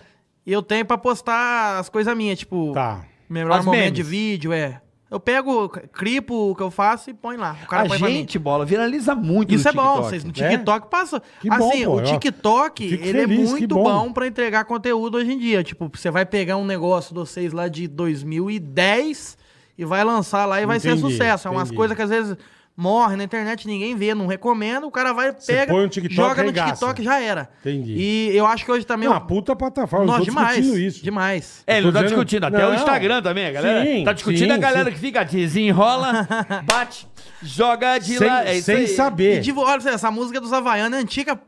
S4: E eu tenho pra postar as coisas minhas, tipo...
S2: Tá.
S4: Melhor
S3: As
S4: momento
S3: memes.
S4: de vídeo, é. Eu pego, clipo o que eu faço e põe lá. O cara
S3: A
S4: põe é pra mim.
S3: gente, bola, viraliza muito
S4: Isso
S3: no
S4: é bom,
S3: TikTok.
S4: vocês no TikTok passa.
S2: né? Que bom,
S4: assim,
S2: pô,
S4: o
S2: eu
S4: TikTok,
S2: fico
S4: ele
S2: feliz,
S4: é
S2: que
S4: muito
S2: bom.
S4: bom pra entregar conteúdo hoje em dia. Tipo, você vai pegar um negócio de vocês lá de 2010 e vai lançar lá e vai ser
S2: Entendi,
S4: sucesso. É umas
S2: entendi.
S4: coisas que às vezes morre na internet, ninguém vê, não recomenda, o cara vai,
S2: Você
S4: pega,
S2: põe no TikTok,
S4: joga no
S2: arregaça.
S4: TikTok e já era.
S2: Entendi.
S4: E eu acho que hoje também
S2: Uma
S4: eu-
S2: puta plataforma. eu
S4: nós
S2: tô
S4: demais,
S2: discutindo isso.
S4: demais.
S3: É, ele
S2: Eu
S3: não
S2: tô
S3: tá
S2: dizendo-
S3: discutindo. Até
S2: Não.
S3: o Instagram também, a galera.
S2: Sim,
S3: tá discutindo
S2: sim,
S3: a galera
S2: sim.
S3: que fica, desenrola, bate, joga de
S2: Sem,
S3: lá. É isso
S2: sem
S3: aí.
S4: E
S2: saber.
S4: de, olha, pra você ver, essa música dos Havaianos é antiga pra,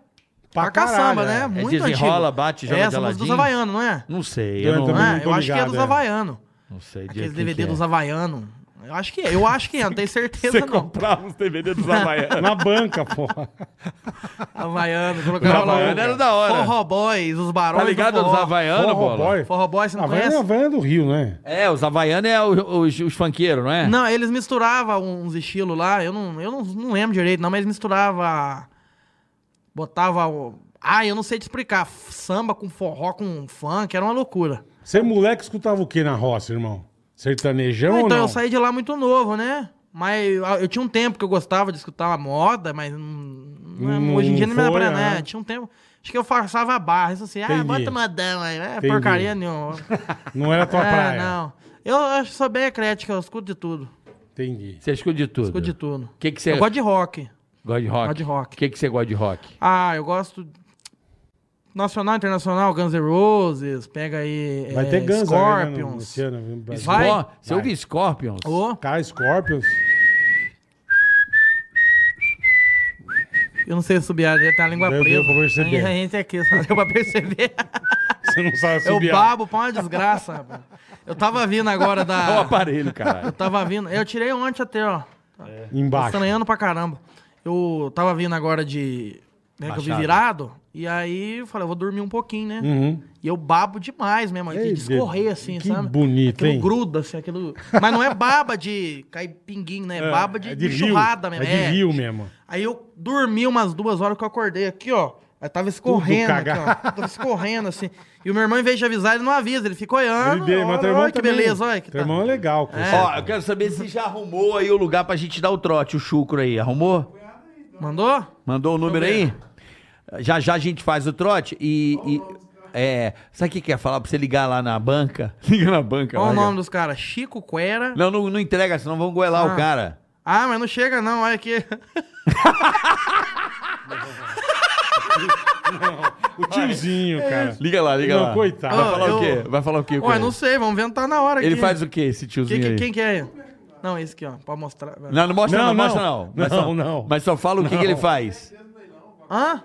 S2: Pra caralho,
S4: caçamba,
S2: é.
S4: né?
S2: É
S4: Muito
S3: desenrola,
S4: antiga.
S3: bate, joga
S4: é,
S3: de
S4: essa música dos
S3: ladinho.
S4: Havaianos, não é?
S3: Não sei,
S2: Eu
S3: eu, não,
S2: também.
S4: Ah,
S2: tô
S4: eu acho que é
S2: ligado,
S4: dos
S2: é.
S4: Havaianos.
S3: não sei. de
S4: Aqueles
S3: quem que
S4: DVD
S3: é.
S4: dos Havaianos. Eu acho que é, eu acho que é, não tenho
S1: Você
S4: certeza não.
S1: comprava os DVD dos Havaianos.
S2: Na banca, porra.
S4: Havaiano,
S1: Os
S4: colocava lá
S1: Havaianos
S4: o
S1: era da hora.
S4: Forró Boys, os barões
S3: Tá ligado
S4: do
S3: os
S4: forró.
S3: havaianos,
S2: Forró
S3: bola?
S2: boy.
S4: Forró Boys, você não
S2: Havaiana é
S4: conhece?
S2: a do Rio, né?
S3: É, os havaianos é o- os, os funkeiros, não é?
S4: Não, eles misturavam uns estilos lá, eu não, eu não, não lembro direito, não, mas eles misturavam. Botava. o- Ah, eu não sei te explicar. f- Samba com forró, com funk, era uma loucura.
S2: Você moleque escutava o que na roça, irmão? Sertanejão
S4: Ah,
S2: ou
S4: então
S2: não?
S4: eu saí de lá muito novo, né? Mas eu, eu tinha um tempo que eu gostava de escutar uma moda, mas não- não- é,
S2: Não
S4: hoje em dia não me dá
S2: foi,
S4: pra,
S2: né?
S4: né? Tinha um tempo. Acho que eu forçava a barra, isso assim, ah,
S2: Entendi.
S4: bota modão aí. É
S2: Entendi.
S4: porcaria nenhuma.
S2: Não era tua
S4: é,
S2: praia.
S4: não. Eu acho que sou bem eclético, eu escuto de tudo.
S2: Entendi.
S3: Você escuta de tudo.
S4: Escuto de tudo.
S3: O que que você
S4: Eu gosto de rock.
S3: gosta de rock?
S4: gosto de rock.
S3: O que que você gosta de rock?
S4: Ah, eu gosto. Nacional, internacional, Guns N' Roses, pega aí.
S2: Vai
S4: eh,
S2: ter Guns agora, né, no-
S4: Scorpions.
S2: esse ano, no Brasil.
S4: Vai.
S3: Ó, Você ouve Scorpions?
S4: Ô,
S2: Cara, Scorpions.
S4: eu não sei subir, ele tá a língua
S2: Deu-
S4: presa.
S2: deu pra perceber.
S4: A gente aqui, só deu pra perceber.
S2: Você não sabe
S4: eu
S2: subir. a-
S4: babo pra uma desgraça, rapaz. Eu tava vindo agora
S3: É o
S4: da.
S3: aparelho, caralho.
S4: Eu tava vindo. Eu tirei ontem até, ó. Tô
S2: Embaixo.
S4: estranhando pra caramba. Eu tava vindo agora de. Né, que eu vi
S3: Baixada.
S4: virado. E aí eu falei, eu vou dormir um pouquinho, né?
S2: Uhum.
S4: E eu babo demais mesmo, de
S2: Ei,
S4: escorrer
S2: Deus,
S4: assim,
S2: que
S4: sabe?
S2: bonito,
S4: aquilo
S2: hein?
S4: gruda, assim, aquilo... Mas não é baba de cair pinguinho, né? É baba de,
S2: é
S4: de
S2: rio.
S4: churrada mesmo.
S2: É
S4: é.
S2: de rio mesmo.
S4: Aí eu dormi umas duas horas que eu acordei aqui, ó. Aí tava escorrendo aqui, ó.
S2: cagado.
S4: Tava escorrendo, assim. E o meu irmão, em vez de avisar, ele não avisa. Ele fica olhando.
S2: Ele deu, mas
S4: olha,
S2: teu irmão
S4: Ah, olha que
S2: também.
S4: beleza, olha. Que
S2: Teu
S4: tá.
S2: irmão é legal. cara.
S3: Ó, eu quero saber se já arrumou aí o lugar pra gente dar o trote, o chucro aí. Arrumou?
S4: Mandou?
S3: Mandou o número aí? Já já a gente faz o trote e. e- é, sabe o que quer falar? Pra você ligar lá na banca? Liga na banca. né?
S4: Qual o
S3: lá,
S4: nome dos caras? Chico Quera.
S3: cara. Não, não, não entrega, senão vão goelar o
S4: Ah.
S3: cara.
S4: Ah, mas não chega não, olha aqui.
S2: O tiozinho,
S4: É.
S2: cara.
S3: Liga lá, liga
S2: Não,
S3: lá.
S2: coitado.
S3: Vai falar
S4: Ah,
S3: o
S4: eu-
S3: quê? Vai falar o quê? com
S4: Ué,
S3: ele?
S4: não sei, vamos ver, não tá na hora aqui.
S3: Ele faz o quê, esse
S4: Quem,
S3: tiozinho
S4: que-
S3: aí?
S4: quem que é? Não, esse aqui, ó, pra mostrar.
S3: Não, não mostra não,
S2: Não, não.
S3: mostra não. Mas
S2: Não,
S3: só,
S2: não.
S3: Mas só fala o que, que ele faz.
S4: Hã?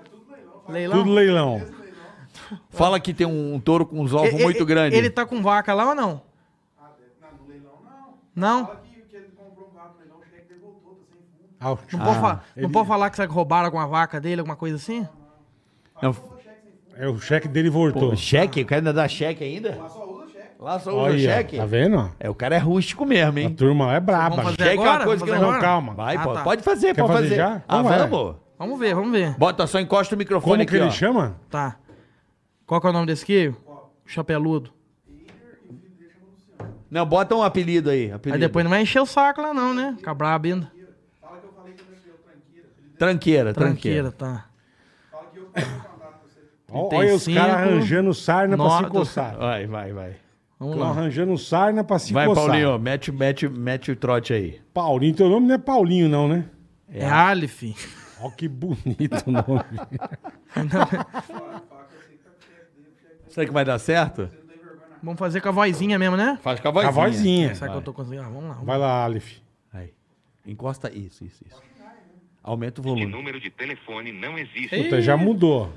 S4: Leilão?
S2: Tudo leilão.
S3: Fala que tem um, um touro com uns ovos
S4: E- e-
S3: muito
S4: e-
S3: grande.
S4: Ele tá com vaca lá ou não? Não, não,
S2: Ah,
S4: pode fa- não pode falar que você roubaram alguma vaca dele, alguma coisa assim?
S3: Não,
S2: É, o cheque dele voltou.
S3: pô, cheque? O cara ainda dá cheque ainda? Lá só usa cheque. Lá só usa
S2: Olha, aí, ó.
S3: cheque?
S2: tá vendo? ó?
S3: É, o cara é rústico mesmo,
S2: A
S3: hein?
S2: turma lá é braba. né?
S4: Vamos fazer
S3: Cheque é uma
S4: agora?
S3: coisa que
S4: Vamos
S2: não-
S4: fazer agora?
S2: calma.
S3: Vai,
S4: Ah,
S3: pô,
S4: tá.
S3: pode fazer,
S2: Quer
S3: pode
S2: fazer
S3: fazer.
S2: já?
S3: Ah,
S2: Então vai.
S3: vamos.
S4: Vamos ver, vamos ver.
S3: Bota só, encosta o microfone
S2: Como
S3: aqui,
S2: que ele
S3: ó.
S2: chama?
S4: Tá. Qual que é o nome desse aqui? Chapeludo.
S3: Não, bota um apelido aí. Apelido.
S4: Aí depois não vai encher o saco lá não, né? Fica brabo ainda.
S3: Tranqueira, tranqueira.
S4: Tranqueira, tá.
S2: Ó, Olha os
S4: 35.
S2: caras arranjando sarna pra se
S4: Nossa.
S2: encostar.
S3: Vai, vai, vai.
S4: Vamos
S2: Tão
S4: lá.
S2: Arranjando sarna pra se
S3: vai,
S2: coçar.
S3: Paulinho, mete, mete, mete o trote aí.
S2: Paulinho, teu nome não é Paulinho, não, né?
S4: É Alif.
S2: Ó, que bonito o nome.
S3: Será que vai dar certo?
S4: Vamos fazer com a vozinha mesmo, né?
S3: Faz com a
S2: A
S3: vozinha.
S2: vozinha.
S4: Será que eu tô conseguindo? Ah, vamos lá.
S2: É, Vai lá, Aleph.
S3: Aí. Encosta isso, isso, isso. Aumenta o
S5: E
S3: volume.
S5: número de telefone não existe.
S2: Puta, já mudou.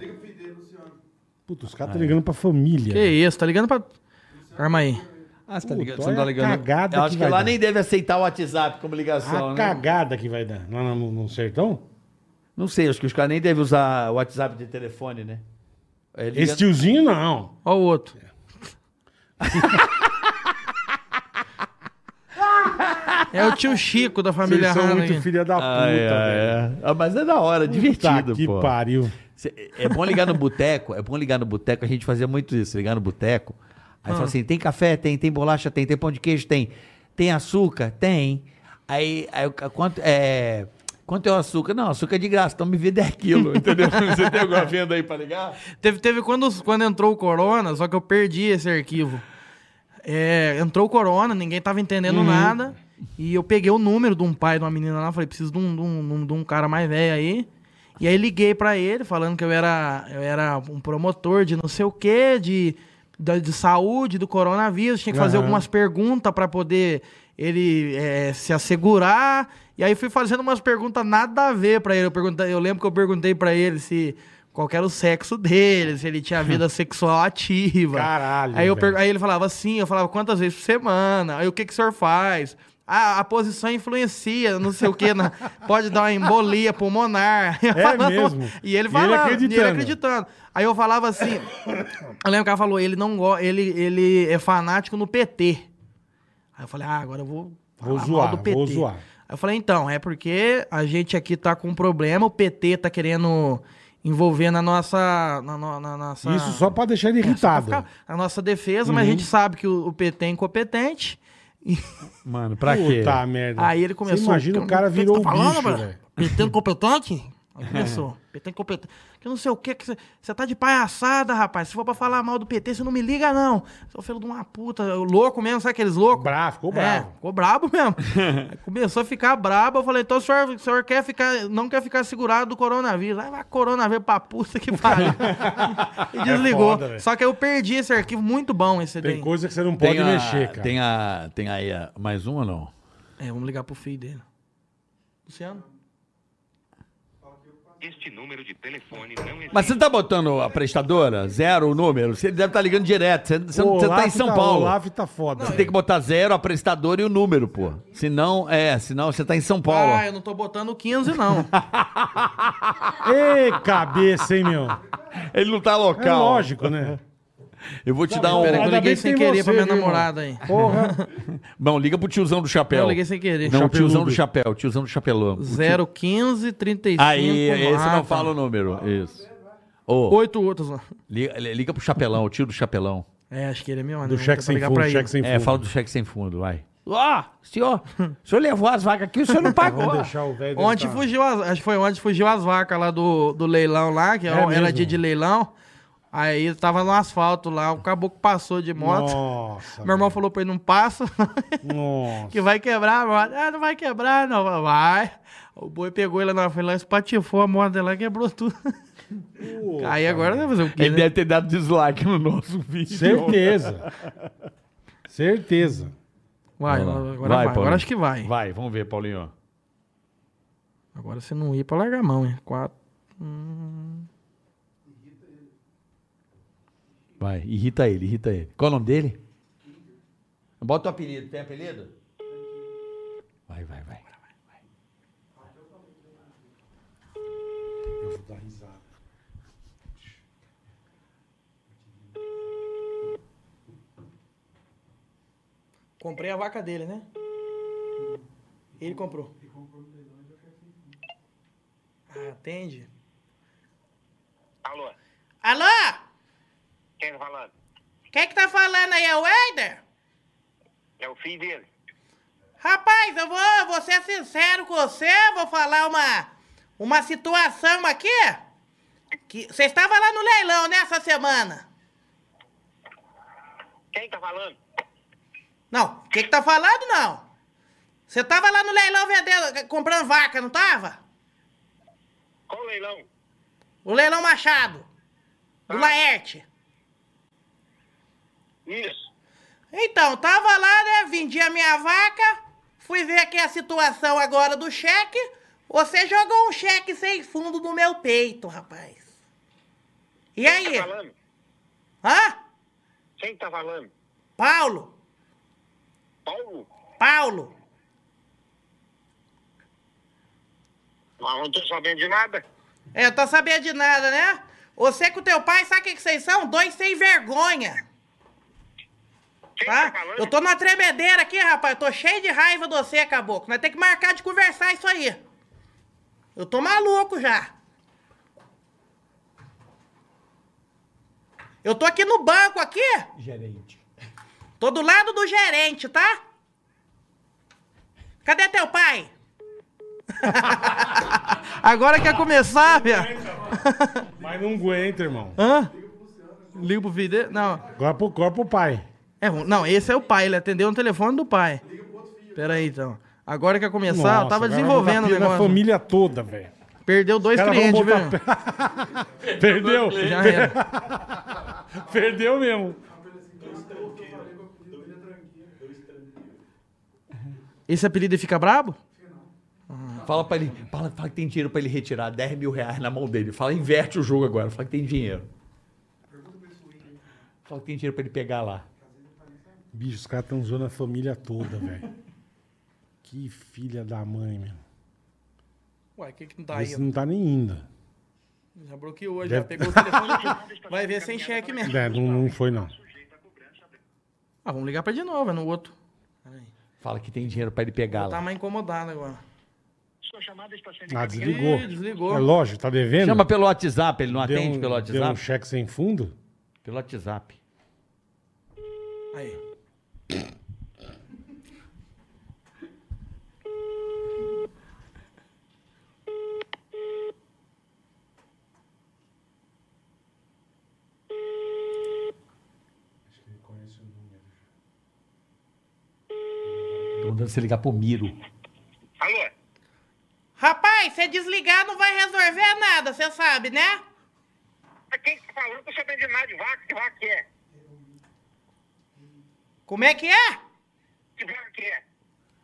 S2: Puta, os caras estão ligando pra família.
S4: Que isso, tá ligando pra. Arma aí.
S3: Ah, você tá
S2: Puta,
S3: ligando? Você
S2: olha
S3: não tá
S2: a
S3: ligando?
S2: cagada
S3: Eu
S2: que
S3: acho que,
S2: vai
S3: lá
S2: dar.
S3: nem deve aceitar o WhatsApp como ligação,
S2: A
S3: né? Tá
S2: cagada que vai dar lá no, no sertão?
S3: Não sei, acho que os caras nem devem usar o WhatsApp de telefone, né? É, liga-
S2: Esse tiozinho não.
S4: Ó o outro. é o tio Chico da família
S2: Vocês são
S4: Hanna.
S2: muito
S4: aqui.
S2: filha da puta,
S3: Ah, é,
S2: velho.
S3: é. Ah, Mas é da hora, divertido,
S2: Puta que
S3: pô.
S2: pariu.
S3: Cê- É bom ligar no boteco, é bom ligar no boteco, a gente fazia muito isso, ligar no boteco. Aí fala assim, tem café? Tem, tem bolacha? Tem, tem pão de queijo? Tem. Tem açúcar? Tem. Aí, aí o ca- quanto é... Quanto é o açúcar? Não, açúcar é de graça, então me vê 10 quilos, entendeu? Você tem alguma venda aí pra ligar?
S4: Teve, teve quando, os- quando entrou o Corona, só que eu perdi esse arquivo. É, entrou o Corona, ninguém tava entendendo
S2: Uhum.
S4: nada. E eu peguei o número de um pai de uma menina lá, falei, preciso de um, de um, de um cara mais velho aí. E aí liguei pra ele, falando que eu era, eu era um promotor de não sei o quê, de, da- de, saúde, do coronavírus. Tinha que fazer
S2: Aham.
S4: algumas perguntas pra poder ele é, se assegurar. E aí fui fazendo umas perguntas nada a ver pra ele. Eu, perguntei, eu lembro que eu perguntei pra ele se qual que era o sexo dele, se ele tinha vida sexual ativa.
S2: Caralho,
S4: Aí, eu
S2: velho.
S4: pergu- aí ele falava assim, eu falava quantas vezes por semana, aí o que, que o senhor faz? a, a posição influencia, não sei o quê, na- pode dar uma embolia pulmonar.
S2: É mesmo?
S4: E
S2: E
S4: ele
S2: ele
S4: falava, E
S2: acreditando.
S4: ele acreditando. Aí eu falava assim, eu lembro que ela falou, ele não go- ele, ele é fanático no PT. Aí eu falei, ah, agora eu vou
S2: Vou
S4: falar
S2: zoar,
S4: mal
S2: vou zoar.
S4: Aí eu falei, então, é porque a gente aqui tá com um problema, o PT tá querendo envolver na nossa... Na, no- na nossa
S2: Isso só pra deixar ele
S4: é, só pra
S2: irritado.
S4: ficar A nossa defesa, mas a
S2: Uhum.
S4: gente sabe que o, o PT é incompetente. E
S3: Mano, pra quê?
S2: Puta merda.
S4: aí ele começou.
S2: Você imagina o cara
S4: que
S2: virou
S4: você
S2: o
S4: tá
S2: bicho,
S4: mano?
S2: velho. É.
S4: PT incompetente? Aí começou. PT incompetente. Que não sei o quê, que. você- Você tá de palhaçada, rapaz. Se for pra falar mal do PT, você não me liga, não. Seu filho de uma puta. Louco mesmo, sabe aqueles loucos?
S2: Bravo, ficou
S4: É,
S2: bravo.
S4: ficou brabo mesmo. Aí começou a ficar brabo. Eu falei, então o senhor, o senhor quer ficar, não quer ficar segurado do coronavírus. Aí vai coronavírus pra puta que pariu. e desligou.
S2: É foda, velho.
S4: Só que eu perdi esse arquivo muito bom, esse
S2: Tem
S4: daí.
S2: coisa que você não pode
S3: a-
S2: mexer, cara.
S3: Tem, a, tem aí a- mais uma ou não?
S4: É, vamos ligar pro filho dele. Luciano?
S5: Este número de telefone não existe.
S3: Mas você não tá botando a prestadora? Zero o número? Você deve estar ligando direto. Você, você,
S2: O
S3: não- você tá em
S2: Olaf
S3: São
S2: tá- O
S3: Paulo.
S2: Olaf tá foda.
S3: Você tem que botar zero a prestadora e o número, pô. Senão, é, senão você tá em São Paulo.
S4: Ah, eu não tô botando o 15, não.
S2: Ei, cabeça, hein, meu?
S3: Ele não tá local.
S2: É lógico, né?
S3: Eu vou te dar um.
S4: Peraí, que eu
S2: Ainda bem
S4: liguei
S2: que
S4: sem
S2: tem
S4: querer
S2: você,
S4: pra minha
S2: viu, irmão?
S4: namorada aí.
S2: Porra.
S3: Não, liga pro tiozão do chapéu.
S4: Eu liguei sem querer.
S3: Não, o
S2: Chapeludo.
S3: tiozão do chapéu, o tiozão do chapelão. O tio-
S4: 015 35.
S3: Aí, esse
S4: ah,
S3: não
S4: tá.
S3: fala o número. Isso. Ô,
S4: Oito outros né? lá.
S3: liga, liga pro chapelão, o tio do chapelão.
S4: É, acho que ele é meu, né?
S2: Do
S4: Vou
S2: cheque
S4: tentar
S2: sem
S4: ligar
S2: fundo,
S4: pra ele.
S2: cheque sem fundo.
S3: É, fala do cheque sem fundo, vai. Ó, senhor, o senhor levou as vacas aqui, o senhor não pagou.
S2: Vamos deixar o velho...
S4: Ontem
S2: deitar.
S4: fugiu as, acho que foi ontem fugiu as vacas lá do, do leilão lá, que é um, era
S2: É mesmo?
S4: dia de leilão. Aí tava no asfalto lá, o caboclo passou de moto.
S2: Nossa.
S4: Meu irmão falou pra ele, não passa,
S2: Nossa.
S4: que vai quebrar a moto. Ah, não vai quebrar, não. Falei, Vai. O boi pegou ele na frente lá, espatifou a moto dela, quebrou tudo. Aí agora vai fazer o quê,
S3: Ele
S4: né?
S3: deve ter dado dislike no nosso vídeo.
S2: Certeza. Certeza.
S4: Vai,
S3: Vai lá.
S4: agora
S3: Vai,
S4: vai,
S3: Paulinho.
S4: agora acho que vai.
S3: Vai, vamos ver, Paulinho.
S4: Agora se não ir pra largar a mão, hein? Quatro.
S3: Vai, irrita ele, irrita ele. Qual é o nome dele? Bota o apelido, tem apelido? Vai, vai, vai.
S2: Eu vou dar risada.
S4: Comprei a vaca dele, né? Ele comprou. Ah, atende.
S5: Alô,
S4: Alô?
S5: quem tá falando?
S4: Quem que tá falando aí? É o Eider?
S5: É o filho dele.
S4: Rapaz, eu vou, vou ser sincero com você, vou falar uma, uma situação aqui. Que você estava lá no leilão, né, essa semana?
S5: Quem tá falando?
S4: Não, o que que tá falando, não? Você tava lá no leilão vendendo, comprando vaca, não tava?
S5: Qual o leilão?
S4: O leilão Machado. Do
S5: Ah.
S4: Laerte.
S5: Isso.
S4: Então, tava lá, né? Vendi a minha vaca. Fui ver aqui a situação agora do cheque. Você jogou um cheque sem fundo no meu peito, rapaz. E aí?
S5: Quem tá falando?
S4: Hã?
S5: Quem tá falando?
S4: Paulo?
S5: Paulo?
S4: Paulo?
S5: Mas não tô sabendo de nada.
S4: É, eu tô sabendo de nada, né? Você com teu pai, sabe o que, que vocês são? Dois sem vergonha.
S5: Quem
S4: Tá?
S5: tá falando?
S4: Eu tô numa tremedeira aqui, rapaz. Eu tô cheio de raiva de você, caboclo. Nós temos que marcar de conversar isso aí. Eu tô maluco já. Eu tô aqui no banco aqui. Gerente. Tô do lado do gerente, tá? Cadê teu pai? Agora quer começar, velho?
S5: né?
S2: Mas não aguenta, irmão.
S4: Hã? Liga pro filho dele? Não.
S2: Agora pro corpo, pai.
S4: É, um- não, esse é o pai, ele atendeu no telefone do pai. Pera aí, então. Agora que ia começar, eu tava
S2: agora vai botar
S4: desenvolvendo o
S2: pilha na
S4: negócio.
S2: família toda, velho.
S4: Perdeu dois
S2: Cara, vamos
S4: clientes,
S2: botar...
S4: velho.
S2: Perdeu.
S4: Já era.
S2: Perdeu mesmo.
S4: Esse apelido aí fica brabo?
S3: Fala pra ele, fala, fala que tem dinheiro pra ele retirar 10 mil reais na mão dele. Fala, inverte o jogo agora, fala que tem dinheiro. Fala que tem dinheiro pra ele pegar lá.
S2: Bicho, os caras tão zoando a família toda, velho. Que filha da mãe, meu.
S4: Ué, o que que não tá aí?
S2: Esse não tá nem ainda.
S4: ó? Já bloqueou hoje,
S2: Deve-
S4: já pegou o telefone. Vai ver sem cheque mesmo.
S2: É, não, não foi, não.
S4: Ah, vamos ligar pra de novo, é no outro.
S3: Fala que tem dinheiro pra ele pegar
S4: Tá
S3: lá.
S4: mais incomodado agora.
S5: Sua chamada está sendo
S2: Ah,
S5: encaminhada.
S2: desligou.
S4: Ih, desligou.
S2: É lógico, tá devendo.
S3: Chama pelo WhatsApp, ele não
S2: Deu
S3: atende
S2: um-
S3: pelo
S2: Deu um
S3: WhatsApp?
S2: cheque sem fundo?
S3: Pelo WhatsApp.
S4: Aí.
S3: Tô mandando você ligar pro Miro.
S5: Alô?
S4: Rapaz, se desligar não vai resolver nada, você sabe, né?
S5: Mas quem está falando que eu sabendo demais de vaca? Que vaca que é?
S4: Como é que é?
S5: Que vaca que é?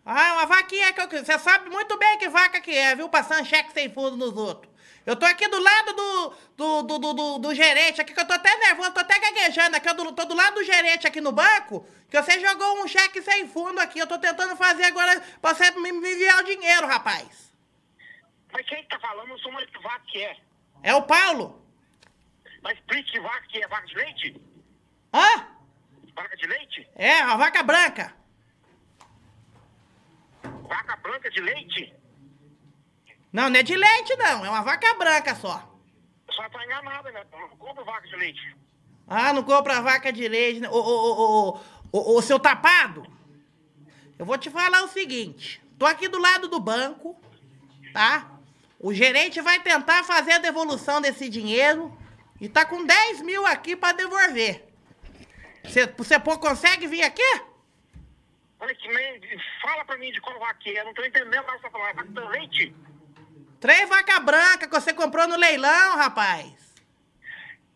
S4: Ah, uma vaquinha que eu... Você sabe muito bem que vaca que é, viu? Passando cheque sem fundo nos outros. Eu tô aqui do lado do, do, do, do, do- do gerente aqui, que eu tô até nervoso, tô até gaguejando aqui. Eu do- tô do lado do gerente aqui no banco, que você jogou um cheque sem fundo aqui. Eu tô tentando fazer agora pra você me me enviar o dinheiro, rapaz.
S5: Mas quem está falando? Eu sou uma de vaca que é.
S4: É o Paulo.
S5: Mas Prit, que vaca que é? Vaca de leite?
S4: Hã?
S5: Vaca de leite?
S4: É, a vaca branca.
S5: Vaca branca de leite?
S4: Não, não é de leite, não. É uma vaca branca só.
S5: Só tá enganada, né? Eu Não compro vaca de leite.
S4: Ah, não compra vaca de leite, né? Ô, ô, ô, ô, ô, ô, ô, seu tapado, eu vou te falar o seguinte. Tô aqui do lado do banco, tá? O gerente vai tentar fazer a devolução desse dinheiro e tá com 10 mil aqui pra devolver. Você consegue vir aqui?
S5: Olha que nem... Fala pra mim de qual vaca que é. Eu não tô entendendo nada que você tá falando. É vaca de leite?
S4: Três vacas brancas que você comprou no leilão, rapaz.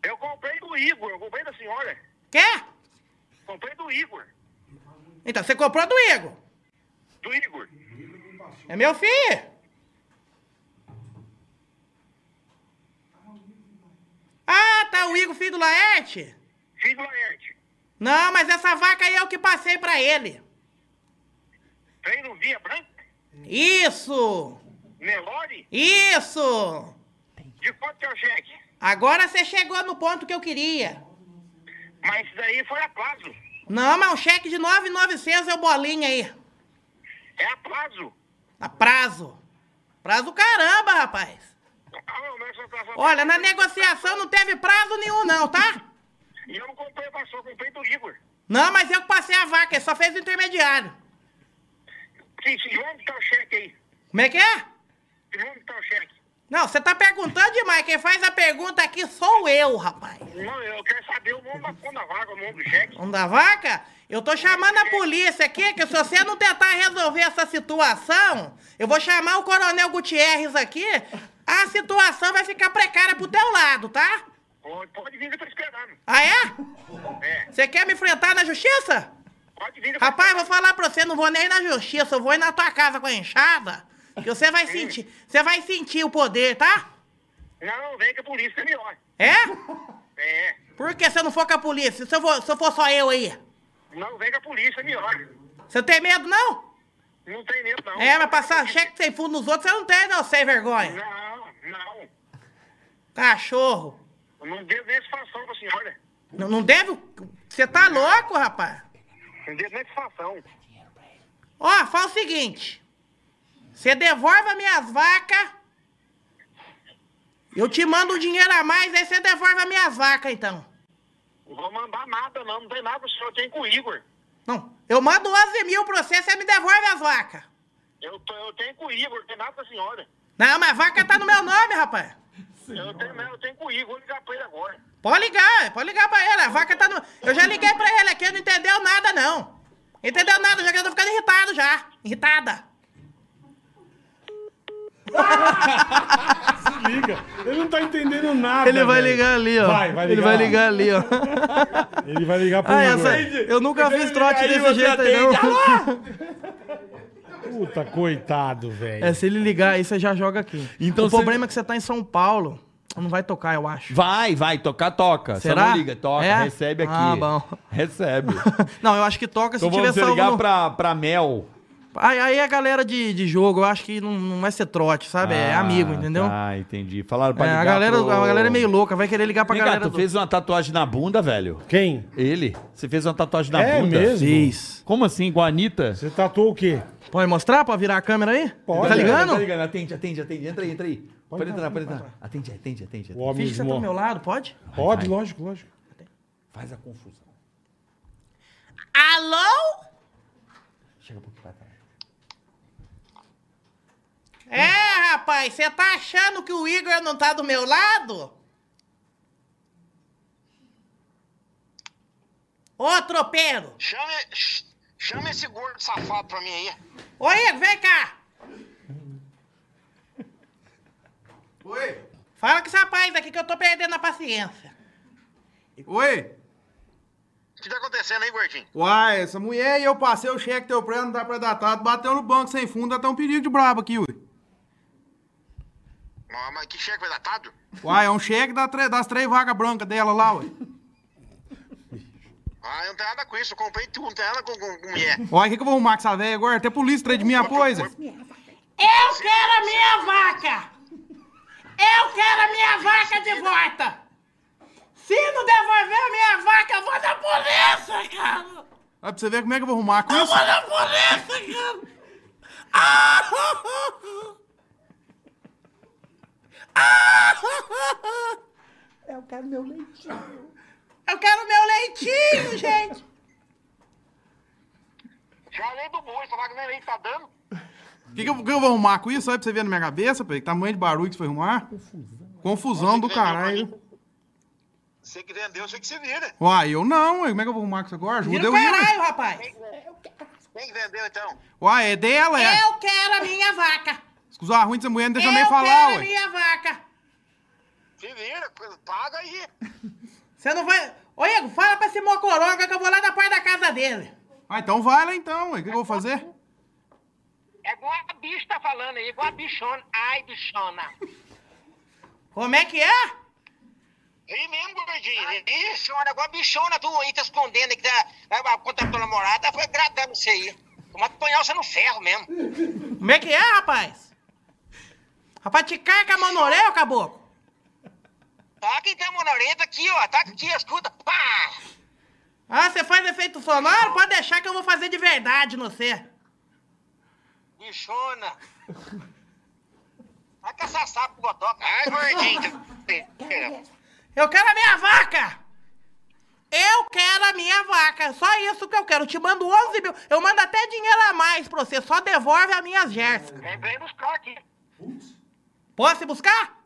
S5: Eu comprei do Igor. Eu comprei da senhora.
S4: Quer?
S5: Comprei do Igor.
S4: Então, você comprou do Igor.
S5: Do Igor.
S4: É meu filho. Ah, tá o Igor, filho do Laerte?
S5: Filho do Laerte.
S4: Não, mas essa vaca aí é o que passei pra ele.
S5: Trem no Via Branca?
S4: Isso!
S5: Nelore?
S4: Isso!
S5: De quanto que é o cheque?
S4: Agora você chegou no ponto que eu queria.
S5: Mas isso daí foi a prazo.
S4: Não, mas um cheque de 9,900 é o bolinho aí.
S5: É a prazo.
S4: A prazo. Prazo caramba, rapaz.
S5: Ah, não, não é só prazo.
S4: Olha, na negociação não teve prazo nenhum não, tá?
S5: E eu não comprei o pastor, eu comprei do Igor.
S4: Não, mas eu que passei a vaca, ele só fez o intermediário.
S5: Sim, sim, onde tá o cheque aí?
S4: Como é que é?
S5: Onde tá o cheque?
S4: Não, você tá perguntando demais. Quem faz a pergunta aqui sou eu, rapaz.
S5: Não, eu quero saber o nome da conta vaga, o nome do cheque.
S4: Vamos da vaca? Eu tô chamando a polícia aqui, que se você não tentar resolver essa situação, eu vou chamar o coronel Gutierrez aqui. A situação vai ficar precária pro teu lado, tá?
S5: Pode, pode vir que eu tô esperando.
S4: Ah, é?
S5: É,
S4: Você quer me enfrentar na justiça?
S5: pode vir que eu tô
S4: Rapaz, vou falar pra você, não vou nem na justiça, eu vou ir na tua casa com a enxada, que você vai sentir, você vai sentir o poder, tá?
S5: Não, vem que a polícia é melhor.
S4: É?
S5: É,
S4: Por que você não for com a polícia? Se eu, for, se eu for só eu aí?
S5: não, vem que a polícia é melhor.
S4: Você não tem medo, não?
S5: Não tem medo, não.
S4: É, mas passar cheque sem fundo nos outros, você não tem, não, sem vergonha.
S5: Não, não.
S4: Cachorro.
S5: Eu não devo nem satisfação pra senhora.
S4: Não, não deve. Você tá louco, rapaz?
S5: Não devo nem satisfação.
S4: Ó, fala o seguinte. Você devolve as minhas vacas. Eu te mando um dinheiro a mais, aí você devolve as minhas vacas, então.
S5: Não vou mandar nada, não. Não tem nada pro senhor, tem com o Igor.
S4: Não, eu mando 11 mil pra você, você me devolve as vacas.
S5: Eu, tô, eu tenho com o Igor, não tem nada pra senhora.
S4: Não, mas a vaca tá no meu nome, rapaz.
S5: Eu tenho, não, eu tenho com o Igor, vou ligar pra ele agora.
S4: Pode ligar, pode ligar pra ele. A vaca tá no. Eu já liguei pra ele aqui, ele não entendeu nada, não. Entendeu nada, já que eu tô ficando irritado já. Irritada.
S2: Liga. Ele não tá entendendo nada. velho.
S4: ali, ó.
S2: Vai, vai Ele ligar vai lá. ligar
S4: ali, ó. Ah,
S2: Ele vai ligar pro Igor.
S4: eu nunca
S1: Ele fiz trote liga aí, desse você jeito aí, não. atende.
S2: Puta, coitado, velho.
S4: É, se ele ligar aí, você já joga aqui.
S3: Então
S4: o
S3: você-
S4: problema é que você tá em São Paulo. Não vai tocar, eu acho.
S3: Vai, vai, tocar, toca. Só
S4: Será?
S3: não liga, toca,
S4: É?
S3: recebe aqui.
S4: Ah, bom.
S3: Recebe.
S4: Não, eu acho que toca se
S3: então
S4: tiver
S3: vamos
S4: salvo
S3: ligar
S4: no...
S3: pra, pra Mel.
S6: Aí, aí a galera de, de jogo, eu acho que não, não vai ser trote, sabe? é amigo, entendeu?
S3: Ah, entendi. Falaram pra
S6: É, a,
S3: ligar
S6: galera,
S3: pro-
S6: a galera é meio louca, vai querer ligar pra
S3: Vem cá,
S6: galera
S3: tu
S6: do...
S3: fez uma tatuagem na bunda, velho?
S2: Quem?
S3: Ele? Você fez uma tatuagem na
S2: É
S3: bunda?
S2: mesmo?
S6: Fiz.
S3: Como assim? Igual a Anitta?
S2: Você tatuou o quê?
S6: Pode mostrar pra virar a câmera aí?
S2: Pode.
S6: Tá ligando?
S3: Tá ligando. Atende, atende, atende. Entra aí, entra aí. Pode, entrar, pode entrar. Atende, atende, atende.
S2: O
S3: atende.
S2: homem
S6: Finge que você tá
S2: esmo-
S6: do meu lado, pode?
S2: Pode, lógico, lógico.
S3: Faz a confusão.
S6: Alô?
S3: Chega um pouquinho pra trás.
S6: É, rapaz, você tá achando que o Igor não tá do meu lado? Ô, tropeiro!
S7: Chama, chama esse gordo safado pra mim aí.
S6: Ô, Igor, vem cá!
S4: Oi!
S6: Fala com esse rapaz aqui que eu tô perdendo a paciência.
S4: Oi!
S7: O que tá acontecendo aí, gordinho?
S4: Uai, essa mulher e eu passei o cheque teu prêmio, não tá predatado, bateu no banco sem fundo, dá até um perigo de brabo aqui, ui.
S7: Não, mas que cheque foi datado?
S4: Uai, é um cheque da tre- das três vacas brancas dela lá, ué.
S7: Ah, eu não tenho nada com isso. Eu comprei tudo, não tenho nada com, com, com mulher.
S4: Uai, o que, que eu vou arrumar com essa velha agora? Até polícia atrás de mim, a coisa.
S6: Eu quero a minha vaca! Eu quero a minha vaca de volta! Se não devolver a minha vaca, eu vou na polícia, cara!
S4: Olha pra você ver como é que eu vou arrumar com isso.
S6: Na polícia, cara! Ah! Ah! Eu quero meu leitinho! Eu quero meu leitinho, gente!
S7: Já além do boi, essa vaca nem leite tá dando.
S4: O que, que, eu- que eu vou arrumar com isso? Olha pra você ver na minha cabeça, pai. Que tamanho de barulho que você foi arrumar. Confusão do caralho.
S7: Você que vendeu, você que se vira.
S4: Uai, eu não, ué. Como é que eu vou arrumar com isso agora? Ajuda
S6: Vira o
S4: eu, ué.
S6: caralho, rapaz!
S7: Quem que vendeu, então?
S4: Uai, é dela, é.
S6: Eu quero a minha vaca!
S4: Escusar ruim dessa mulher, não deixa
S6: eu
S4: nem
S6: quero
S4: falar,
S6: a
S4: ué.
S6: minha vaca!
S7: Se vira, paga aí.
S6: Você não vai. Ô, Igor, fala pra esse mocoronga que eu vou lá na parte da casa dele.
S4: Ah, então vai lá então, ué. O que, que eu vou fazer?
S7: É igual a bicha tá falando aí, igual a bichona. Ai, bichona.
S6: Como é que é?
S7: Ri mesmo, gordinho. Ai, bichona, igual a bichona tu aí, tá escondendo aqui da, a, a conta da tua namorada. Foi agradando você aí. Como apanhar você no ferro mesmo.
S6: Como é que é, rapaz? Rapaz, te carca manoréu, caboclo.
S7: Taca então, monolenta aqui, ó. Taca aqui, escuta. Pá!
S6: Ah, você faz efeito sonoro? Pode deixar que eu vou fazer de verdade no você.
S7: Bichona. Vai caçar sapo com botoca. Ai, gordinho.
S6: Eu quero a minha vaca! Eu quero a minha vaca, só isso que eu quero. Eu te mando 11 mil, eu mando até dinheiro a mais pra você, só devolve as minhas jersey.
S7: Vem, vem buscar aqui.
S6: Posso ir buscar?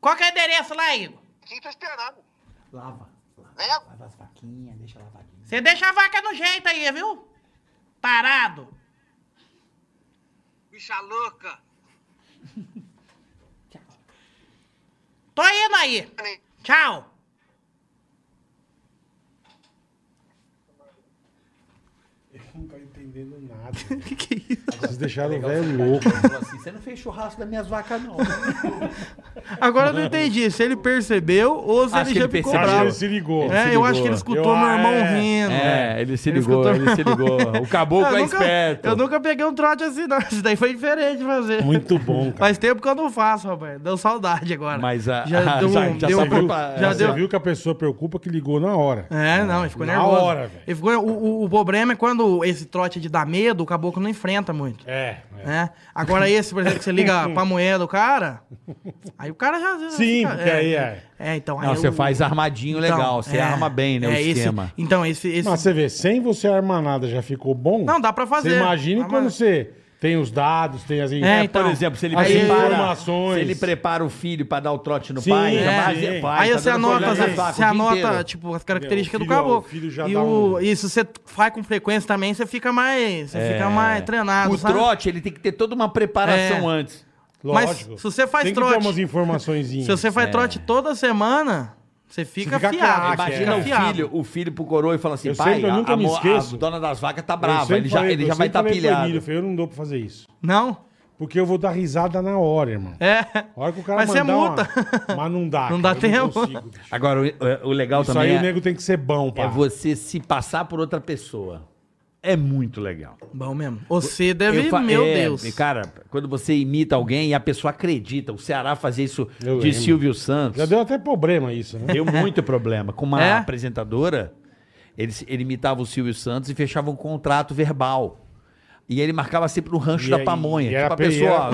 S6: Qual que é o endereço lá, Igor?
S7: Aqui tô esperando.
S3: Lava. Lava,
S7: Vem,
S3: lava as vaquinhas, deixa lavadinho.
S6: Você deixa a vaca no jeito aí, viu? Parado.
S7: bicha louca.
S6: Tô indo aí. Tchau.
S2: Não tá entendendo nada.
S6: Que que é isso?
S2: Vocês deixaram o velho louco.
S3: Falou assim, você não fez churrasco das minhas vacas, não.
S6: Agora eu não entendi se ele percebeu ou se
S3: Acho que
S6: ele já
S3: ele
S6: ficou
S3: percebeu.
S2: Acho que ele
S6: bravo.
S2: se ligou.
S6: É, eu acho que ele escutou
S2: Eu-
S6: meu irmão
S2: é.
S6: rindo.
S3: É, ele se ligou, ele, se ligou. O caboclo é
S6: nunca,
S3: esperto.
S6: eu nunca peguei um trote assim, não. Isso daí foi diferente de fazer.
S2: Muito bom, cara.
S6: Faz tempo que eu não faço, rapaz. Deu saudade agora.
S3: Mas a-
S6: Já
S3: a-
S6: deu
S3: já-
S6: um-
S3: já
S6: deu
S3: tá
S6: um-
S3: preparado.
S6: já
S2: Você
S6: deu,
S2: viu que a pessoa preocupa que ligou na hora.
S6: É, não, ele ficou
S2: Na
S6: nervoso.
S2: hora, velho.
S6: Ele ficou- o, o- o problema é quando esse trote é de dar medo, o caboclo não enfrenta muito.
S2: É.
S6: Né? Agora esse, por exemplo, que você liga pra mulher do cara, aí o cara já... já
S2: Sim, porque aí é.
S6: É, então... aí
S3: Não, você
S6: o-
S3: faz armadinho
S6: então,
S3: legal. Você
S6: é,
S3: arma bem, né? o
S6: é, esse-
S3: esquema.
S6: então, esse... esse
S2: Mas você vê, sem você armar nada já ficou bom?
S6: Não, dá pra fazer.
S2: Você imagina
S6: Dá
S2: quando
S6: pra-
S2: você tem os dados, tem as...
S6: É, então.
S3: Por exemplo, se ele,
S2: As
S3: prepara,
S2: informações.
S3: se ele prepara o filho pra dar o trote no
S2: Sim,
S3: pai,
S2: é.
S3: chama,
S2: Sim.
S3: "Ah, pai,
S6: Aí
S3: tá
S6: você
S3: dando
S6: anota,
S3: problema no
S6: você,
S3: saco
S6: você
S3: o dia
S6: anota,
S3: inteiro." é
S6: tipo, as características
S2: Meu, o
S6: do caboclo.
S2: filho- o filho já
S6: e
S2: dá
S6: o,
S2: um-
S6: e se você faz com frequência também, você fica mais. Você fica mais treinado.
S3: É. O
S6: sabe?
S3: trote, ele tem que ter toda uma preparação
S6: É.
S3: antes.
S6: mas
S2: Lógico.
S6: se você faz
S2: tem que
S6: trote-
S2: ter umas informaçõezinhas.
S6: Se
S3: é
S6: você faz trote toda semana, você fica,
S2: fica
S6: fiado.
S2: craque,
S6: fica
S3: Imagina o
S6: fiado.
S3: é. filho, o filho pro coroa e fala assim,
S2: Eu
S3: pai,
S2: sempre- eu
S3: a,
S2: nunca me
S3: mo-
S2: esqueço.
S3: a dona das vacas tá
S2: Eu
S3: brava,
S2: sempre
S3: ele já,
S2: falei-
S3: ele
S2: eu
S3: já vai
S2: sempre
S3: estar tá
S2: falei pro
S3: pilhado.
S2: Emílio, Eu falei, eu não dou pra fazer isso.
S6: Não?
S2: Porque eu vou dar risada na hora, irmão.
S6: É.
S2: A hora que o cara
S6: Mas você
S3: é
S2: mandar uma-
S6: multa.
S2: Mas não dá.
S6: Não
S2: cara,
S6: dá
S2: eu
S6: tempo.
S2: consigo, bicho.
S3: Agora, o, o legal
S2: Isso
S3: também
S2: aí
S3: é,
S2: o nego tem que ser bom, pá.
S3: é você se passar por outra pessoa. é muito legal.
S6: Bom mesmo. Você deve,
S3: Eu fa-
S6: meu
S3: é,
S6: Deus.
S3: Cara, quando você imita alguém e a pessoa acredita, o Ceará fazia isso
S2: Eu
S3: de
S2: lembro.
S3: Silvio Santos.
S2: Já deu até problema isso, né?
S3: Deu muito problema. Com uma
S6: É?
S3: apresentadora, ele, ele imitava o Silvio Santos e fechava um contrato verbal. E ele marcava sempre no rancho
S2: E
S3: da
S2: aí-
S3: pamonha.
S2: e
S3: Tipo,
S2: era
S3: a pessoa.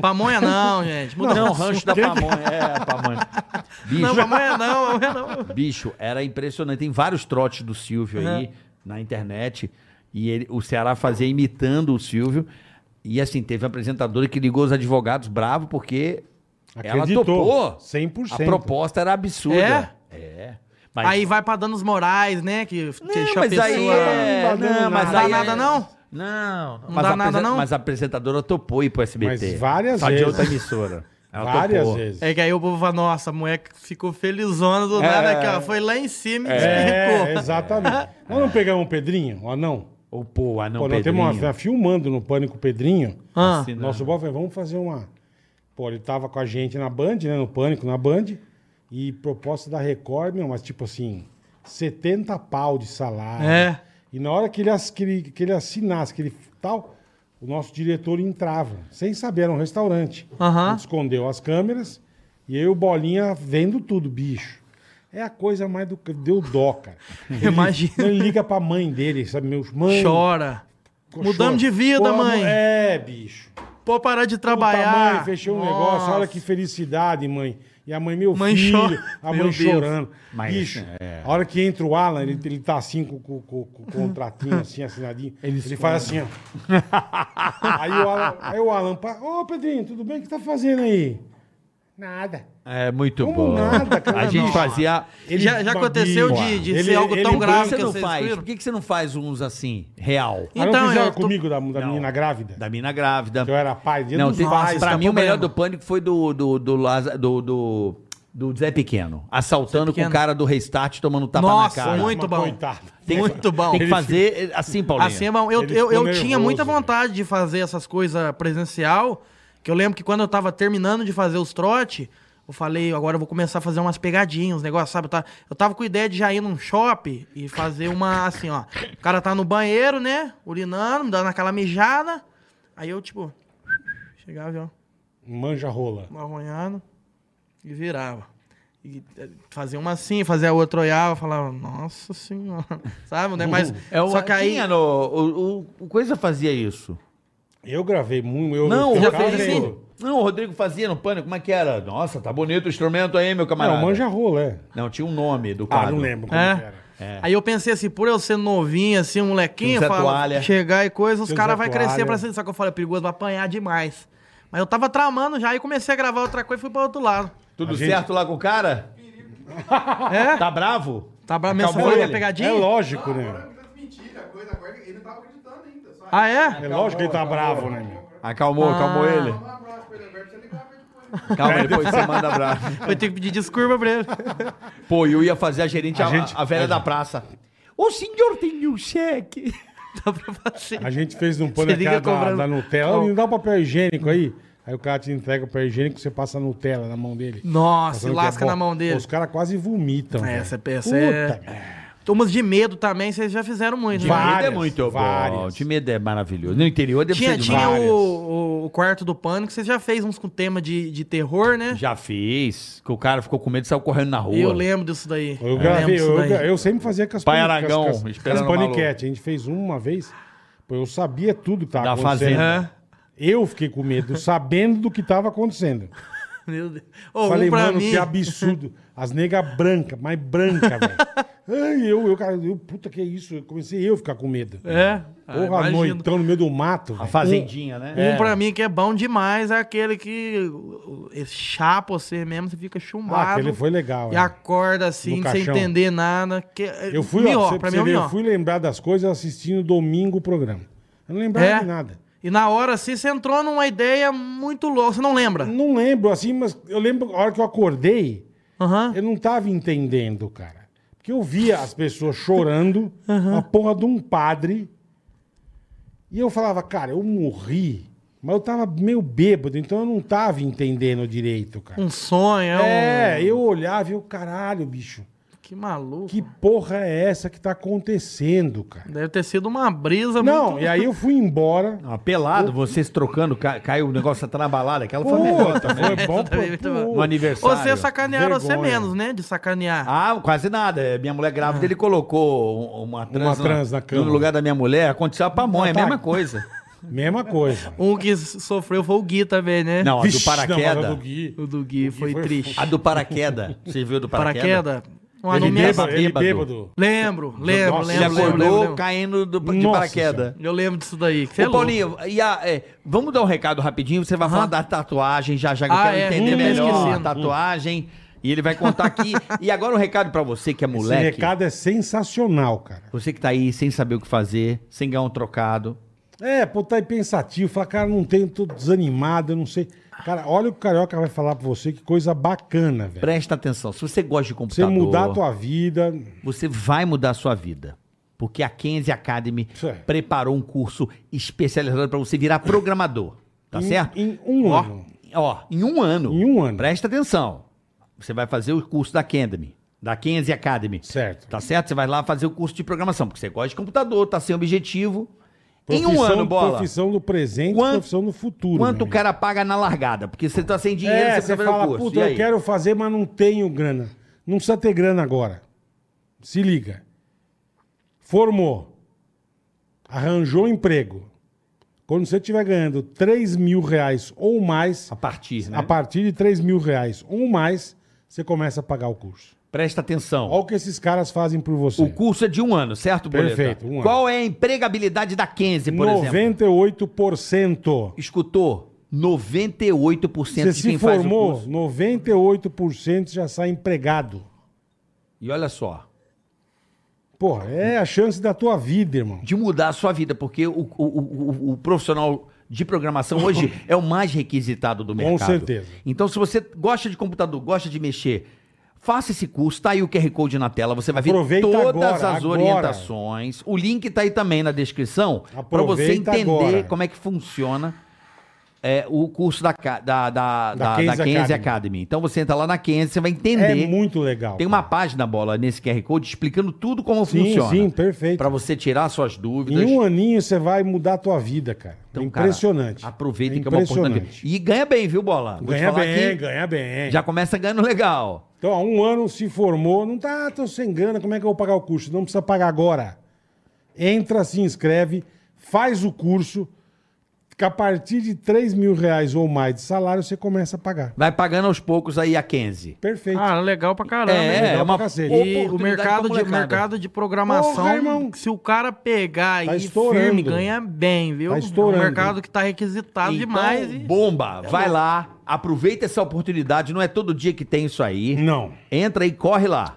S6: Pamonha não, gente. Muda
S3: Não,
S6: de
S3: rancho da pamonha. É, pamonha. Bicho,
S6: Não, pamonha não, pamonha não.
S3: bicho, era impressionante. Tem vários trotes do Silvio aí na internet. E ele- o Ceará fazia imitando o Silvio. E assim, teve uma apresentadora que ligou os advogados bravo porque
S2: Acreditou,
S3: ela topou.
S2: 100%.
S3: A proposta era absurda. É? Mas,
S6: Aí vai pra Danos Morais, né? Que deixa a
S3: mas
S6: pessoa.
S3: aí é...
S2: Não dá
S3: Não, mas
S6: Não dá
S3: aí é-
S6: nada, não?
S3: Não, não
S6: dá nada, não?
S3: Mas a apresentadora topou ir pro SBT.
S2: Mas várias
S3: Só de
S2: vezes.
S3: outra emissora. Ela
S2: Várias
S3: topou.
S2: vezes.
S6: É que aí o povo fala, nossa, a mulher ficou felizona do nada aqui, ó. Foi lá em cima e
S2: É,
S6: explicou.
S2: exatamente. Nós não pegamos o Pedrinho, o anão?
S3: Ô, pô, anão
S2: Pô, nós
S3: Pedrinho.
S2: temos uma tá filmando no Pânico Pedrinho.
S6: Ah,
S3: Assinando.
S2: Né? Nosso bofe, vamos fazer uma. Pô, ele tava com a gente na Band, né? No Pânico, na Band. E proposta da Record, meu, mas tipo assim, 70 pau de salário.
S6: É.
S2: E na hora que ele, ass- que ele, que ele assinasse, que ele tal, o nosso diretor entrava, sem saber, era um restaurante.
S6: Aham.
S2: Ele Escondeu as câmeras e eu e o Bolinha vendo tudo, bicho. É a coisa mais do que deu dó, cara. Ele-
S6: Imagina.
S2: Ele liga pra mãe dele, sabe, meus mães.
S6: chora. Mudamos de vida, mãe.
S2: É, bicho.
S6: Pô, parar de
S2: Puta,
S6: trabalhar.
S2: mãe, fechei um
S6: Nossa.
S2: negócio. Olha que felicidade, mãe. E a mãe, meu
S6: Mãe
S2: filho.
S6: chora.
S2: A mãe
S6: Meu Deus.
S2: chorando.
S3: Mas,
S2: Bicho,
S3: é.
S2: a hora que entra o Alan, ele, ele tá assim com com- com- com o contratinho, assim, assinadinho. Ele, faz assim, ó. aí o Alan, aí o Alan pa- ô Pedrinho, tudo bem? O que tá fazendo aí? Nada.
S3: É muito
S2: Como
S3: bom.
S2: nada, cara,
S3: a gente
S2: não.
S3: fazia.
S6: Já- já aconteceu de- de ser algo
S2: é
S6: tão
S3: Por
S6: grave
S3: que você
S6: que
S3: não
S6: vocês
S3: faz?
S6: viram?
S3: Por que que você não faz uns assim, real?
S2: Ah, não
S6: Então,
S2: fizeram
S6: eu tô-
S2: comigo da, da
S3: Não.
S2: menina grávida?
S3: Da mina grávida.
S2: Que eu Então, era pai. Dia
S3: Não,
S2: dos
S3: tem,
S2: pais,
S3: pra
S2: tá
S3: mim o melhor
S6: problema.
S3: do pânico foi do do do, Laza- do, do, do Zé Pequeno, assaltando
S6: Pequeno.
S3: com o cara do Restart tomando um tapa
S6: Nossa,
S3: na cara.
S6: muito
S2: Mas,
S6: bom.
S2: coitado.
S3: Tem que-
S6: muito bom.
S3: Tem que fazer assim, Paulinho.
S6: Assim é bom. Eu,
S2: Ele
S6: eu,
S2: ficou
S6: eu tinha
S2: nervoso,
S6: muita
S2: velho.
S6: vontade de fazer essas coisas presencial, que eu lembro que quando eu tava terminando de fazer os trote, eu falei, agora eu vou começar a fazer umas pegadinhas, uns negócios, sabe? Eu tava, eu tava com a ideia de já ir num shopping e fazer uma, assim, ó. O cara tá no banheiro, né? Urinando, me dando aquela mijada. Aí eu, tipo, chegava, ó
S2: Manja rola.
S6: marronhado e virava. E eh, fazia uma assim, fazia a outra, olhava, falava, nossa senhora, sabe? Né? Mas
S3: É o,
S6: só que aí...
S3: tinha no- o, o- o Coisa fazia isso.
S2: Eu gravei muito. Eu
S3: Não, o
S2: eu
S6: já
S2: ficava
S6: fez
S2: meio-
S6: assim?
S3: Não, o Rodrigo fazia no pânico. Como é que era? Nossa, tá bonito o instrumento aí, meu
S2: Não,
S3: camarada.
S2: manja rola, é.
S3: Não, tinha um nome do
S2: Ah,
S3: cara.
S2: não lembro como que
S6: É.
S2: era.
S6: Aí eu pensei assim, por eu ser novinho, assim, um molequinho,
S3: Tinha um Zé
S6: fala-
S3: Toalha.
S6: chegar e coisa, os
S2: Tinha um
S6: caras
S2: Zé
S6: vão
S2: Toalha.
S6: crescer pra ser. Só que eu falei, é perigoso, vai apanhar demais. Mas eu tava tramando já, aí comecei a gravar outra coisa e fui pra outro lado.
S3: Tudo
S2: A gente-
S3: certo lá com o cara?
S6: É?
S3: Tá bravo?
S6: Tá bravo mesmo,
S2: Acabou
S6: foi minha
S2: ele.
S6: pegadinha?
S2: É lógico, né?
S4: Mentira, coisa, agora ele não tava acreditando ainda. Só
S6: Ah, é?
S2: É lógico que ele tá bravo, né? meu?
S3: Acalmou,
S6: Ah.
S3: acalmou ele.
S4: uma próxima, ele agora precisa ligar pra depois.
S2: É.
S3: Calma, depois você manda bravo.
S6: Eu tenho que pedir desculpa pra ele.
S3: Pô, eu ia fazer a gerente, a,
S2: A gente-
S3: a velha da praça. O senhor tem um cheque?
S6: Dá pra fazer.
S2: A gente fez num
S6: Você
S2: pano
S6: liga
S2: aquela da,
S6: cobrando.
S2: da Nutella.
S6: Não.
S2: Me dá o papel higiênico aí. Aí o cara te entrega o papel higiênico você passa a Nutella na mão dele.
S6: Nossa,
S2: Passando
S6: se lasca
S2: que é
S6: na
S2: bom.
S6: mão dele.
S2: Os caras quase vomitam.
S6: É,
S2: velho.
S6: essa peça
S2: Puta,
S6: é-
S2: meu.
S6: Tomas de medo também, vocês já fizeram muito, né?
S2: Vai.
S3: Várias, é
S2: Várias,
S3: muito bom.
S2: várias.
S3: O de medo é maravilhoso. No interior deve
S6: Tinha,
S3: ser
S6: tinha
S3: demais.
S2: várias.
S6: o, o- o quarto do pânico, você já fez uns com tema de, de terror, né?
S3: Já fiz. Que o cara ficou com medo e saiu correndo na rua.
S6: Eu lembro disso daí.
S2: Eu gravei,
S6: lembro
S2: eu,
S6: disso é daí.
S2: eu sempre fazia com as
S3: Pai
S2: pan-
S3: Aragão,
S2: com as- com as, com as
S3: esperando o
S2: paniquete. A gente fez uma vez, pô, eu sabia tudo que tava
S3: Da
S2: acontecendo.
S3: fazenda.
S6: Hã?
S2: Eu fiquei com medo, sabendo do que tava acontecendo.
S6: Meu Deus. Ô,
S2: Falei,
S6: um pra
S2: mano,
S6: mim.
S2: que absurdo. As negas branca, mais branca, velho. Ai, eu, eu, cara, eu, puta que é isso. Eu comecei eu a ficar com medo.
S6: É. Ah,
S2: Porra, à
S6: imagino.
S2: noitão no meio do mato.
S3: A
S2: velho.
S3: fazendinha, né?
S6: Um pra mim que é bom demais é aquele que uh, uh, chapa você mesmo, você fica chumbado.
S2: Ah, aquele foi legal,
S6: E
S2: é.
S6: acorda assim,
S2: No
S6: sem
S2: caixão.
S6: entender nada. Que,
S2: Eu fui, ó,
S6: melhor,
S2: pra
S6: pra
S2: você
S6: mim é o
S2: ver, eu
S6: melhor.
S2: fui lembrar das coisas assistindo domingo o programa. Eu não lembrava
S6: É.
S2: de nada.
S6: E na hora assim, você entrou numa ideia muito louca, você não lembra?
S2: Não lembro, assim, mas eu lembro a hora que eu acordei,
S6: Aham.
S2: eu não tava entendendo, cara. Porque eu via as pessoas chorando, a porra de um padre. E eu falava, cara, eu morri. Mas eu tava meio bêbado, então eu não tava entendendo direito, cara.
S6: Um sonho, um-
S2: É, eu olhava e eu, caralho, bicho.
S6: Que
S4: Que maluco.
S2: Que porra é essa que tá acontecendo, cara?
S4: Deve ter sido uma brisa
S2: Não,
S4: muito...
S2: e é aí eu fui embora.
S3: Ah, pelado, vocês trocando, ca- caiu o negócio tá na balada. Aquela foi melhor
S2: Puta,
S3: também.
S2: foi bom
S4: Também muito
S2: pro...
S4: bom.
S3: No
S2: pro-
S3: aniversário.
S6: é
S4: Você sacanearam você
S2: Vergonha.
S4: menos, né? De sacanear.
S3: Ah, quase nada. É, Minha mulher grávida, ele colocou um- uma trans,
S2: trans na cama.
S3: no lugar da minha mulher. Aconteceu a pamonha, é a
S2: Tá.
S3: mesma coisa.
S2: Mesma coisa.
S4: Um que s- sofreu foi o Gui também, né?
S3: Não, a do
S2: Vixe, não, mas
S3: paraquedas.
S2: a do Gui.
S4: O do Gui, foi,
S2: foi
S4: triste.
S3: A do paraquedas. Você viu do paraquedas?
S4: Paraqueda? Uma
S2: Ele
S4: nomeação.
S2: bêbado, ele
S3: Bêbado.
S2: bêbado.
S4: é Lembro, lembro,
S2: Nossa,
S3: Ele
S4: lembro, lembro,
S3: acordou
S4: lembro, lembro.
S3: caindo do, de
S2: Nossa
S3: paraquedas.
S4: Eu lembro disso daí. que Você é
S3: Ô,
S4: louco.
S3: Paulinho, e a- é, vamos dar um recado rapidinho. Você vai falar da tatuagem já, já que eu
S4: Ah,
S3: quero
S4: é,
S3: entender
S4: hum,
S3: melhor a
S4: esquecendo.
S3: tatuagem. E ele vai contar aqui. e agora um recado pra você que é
S2: Esse
S3: moleque.
S2: recado é sensacional, cara.
S3: Você que tá aí sem saber o que fazer, sem ganhar um trocado.
S2: É, pô, tá aí pensativo, fala, cara, não tenho, tô desanimado, eu não sei. Cara, olha o que o Carioca vai falar pra você, que coisa bacana, velho.
S3: Presta atenção. Se você gosta de
S2: Você
S3: computador,
S2: mudar a tua vida.
S3: você vai mudar a sua vida. Porque a Kenzie Academy
S2: Isso é.
S3: preparou um curso especializado pra você virar programador. Tá
S2: em-
S3: certo?
S2: Em um
S7: Ó.
S2: ano.
S3: Ó, em um ano.
S2: Em um ano.
S3: Presta atenção. Você vai fazer o curso da Academy. Da Kenzie Academy.
S2: Certo.
S3: Tá certo? Você vai lá fazer o curso de programação, porque você gosta de computador, tá sem objetivo. em um
S2: Profissão-
S3: ano, bola.
S2: Profissão do presente,
S3: Quanto-
S2: profissão do futuro.
S3: Quanto
S2: meu
S3: o cara paga na largada? Porque você tá sem dinheiro,
S2: é,
S3: você, precisa
S2: você
S3: fazer o
S2: fala,
S3: curso.
S2: puta,
S3: E
S2: eu
S3: aí?
S2: quero fazer, mas não tenho grana. Não precisa ter grana agora. Se liga. Formou. Arranjou um emprego. Quando você estiver ganhando 3 mil reais ou mais,
S3: A partir, né?
S2: a partir de 3 mil reais ou mais, você começa a pagar o curso.
S3: Presta atenção.
S2: Olha o que esses caras fazem por você.
S3: O curso é de um ano, certo, Boleta?
S2: Perfeito, um ano.
S3: Qual é a empregabilidade da Kenzie, por exemplo?
S2: 98%.
S3: Escutou? 98%
S2: Você
S3: de quem
S2: se
S3: faz o
S2: formou,
S3: curso.
S2: 98% já sai empregado.
S3: E olha só,
S2: Porra, é a chance da tua vida, irmão.
S3: de mudar a sua vida, porque o, o- o- o- o profissional de programação hoje é o mais requisitado do mercado.
S2: certeza.
S3: Então, se você gosta de computador, gosta de mexer, faça esse curso. Tá aí o QR Code na tela, você vai ver
S2: Aproveita
S3: todas
S2: agora,
S3: as
S2: agora.
S3: orientações. O link tá aí também na descrição para você
S2: Aproveita
S3: entender
S2: agora.
S3: como é que funciona é, o curso da, ca- da, da,
S2: Da
S3: da,
S2: Kenzie
S3: da Kenzie Academy.
S2: Academy.
S3: Então, você entra lá na Kenzie, você vai
S2: É
S3: entender.
S2: muito legal.
S3: Tem uma página, Bola, nesse QR Code explicando tudo como
S2: Sim,
S3: funciona.
S2: sim, perfeito.
S3: Pra você tirar suas dúvidas.
S2: Em um aninho você vai mudar a tua vida, cara.
S3: Então,
S2: É impressionante.
S3: Cara, aproveitem
S2: É
S3: que é uma oportunidade.
S2: impressionante.
S3: E ganha bem, viu, Bola? Vou te
S2: Ganha
S3: falar
S2: bem,
S3: aqui,
S2: ganha bem.
S3: Já começa ganhando legal.
S2: Então, há um ano se formou, não tá tô sem grana, como é que eu vou pagar o curso? Não precisa pagar agora. Entra, se inscreve, faz o curso, que a partir de 3 mil reais ou mais de salário você começa a pagar.
S3: Vai pagando aos poucos aí a Kenzie.
S2: Perfeito.
S4: Ah, legal pra caramba.
S3: É,
S4: hein?
S3: é
S2: pra
S3: uma
S2: cacete.
S4: E o
S3: oportunidade
S4: mercado
S3: pra
S4: de,
S3: molecada.
S4: mercado de programação,
S2: Porra, irmão.
S4: se o cara pegar
S2: Tá
S4: e
S2: estourando.
S4: firme, ganha bem, viu?
S2: Tá estourando.
S4: É um mercado que tá requisitado
S3: Então,
S4: demais. e-
S3: bomba.
S2: É
S3: vai lá, aproveita essa oportunidade. Não é todo dia que tem isso aí.
S2: Não.
S3: Entra e corre lá.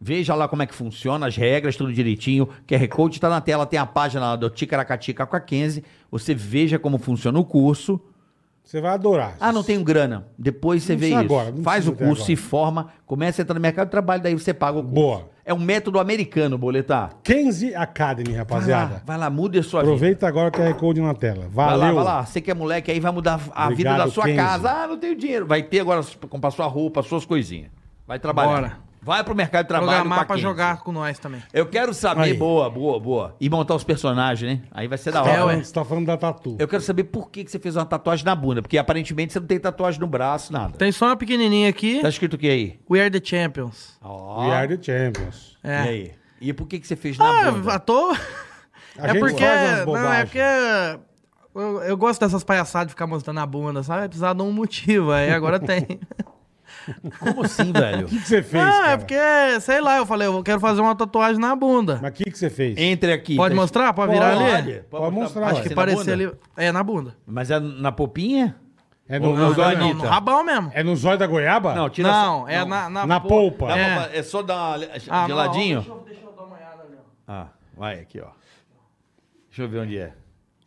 S3: Veja lá como é que funciona, as regras, tudo direitinho. QR Code tá na tela, tem a página lá do Ticaracatica com a Kenzie. Você veja como funciona o curso.
S2: Você vai adorar.
S3: Ah, não tenho grana. Depois você
S2: Não
S3: vê isso.
S2: precisa agora, não
S3: Faz
S2: precisa
S3: o
S2: até
S3: curso,
S2: agora.
S3: se forma, começa a entrar no mercado de trabalho, daí você paga o curso.
S2: Boa.
S3: É um método americano, boletar.
S2: Kenzie Academy,
S3: Vai lá,
S2: rapaziada.
S3: vai lá, muda a sua vida.
S2: Aproveita agora que é recorde na tela.
S3: Vai
S2: Valeu.
S3: lá, vai lá. Você que é moleque aí, vai mudar a
S2: Obrigado,
S3: vida da sua
S2: Kenzie.
S3: casa. Ah, não tenho dinheiro. Vai ter agora pra comprar sua roupa, suas coisinhas. Vai trabalhar.
S4: Bora.
S3: Vai pro mercado de trabalho. com a
S4: Programar pra
S3: Kenzie.
S4: jogar com nós também.
S3: Eu quero saber,
S2: Aí.
S3: boa, boa, boa. E montar os personagens, né? Aí vai ser da
S4: É,
S3: hora.
S4: ué.
S2: Você tá falando da tatu.
S3: Eu quero saber por que, que você fez uma tatuagem na bunda. Porque aparentemente você não tem tatuagem no braço, nada.
S4: Tem só uma pequenininha aqui.
S3: Tá escrito o que aí?
S4: We are the champions.
S3: Ó.
S2: We are the champions.
S4: É.
S3: E aí? E por que, que você fez na
S4: Ah, à
S3: bunda?
S4: toa.
S2: A
S4: é
S2: gente
S4: porque.
S2: faz umas
S4: Não,
S2: bobagens.
S4: é porque. Eu, eu gosto dessas palhaçadas de ficar mostrando a bunda, sabe? Precisar de um motivo, aí agora tem.
S3: Como assim, velho?
S2: O que, que você fez?
S4: ah,
S2: cara?
S4: é porque, sei lá, eu falei, eu quero fazer uma tatuagem na bunda.
S2: Mas o que, que você fez?
S3: Entre aqui.
S4: Pode
S3: Tá-
S4: mostrar? Pode virar ali?
S3: Pode,
S2: Pode mostrar,
S3: mostrar. tá
S2: ué.
S4: Acho que
S2: Assim,
S3: na
S4: parecia
S3: bunda?
S4: ali. É, na bunda.
S3: Mas é na popinha?
S2: É
S3: Ou não,
S2: no,
S3: do
S2: é,
S4: Não,
S3: Anitta.
S2: no,
S4: no rabão mesmo.
S2: é no zóio da goiaba?
S3: Não, tira
S4: Não,
S3: essa-
S4: é na, na,
S2: Na polpa.
S3: Dá
S4: É.
S3: pra- é só dar uma de
S4: Ah, não,
S3: ladinho?
S4: Deixa eu, deixa eu dar uma olhada ali. ó.
S3: Ah, vai aqui, ó. Deixa eu ver onde é.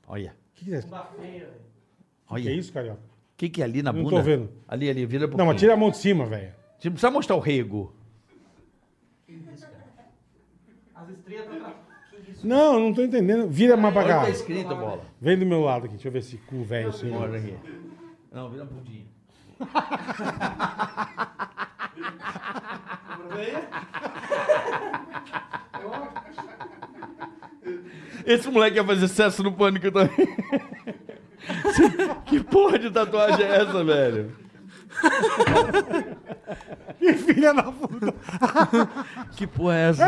S3: Olha.
S2: Que que é?
S3: Olha.
S2: Que é isso, carioca?
S3: O que, que é ali na
S2: Não
S3: bunda?
S2: tô vendo.
S3: Ali, ali, vira um
S2: Não, mas
S3: pouquinho.
S2: tira a mão de cima, velho.
S3: Você não precisa mostrar o rego.
S2: Não, eu não tô entendendo. Vira mais pra
S3: Olha
S2: cá.
S3: o que tá escrito, bola.
S2: Vem do meu lado aqui, deixa eu ver esse cu, velho. assim.
S3: Olha aqui. Não, vira um pouquinho.
S8: Esse moleque ia fazer sucesso no pânico também. que porra de tatuagem é essa, velho?
S2: Que filha da puta.
S8: Que porra é essa?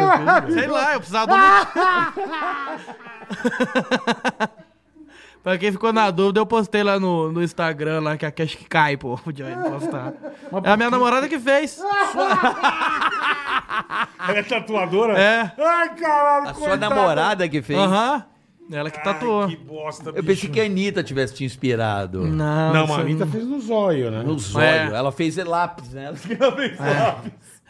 S6: Sei lá, eu precisava do
S4: um
S6: meu... pra quem ficou na dúvida, eu postei lá no, no Instagram, lá, que a cash que cai, pô. O Johnny postar. É a minha namorada que fez.
S2: Ela é tatuadora?
S6: É.
S2: Ai, caralho,
S3: A sua
S2: coitada.
S3: namorada que fez.
S6: Aham. Ela que tatuou.
S2: Ai, que bosta,
S3: Eu pensei que a Anitta tivesse te inspirado.
S6: Não,
S2: Não,
S6: isso-
S2: mas a Anitta fez no zóio, né?
S3: No zóio.
S6: É.
S3: Ela fez lápis, né? Ela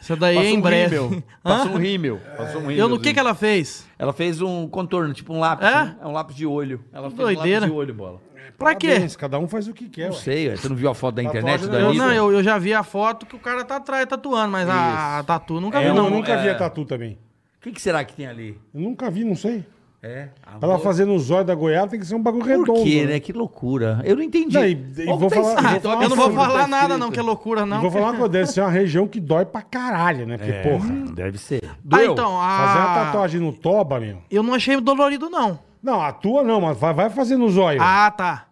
S6: Isso daí é em breve.
S3: um rímel.
S6: Hã?
S3: Passou um rímel. Passou um
S6: Eu no que
S3: rímelzinho.
S6: que ela fez?
S3: Ela fez um contorno, tipo um lápis.
S6: É?
S3: né? É um lápis de olho. Ela fez um
S6: Doideira.
S3: lápis de olho, bola.
S6: Pra quê?
S2: É, Parabéns, Cada um faz o que quer,
S3: Não
S2: ué.
S3: sei, ué. você não viu a foto da internet
S2: foto
S3: da
S2: não.
S6: Eu,
S3: Anitta?
S6: não, eu, eu já vi a foto que o cara tá atrás tatuando, mas a, a tatu nunca
S2: Eu
S6: vi, não.
S2: nunca vi
S3: é.
S2: a tatu também.
S3: O que, que será que tem ali?
S2: Eu nunca vi, não sei.
S3: É.
S2: Pra ela fazer no zóio da goiaba tem que ser um bagulho redondo.
S3: Por quê,
S2: né?
S3: né? Que loucura. Eu não entendi.
S2: Não, e- e
S3: Olha o
S2: vou
S3: que tá
S2: falar-
S3: escrito,
S2: vou
S3: olha
S6: Ah, então
S3: o
S6: Eu não vou
S3: absurdo que tá
S6: falar nada, não,
S3: escrito.
S6: que é loucura, não.
S2: E vou falar uma coisa, deve ser uma região que dói pra caralho, né? Porque, porra,
S3: É, Deve ser.
S6: Ah,
S3: Doeu.
S6: então, a...
S2: fazer uma
S3: Ah.
S2: tatuagem no toba, meu.
S6: Eu não achei dolorido, não.
S2: Não, a tua não, mas vai, vai fazer no zóio.
S6: Ah, tá.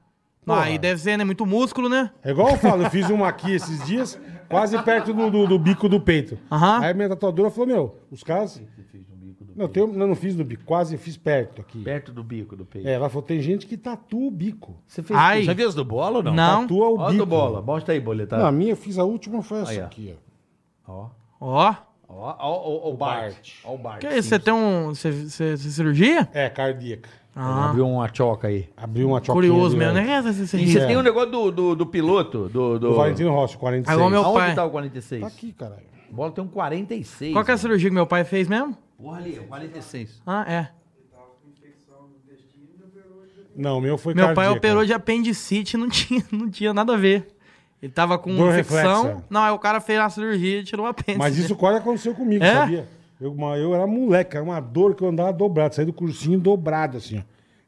S6: Não,
S2: Porra.
S6: aí deve ser, né? Muito músculo, né?
S2: É igual eu falo, eu fiz uma aqui esses dias, quase perto do, do- do bico do peito.
S6: Aham.
S2: Aí a minha tatuadora falou, meu, os caras... Não, tem, um, não, não fiz no bico, quase fiz perto aqui.
S3: Perto do bico do peito.
S2: É, ela falou, tem gente que tatua o bico.
S3: Você fez.
S6: Ai.
S3: Já viu as do bola ou não?
S6: Não.
S2: Tatua o
S3: Ó,
S2: bico.
S3: do bola. Mostra aí, boleta.
S2: Não, a minha eu fiz a última, foi essa
S3: Aí, ó.
S2: aqui, ó.
S3: Ó.
S6: Ó.
S3: Ó, ó, ó, ó, o Bart. Ó, o Bart.
S6: Que isso? Você tem um. Você você- você cirurgia?
S2: É, cardíaca.
S6: Ah.
S3: Abriu uma choca aí.
S2: Abriu uma choquinha.
S6: Curioso
S2: ali,
S6: mesmo,
S2: ó.
S6: né? Essa
S3: E você
S6: cirurgia.
S2: um
S3: tem o negócio do, do, do piloto? Do, do...
S2: Do Valentino Rossi, 46.
S6: Agora meu-
S3: Aonde
S6: pai.
S3: tá o 46?
S2: Tá aqui, caralho.
S3: Bola tem um 46.
S6: Qual que é a cirurgia que meu pai fez mesmo?
S3: Porra ali, é um o 46.
S6: Ah, é.
S2: Não, o meu foi
S6: Meu pai
S2: cardíaca. né?
S6: operou de apendicite, não tinha, não tinha nada a ver. Ele tava com
S2: Dor
S6: infecção.
S2: reflexa.
S6: Não, aí o cara fez a cirurgia e tirou o apêndice. né?
S2: Mas isso quase aconteceu comigo,
S6: É?
S2: sabia? Eu, uma- eu era moleque, era uma dor que eu andava dobrado. Saí do cursinho dobrado, assim, ó.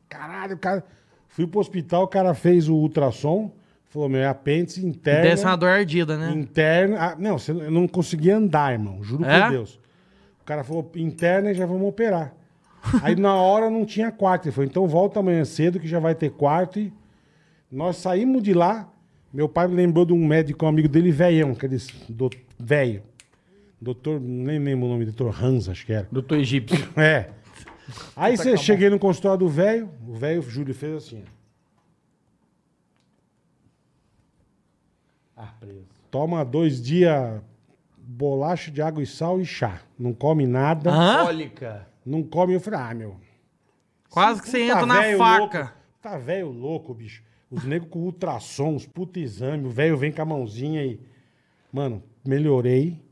S2: Caralho, cara... Fui pro hospital, o cara fez o ultrassom, falou, meu, é apêndice interno...
S6: Deve ser uma dor ardida, né?
S2: Interna. ah, não, você- eu não conseguia andar, irmão. Juro
S6: É?
S2: por Deus. O cara falou, interna e já vamos operar. Aí na hora não tinha quarto. Ele falou, então volta amanhã cedo que já vai ter quarto. E nós saímos de lá. Meu pai me lembrou de um médico, um amigo dele, velhão, que ele do velho. Doutor, nem lembro o nome, doutor Hans, acho que era.
S3: Doutor Egípcio.
S2: É. Aí você cheguei no consultório do velho, o velho Júlio fez assim. ó.
S3: Ah, preso.
S2: Toma dois dias bolacha de água e sal e chá. Não come nada.
S6: Hã?
S3: Cólica.
S2: Não come, eu falei, ah, meu.
S6: Quase que você
S2: tá
S6: entra na
S2: velho
S6: faca.
S2: louco, tá velho louco, bicho. Os negros com ultrassom, os puta exame, o velho vem com a mãozinha e. Mano, melhorei.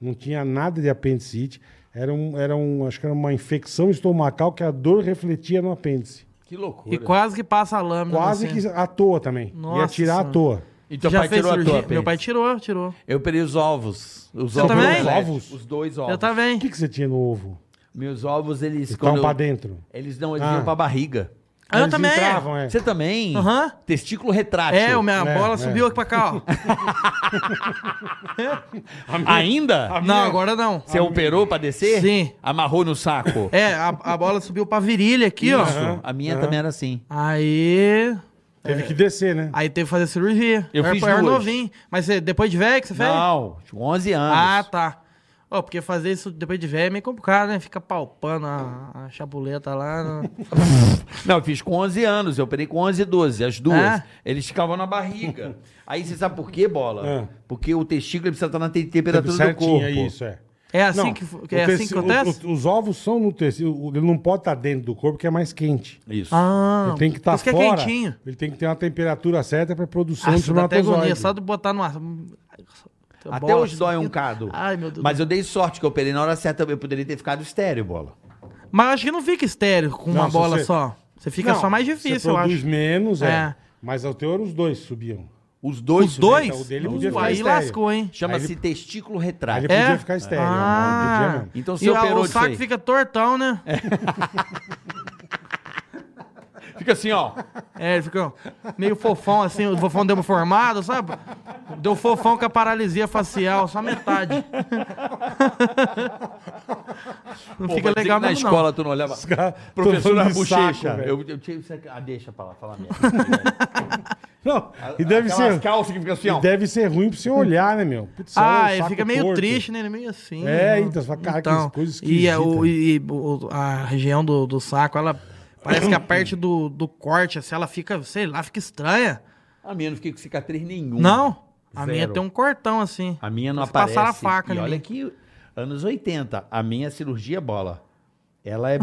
S2: Não tinha nada de apendicite. Era um, era um, acho que era uma infecção estomacal que a dor refletia no apêndice.
S3: Que loucura.
S6: E quase que passa a lâmina.
S2: Quase
S6: assim.
S2: que à toa também. Ia
S6: Nossa
S2: tirar à
S6: Senhora.
S2: toa.
S3: E teu
S6: Já
S3: pai
S6: fez
S3: tirou a
S6: cirurgia?
S3: tua
S6: Meu
S3: pênis?
S6: pai tirou, tirou.
S3: Eu operei os ovos. Os
S6: Você
S3: ovos.
S6: também?
S3: completos,
S2: Os ovos?
S3: Os dois ovos.
S6: Eu também.
S2: O que, que você tinha no ovo?
S3: Meus ovos, eles...
S2: Estavam
S3: quando
S2: pra
S3: eu-
S2: dentro.
S3: Eles não, eles
S2: Ah.
S3: iam pra barriga.
S6: Ah, eu
S2: Eles
S6: também.
S2: entravam, é.
S3: Você também?
S6: Aham.
S3: Testículo retrátil.
S6: É, o minha
S2: É,
S6: bola
S2: é.
S6: subiu aqui pra cá, ó.
S2: Ah,
S3: Ainda?
S6: não, agora não.
S3: Você operou pra descer?
S6: Sim.
S3: Amarrou no saco?
S6: É, a, a bola subiu pra virilha aqui, ó.
S3: Isso. A minha também era assim.
S6: Aí.
S2: Teve que descer, né?
S6: Aí teve que fazer cirurgia.
S3: Eu
S6: era,
S3: fiz
S6: eu era
S3: duas.
S6: novinho. Mas você- depois de velho que você fez?
S3: Não, tinha 11 anos.
S6: Ah, tá. Ó, porque fazer isso depois de velho é meio complicado, né? Fica palpando a, a chapuleta lá. né?
S3: Não, eu fiz com 11 anos, eu operei com 11 e 12, as duas.
S6: Ah.
S3: Eles ficavam na barriga. Aí você sabe por quê, bola?
S2: Ah.
S3: Porque o testículo ele precisa estar na te- temperatura do
S2: Certinho,
S3: corpo.
S2: é isso, é.
S6: É assim
S2: Não,
S6: que, fu-
S2: o
S6: é assim que
S2: teci- o-
S6: acontece?
S2: o- os ovos são no tecido, o- ele não pode estar dentro do corpo, que é mais quente.
S3: Isso.
S6: Ah,
S2: ele tem que estar
S6: isso que é
S2: fora.
S6: quentinho.
S2: Ele tem que ter uma temperatura certa para produção de
S6: Nossa, dá até agonia,
S2: espermatozoide.
S6: só de botar numa.
S3: Até
S6: bola,
S3: hoje dói
S6: assim.
S3: um cado.
S6: Ai, meu Deus.
S3: Mas eu dei sorte que eu operei na hora certa, eu poderia ter ficado estéreo, bola.
S6: Mas eu acho que não fica estéreo com
S2: Não,
S6: uma
S2: se
S6: bola
S2: você-
S6: só. Você fica
S2: Não,
S6: só mais
S2: você
S6: difícil, eu
S2: produz
S6: acho.
S2: menos, é.
S6: É.
S2: Mas ao teor os dois subiam.
S3: Os dois.
S6: Os dois?
S2: Então, o dele podia
S6: Uh,
S2: ficar
S6: aí
S2: estéreo.
S6: lascou, hein?
S3: Chama-se testículo
S2: Aí ele
S3: retrátil.
S6: É?
S2: podia ficar estéreo.
S6: Ah.
S2: não, podia mesmo.
S3: Então
S6: E
S3: você
S6: a-
S3: operou
S6: o
S3: disso
S6: saco
S3: aí.
S6: fica tortão, né?
S3: Fica assim, ó.
S6: É, ele fica meio fofão assim, o fofão deu uma formada, sabe? Deu fofão com a paralisia facial, só metade. Não
S3: Pô,
S6: fica
S3: vai dizer
S6: legal
S3: que na
S6: mesmo, não.
S3: escola tu não olhava.
S2: caras tão
S3: Professora
S2: falando de
S3: Bochecha.
S2: saco, velho.
S3: eu, eu tinha. Ah, deixa pra lá, fala merda.
S2: Não, e deve
S3: Aquelas
S2: ser,
S3: calças que fica assim, ó.
S2: e deve ser ruim pra você olhar, né, meu? Putz,
S6: Ah,
S2: é um
S6: ele
S2: saco
S6: fica meio
S2: torto.
S6: triste, né? Ele é meio assim.
S2: É,
S6: né?
S2: então, você fala, cara, que coisa
S6: E, é
S2: esquisita.
S6: o, e o- a região do, do saco, ela. Parece que a parte do, do corte, assim, ela fica, sei lá, fica estranha.
S3: A minha não fica com cicatriz
S2: Um
S3: nenhuma.
S6: Não? A minha
S3: Zero.
S6: tem um cortão assim.
S3: A minha não
S6: Eles
S3: aparece.
S6: passaram a faca
S3: e
S6: em
S3: olha
S6: mim.
S3: que anos 80, a minha cirurgia bola. Ela é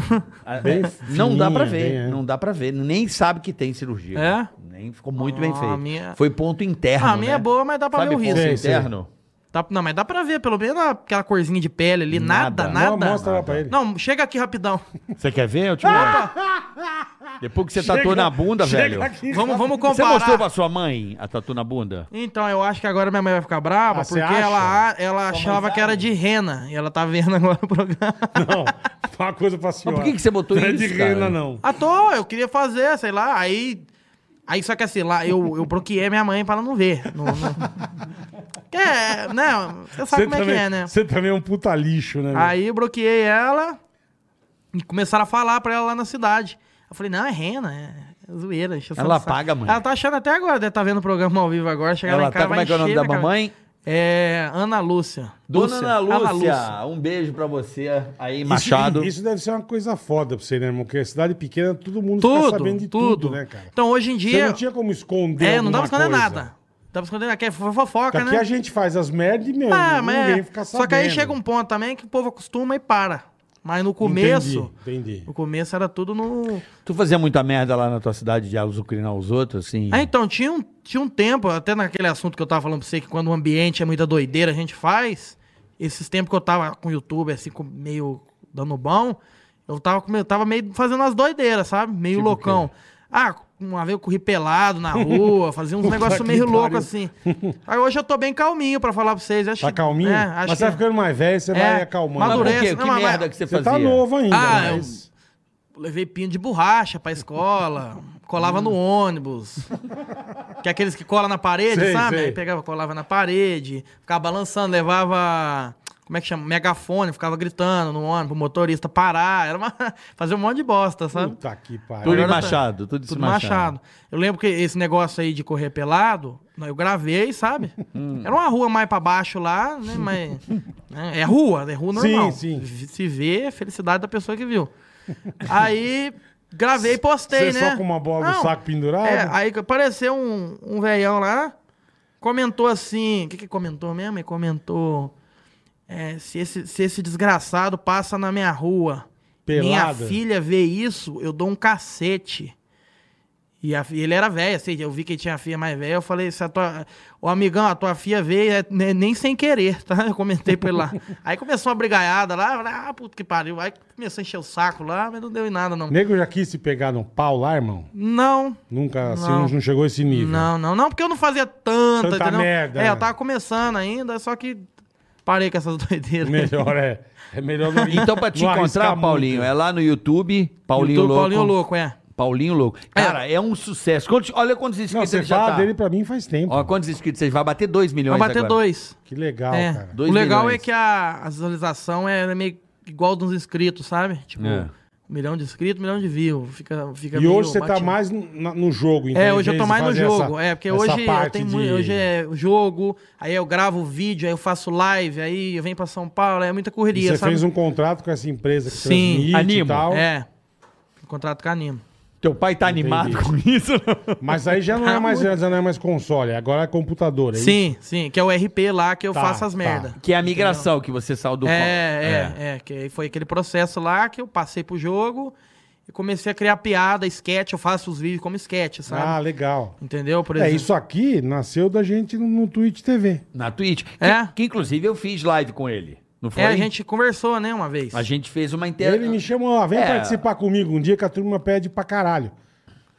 S3: a-
S2: Bem
S3: não dá pra
S2: fininha,
S3: ver,
S2: bem, é.
S3: não dá pra ver, nem sabe que tem cirurgia.
S6: É?
S3: Nem ficou muito
S6: Ah,
S3: bem feito.
S6: a minha-
S3: Foi ponto interno,
S6: Ah, a minha
S3: né?
S6: é boa, mas dá pra
S3: sabe
S6: ver o
S3: ponto
S6: risco.
S2: Sei, sei.
S3: interno?
S6: Tá- não, mas dá pra ver, pelo menos aquela corzinha de pele ali. Nada,
S3: Nada.
S2: Não,
S6: nada.
S2: mostra lá pra ele.
S6: Não, chega aqui rapidão.
S3: Você quer ver? Eu te mostro. Depois que você tatuou na bunda,
S2: Chega
S3: velho.
S2: aqui.
S6: Vamos, vamos
S3: Você mostrou
S6: comparar.
S3: pra sua mãe a tatu na bunda?
S6: Então, eu acho que agora minha mãe vai ficar brava,
S2: Ah, você
S6: porque
S2: acha?
S6: ela, ela achava que era de rena. E ela tá vendo agora o programa.
S2: Não, fala uma coisa pra senhora.
S3: por que que você botou
S2: não
S3: isso,
S2: Não é de
S3: cara?
S2: rena, não.
S6: À toa, eu queria fazer, sei lá. Aí. Aí só que assim, lá eu, eu bloqueei minha mãe pra ela não ver. Não, não- Que É, né? Você sabe como é
S2: também,
S6: que é, né?
S2: Você também é um puta lixo, né? meu?
S6: Aí eu bloqueei ela e começaram a falar pra ela lá na cidade. Eu falei, não, é rena, é zoeira. encheção
S3: Ela
S6: de saco.
S3: apaga, mãe.
S6: Ela tá achando até agora, deve estar vendo o programa ao vivo agora. Chegar lá
S3: Ela
S6: em casa,
S3: tá, como é que é o nome da mamãe?
S6: É, Ana Lúcia.
S3: Dona Ana Lúcia,
S2: tá
S6: Lúcia.
S3: um beijo pra você aí,
S2: Isso-
S3: Machado.
S2: Isso, deve ser uma coisa foda pra você, né, irmão? Porque a cidade pequena, todo mundo
S6: Tudo,
S2: fica sabendo de tudo,
S6: tudo.
S2: né, cara?
S6: Então hoje em
S2: Você
S6: dia...
S2: não tinha como esconder
S6: é, não dá pra
S2: alguma
S6: esconder
S2: coisa.
S6: nada. Não dá pra esconder nada, que é fo- fofoca,
S2: Porque aqui
S6: né?
S2: a gente faz as merdas e, meu,
S6: Ah, mas
S2: ninguém
S6: é.
S2: fica sabendo.
S6: Só que aí chega um ponto também que o povo acostuma e para. Mas no começo...
S2: Entendi, entendi.
S6: No começo era tudo no...
S3: Tu fazia muita merda lá na tua cidade de azucrinar os outros, assim?
S6: Ah, então, tinha um, tinha um tempo, até naquele assunto que eu tava falando pra você, que quando o ambiente é muita doideira, a gente faz. Esses tempos que eu tava com o YouTube, assim, com- meio dando bom, eu tava, com- eu tava meio fazendo as doideiras, sabe? Meio
S2: Tipo
S6: loucão. Ah, uma vez eu corri pelado na rua, fazia uns negócios
S2: que
S6: meio
S2: pariu.
S6: loucos assim. Aí hoje eu tô bem calminho pra falar pra vocês. Acho,
S2: Tá calminho?
S6: É, acho
S2: mas você vai
S6: que-
S2: ficando mais velho, você
S6: É,
S2: vai acalmando.
S3: Mas por
S6: madureza,
S3: quê? Que
S6: não, mas-
S3: merda que você,
S2: Você
S3: fazia?
S2: tá novo ainda,
S6: Ah, eu-
S2: mas...
S6: Levei pinho de borracha pra escola, colava no ônibus. Que é aqueles que cola na parede,
S2: Sei,
S6: sabe?
S2: sei.
S6: Aí pegava, colava na parede, ficava balançando, levava. Como é que chama? Megafone, ficava gritando no ônibus, pro motorista parar. Era uma. Fazia um monte de bosta, sabe?
S2: Puta que pariu.
S3: Tudo em
S6: Agora tá-
S3: Machado, tudo,
S6: Tudo machado. Eu lembro que esse negócio aí de correr pelado, eu gravei, sabe?
S2: Hum.
S6: Era uma rua mais pra baixo lá, né? Mas. né, É rua, é rua
S2: Sim,
S6: normal.
S2: sim.
S6: Se vê, é felicidade da pessoa que viu. Aí gravei e postei,
S2: Você
S6: né?
S2: só com uma bola no
S6: Não,
S2: saco pendurada?
S6: É, aí que apareceu um, um velhão lá, comentou assim. O que, que comentou mesmo? Ele comentou. é, se, esse, se esse desgraçado passa na minha rua,
S2: Pelada.
S6: minha filha vê isso, eu dou um cacete. E a fi- ele era velho, assim, eu vi que tinha a filha mais velha, eu falei, se a tua, o amigão, a tua filha veio é, ne- nem sem querer, tá? Eu comentei pra ele lá. Aí começou uma brigaiada lá, eu falei, ah, puto que pariu. Aí começou a encher o saco lá, mas não deu em nada, não.
S2: Nego já quis se pegar no pau lá, irmão?
S6: Não,
S2: Nunca, assim,
S6: Não.
S2: não, não chegou a esse nível.
S6: não, não, não, porque eu não fazia tanta,
S2: Tanta
S6: entendeu?
S2: merda.
S6: É, eu tava começando ainda, só que parei com essas doideiras.
S2: Melhor é. É melhor não
S3: Então, pra te
S2: não arriscar
S3: encontrar,
S2: muito.
S3: Paulinho, é lá no YouTube, Paulinho
S6: YouTube,
S3: Louco.
S6: Paulinho Louco, é.
S3: Paulinho Louco. Cara, é, um sucesso. Quantos- olha quantos
S2: Não,
S3: inscritos
S2: você
S3: ele já
S2: fala
S3: tá.
S2: dele pra mim faz tempo.
S3: Ó, quantos inscritos ele vai bater 2 milhões
S6: Vai bater
S3: agora.
S6: dois.
S2: Que legal,
S6: É.
S2: cara.
S3: Dois
S6: o legal
S3: milhões.
S6: é que a, a visualização é meio igual dos inscritos, sabe? Tipo,
S3: É.
S6: milhão de inscritos, milhão de views. Fica, fica
S2: E
S6: meio
S2: hoje você tá
S6: batido.
S2: mais no, na- no jogo, então.
S6: É, hoje eu tô
S2: em vez de
S6: mais no
S2: fazer essa-
S6: jogo. é, porque
S2: essa
S6: hoje eu
S2: parte
S6: tenho
S2: de-
S6: muito. Hoje é jogo, aí eu gravo vídeo, aí eu faço live, aí eu venho pra São Paulo, é muita
S2: E
S6: correria,
S2: Você
S6: sabe?
S2: fez um contrato com essa empresa que
S6: Sim.
S2: transmite
S3: Animo.
S2: e tal.
S6: É. Contrato com a Animo.
S3: Teu pai tá animado com isso?
S2: Mas aí já não é mais, já não é mais console, agora é computador. É isso?
S6: Tá Sim, sim, que é o RP lá que eu
S2: Tá,
S6: faço as
S2: tá.
S6: merda.
S3: que é a migração que você saiu do...
S6: É, é, é, que aí foi aquele processo lá que eu passei pro jogo e comecei a criar piada, sketch, eu faço os vídeos como sketch,
S2: Ah,
S6: sabe?
S2: legal.
S6: Entendeu? Por
S2: É,
S6: exemplo.
S2: isso aqui nasceu da gente no, no Twitch TV.
S3: Na Twitch. Que,
S6: É.
S3: que, inclusive, eu fiz live com ele. Não foi?
S6: É, a gente conversou, né, uma vez.
S3: A gente fez uma inteira.
S2: Ele me chamou, ó, vem
S3: É.
S2: participar comigo um dia que a turma pede pra caralho.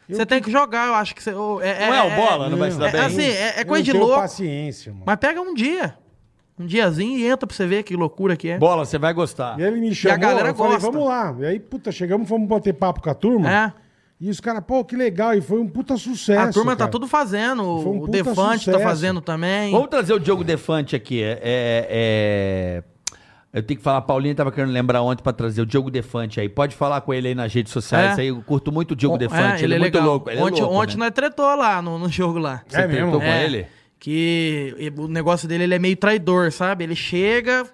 S6: Você tem que jogar, eu acho que você. ou- É,
S3: Não é o bola, não vai se dar
S6: é,
S3: bem?
S6: assim, é, é coisa de
S2: eu não tenho
S6: louco.
S2: paciência, mano.
S6: Mas pega um dia. Um diazinho e entra pra você ver que loucura que é.
S3: Bola, você vai gostar.
S2: E ele me chamou,
S6: galera
S2: eu falei,
S6: gosta.
S2: vamos lá. E aí, puta, chegamos, fomos bater papo com a turma.
S6: É.
S2: E os caras, pô, que legal. E foi um puta sucesso.
S6: a turma
S2: cara.
S6: tá tudo fazendo.
S2: Foi um
S6: O
S2: puta
S6: Defante
S2: sucesso.
S6: tá fazendo também.
S3: Vamos trazer o Diogo Defante aqui. É, é- Eu tenho que falar, a Paulinha tava querendo lembrar ontem pra trazer o Diogo Defante aí. Pode falar com ele aí nas redes sociais.
S6: É.
S3: Isso aí, eu curto muito o Diogo
S6: O-
S3: Defante. ele, é, muito
S6: legal.
S3: louco. Ele
S6: ontem
S3: é louco,
S6: ontem
S3: né?
S6: nós tretou lá no, no jogo lá.
S2: É mesmo?
S3: tretou com
S6: É.
S3: ele?
S6: Que e- o negócio dele ele é meio traidor, sabe? Ele chega,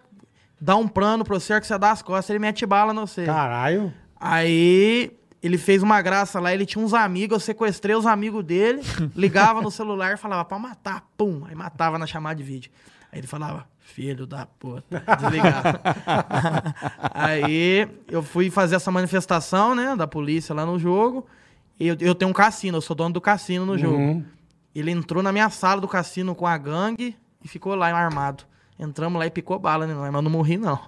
S6: dá um plano pro você, a hora que você dá as costas, ele mete bala no você.
S2: Caralho.
S6: Aí ele fez uma graça lá, ele tinha uns amigos, eu sequestrei os amigos dele, ligava no celular e falava pra matar, pum, aí matava na chamada de vídeo. Aí ele falava, filho da puta, desligava. aí eu fui fazer essa manifestação, né, da polícia lá no jogo. E Eu, eu tenho um cassino, eu sou dono do cassino no jogo. Ele entrou na minha sala do cassino com a gangue e ficou lá armado. Entramos lá e picou bala, né? Mas eu não morri, não.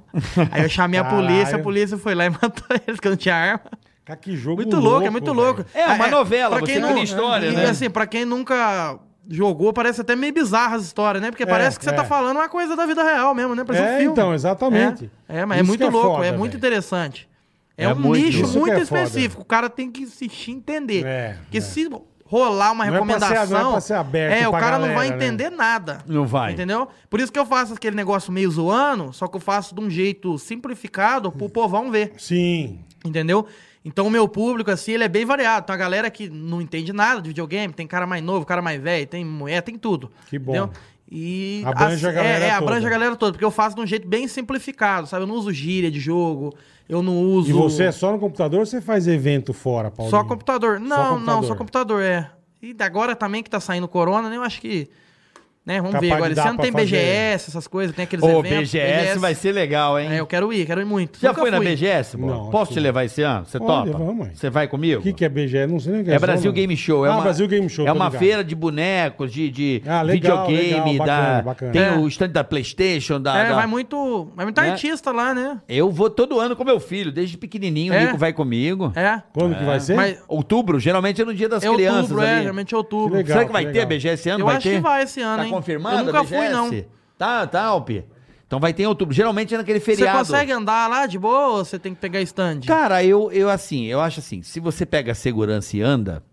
S6: Aí eu chamei a
S2: Caralho.
S6: polícia, a polícia foi lá e matou eles, que eu não tinha arma.
S2: Cara, que jogo
S6: Muito louco, é muito louco.
S2: velho.
S3: É uma novela,
S6: pra
S3: você
S6: quem
S3: cria história,
S6: e,
S3: né?
S6: assim, pra quem nunca jogou, parece até meio bizarra as histórias, né? Porque parece que você
S2: é.
S6: tá falando uma coisa da vida real mesmo, né? Parece um
S2: É,
S6: filme.
S2: então, exatamente.
S6: É, é, mas é
S2: Isso
S6: muito
S2: que é
S6: louco,
S2: foda,
S6: é muito
S2: velho.
S6: interessante. É,
S3: É
S6: um
S3: muito
S6: nicho
S3: louco.
S2: Isso que
S6: muito
S2: é foda.
S6: específico. O cara tem que se entender.
S2: É,
S6: Porque
S2: é.
S6: se rolar uma
S2: Não é pra ser-
S6: recomendação.
S2: não é pra ser aberto
S6: é, o
S2: pra
S6: cara não vai
S2: galera, né?
S6: entender nada.
S3: Não vai.
S6: Entendeu? Por isso que eu faço aquele negócio meio zoando, só que eu faço de um jeito simplificado pro povão ver.
S2: Sim.
S6: Entendeu? Então o meu público, assim, ele é bem variado. Tem uma galera que não entende nada de videogame, tem cara mais novo, cara mais velho, tem mulher, tem tudo.
S2: Que bom.
S6: E
S2: Abrange
S6: assim,
S2: a galera
S6: é, é,
S2: toda.
S6: abrange a galera toda, porque eu faço de um jeito bem simplificado, sabe? Eu não uso gíria de jogo, eu não uso.
S2: E você é só no computador ou você faz evento fora, Paulo?
S6: Só computador. Não, não,
S2: computador.
S6: só computador, é. E agora também que tá saindo corona, né? Eu acho que. Né? Vamos
S2: Capaz
S6: ver
S2: de
S6: agora.
S2: dar
S6: Esse ano
S2: pra
S6: tem
S2: fazer.
S6: BGS, essas coisas, tem aqueles
S3: Ô,
S6: eventos.
S3: BGS, vai ser legal, hein?
S6: É, eu quero ir, quero ir muito.
S3: Já
S6: Nunca
S3: foi na
S6: fui.
S3: BGS, pô?
S2: Não, acho
S3: Posso
S2: que
S3: te
S2: não.
S3: levar esse ano? Você
S2: Olha,
S3: topa?
S2: vamos aí.
S3: Você vai comigo?
S2: O que, que é BGE? Não sei nem o que
S3: É
S2: só,
S3: Brasil
S2: não.
S3: Game Show. É
S2: ah,
S3: uma,
S2: Brasil Game Show.
S3: É
S2: tô
S3: uma
S2: ligado.
S3: feira de bonecos, de, de
S2: Ah, legal,
S3: videogame,
S2: legal,
S3: da,
S2: bacana, bacana.
S3: tem
S2: É.
S3: o stand da Playstation, da...
S6: É,
S3: da-
S6: vai muito. Vai muito
S3: Né?
S6: artista lá, né?
S3: Eu vou todo ano com meu filho, desde pequenininho, o
S6: É?
S3: Nico vai comigo.
S6: É.
S2: Quando que vai ser?
S6: Mas
S3: Outubro, geralmente é no dia das
S6: é
S3: crianças
S6: outubro, é,
S3: ali.
S6: geralmente é outubro.
S2: Que legal.
S3: Será que vai
S2: que
S3: ter a
S2: legal.
S3: BGS esse ano?
S6: Eu
S3: vai
S6: acho
S3: ter?
S6: que vai esse ano,
S3: Tá
S6: hein?
S3: confirmado
S6: Eu nunca
S3: a
S6: fui, não.
S3: BGS? Tá, tá, Alpi. Então vai ter em outubro. Geralmente é naquele
S6: Você
S3: feriado.
S6: consegue andar lá de boa ou você tem que pegar stand?
S3: Cara, eu, eu assim, eu acho assim, se você pega a segurança e anda,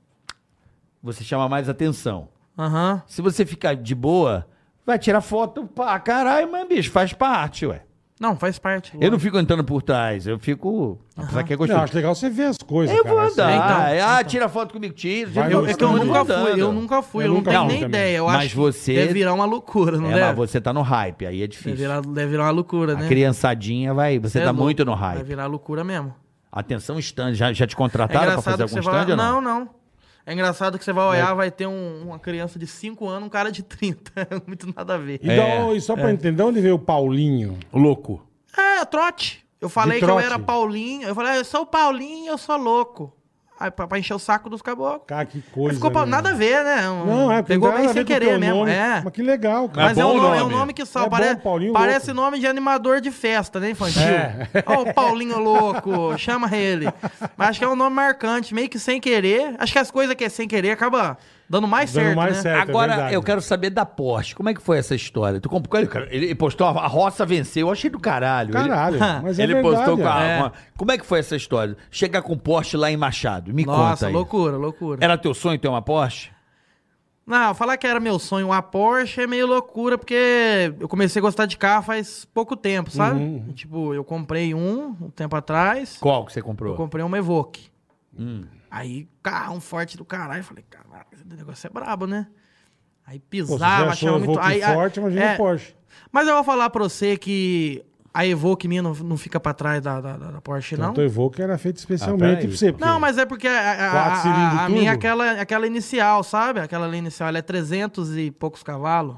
S3: você chama mais atenção.
S6: Aham.
S3: Se você ficar de boa, vai tirar foto, pá, caralho, mas bicho, faz parte, ué.
S6: Não, faz parte.
S3: Eu não fico entrando por trás, eu fico. Apesar que é
S2: Não,
S3: gostoso.
S2: acho legal você ver as coisas.
S3: eu
S2: cara. assim.
S3: vou andar.
S6: Então,
S3: ah, tira foto comigo, tira.
S2: Vai
S3: tira
S6: Eu-
S2: no
S6: é que eu
S2: stand.
S6: nunca
S3: Andando.
S6: fui, eu nunca fui,
S2: Eu
S6: eu, não
S2: nunca
S6: tenho
S2: fui
S6: nem
S2: também.
S6: ideia. Eu
S3: Mas
S6: acho que
S3: você-
S6: deve virar uma loucura, não
S3: É,
S6: deve?
S3: mas você tá no hype, aí é
S6: Deve,
S3: difícil.
S6: virar, deve virar uma loucura, né?
S3: A criançadinha vai. Você
S6: É
S3: tá
S6: louco.
S3: muito no
S6: Vai
S3: hype.
S6: virar loucura mesmo.
S3: Atenção, stand. Já, já te
S6: É
S3: contrataram pra
S6: engraçado
S3: fazer
S6: que você
S3: algum
S6: vai...
S3: stand ou não?
S6: Não, não. É engraçado que você vai olhar, vai ter um- uma criança de 5 anos, um cara de 30. Muito nada a ver.
S2: E, da- e só pra entender, onde veio o Paulinho?
S3: Louco.
S6: É, trote. Eu falei que
S2: trote?
S6: eu era Paulinho. Eu falei, ah, eu sou o Paulinho, eu sou louco. Aí, pra, pra encher o saco dos caboclos.
S2: Cara, que coisa.
S6: Ficou pa-
S2: né?
S6: nada a ver, né? Um-
S2: Não, é porque
S6: Pegou
S2: não tem
S6: bem
S2: nada
S6: sem
S2: a ver com o teu
S6: querer mesmo.
S2: nome.
S6: É.
S2: Mas que legal, cara.
S6: Mas é, um
S3: bom
S6: nome, é um
S3: nome.
S6: nome que
S2: É
S6: salva.
S2: bom,
S6: Pare-
S2: Paulinho
S6: Parece
S2: Louco.
S6: nome de animador de festa, né, infantil?
S2: É.
S6: Ó, o Paulinho louco, chama ele. Mas acho que é um nome marcante, meio que sem querer. Acho que as coisas que é sem querer acaba dando mais
S2: Dando
S6: certo,
S2: mais
S6: né?
S2: certo. é
S3: Agora,
S2: verdade.
S3: eu quero saber da Porsche. Como é que foi essa história? Tu comprou, ele, ele postou, a roça venceu. Eu achei do caralho. Ele-
S2: Caralho. Mas é
S3: ele
S2: verdade,
S3: postou com a.
S2: é.
S3: uma- Como é que foi essa história? Chegar com Porsche lá em Machado. Me conta
S6: Nossa,
S3: aí.
S6: loucura, loucura.
S3: Era teu sonho ter uma Porsche?
S6: Não, falar que era meu sonho uma Porsche é meio loucura, porque eu comecei a gostar de carro faz pouco tempo, sabe?
S2: Uhum,
S6: Tipo, eu comprei um, um tempo atrás,
S3: Qual que você
S6: eu
S3: comprou?
S6: comprei uma Evoque.
S2: Hum.
S6: Aí, carrão forte do caralho, falei, caralho, esse negócio é brabo, né? Aí
S2: Pô, se já
S6: pisava,
S2: achou
S6: achava muito...
S2: Volkswagen
S6: Aí, aí-
S2: forte, imagina
S6: é,
S2: o Porsche.
S6: Mas eu vou falar pra você que a Evoque minha não, não fica pra trás da, da, da- da Porsche, não.
S2: Então eu vou que era feito especialmente
S3: peraí.
S2: pra você. porque-
S6: Não, mas é porque a, a- a-
S2: Quatro cilindros
S6: a- a minha é
S2: turbo?
S6: aquela, aquela inicial, sabe? Aquela linha inicial, ela é 300 e poucos cavalos,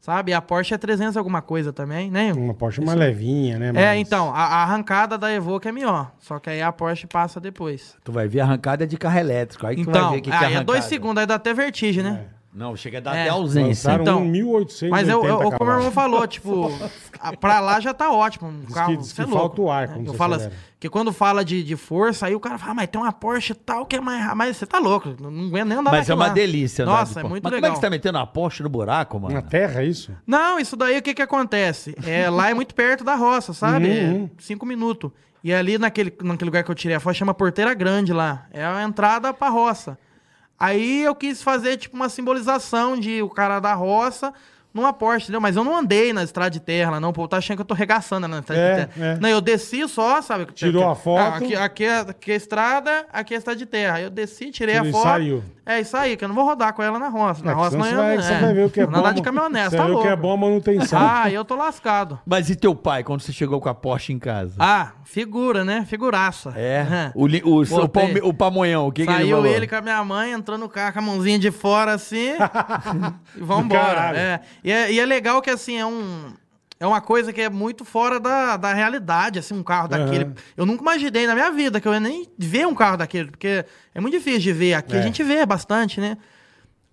S6: sabe? E a Porsche é 300 e alguma coisa também, né?
S2: Uma Porsche mais levinha, né?
S6: É,
S2: mas-
S6: então, a, a arrancada da Evoque é melhor, só que aí a Porsche passa depois.
S3: Tu vai ver a arrancada é de carro elétrico. Aí tu vai
S6: Então,
S3: ver que, que
S6: aí é
S3: arrancada.
S6: dois segundos, aí dá até vertigem, né?
S3: Não, chega a dar
S6: É.
S3: até ausência.
S2: Lançaram
S6: Então,
S2: um 1880
S6: Mas eu, eu, como o meu irmão
S2: cavalos.
S6: falou, tipo, a- pra lá já tá ótimo. Um
S2: que-
S6: carro,
S2: diz
S6: cê é
S2: que
S6: louco,
S2: falta o ar
S6: né?
S2: quando
S6: Eu
S2: você
S6: falo assim,
S2: acelera.
S6: que quando fala de, de força, aí o cara fala, "Ah, mas tem uma Porsche tal que é mais. ra-" Mas você tá louco, não não aguenta nem andar
S3: Mas é
S6: naquilo
S3: uma
S6: lá.
S3: delícia andar de
S6: Então, Nossa, é
S3: Porsche.
S6: muito
S3: Mas
S6: legal.
S3: como é que você tá metendo a Porsche no buraco, mano?
S2: Na terra, isso?
S6: Não, isso daí o que que acontece? É, lá é muito perto da roça, sabe? É
S2: Uhum.
S6: cinco minutos. E ali naquele, naquele lugar que eu tirei a foto chama Porteira Grande lá. É a entrada pra roça. Aí eu quis fazer tipo uma simbolização de o cara da roça numa Porsche, entendeu? Mas eu não andei na estrada de terra lá, não. O povo tá achando que eu tô regaçando na estrada
S2: É,
S6: de terra.
S2: é.
S6: Não, eu desci só, sabe?
S2: Tirou a foto.
S6: Ah, Aqui, aqui, é- aqui é estrada, aqui é estrada de terra. Aí eu desci, tirei
S2: Tirou
S6: a
S2: e
S6: foto.
S2: saiu.
S6: É isso aí, que eu não vou rodar com ela na roça. Na
S2: É,
S6: roça
S2: senão
S6: não
S2: você vai, você vai ver o que é
S6: Na lá de
S2: bom-
S6: caminhonete,
S2: você
S6: tá
S2: vai ver
S6: louco.
S2: o que é bom a manutenção.
S6: Ah, eu tô lascado.
S3: Mas e teu pai, quando você chegou com a Porsche em
S2: Hum.
S3: casa?
S6: Ah, figura, né? Figuraça.
S3: É.
S6: Aham.
S3: O, li- o,
S6: Botei.
S3: o, palme, o Pamonhão, o que, que ele
S6: Saiu
S3: falou?
S6: ele, com a minha mãe, entrando no carro com a mãozinha de fora assim. e vambora.
S2: Caralho.
S6: É. E, é, e é legal que assim, é um. É uma coisa que é muito fora da, da realidade, assim, um carro daquele. Eu nunca imaginei na minha vida que eu ia nem ver um carro daquele, porque é muito difícil de ver. Aqui
S2: É.
S6: a gente vê bastante, né?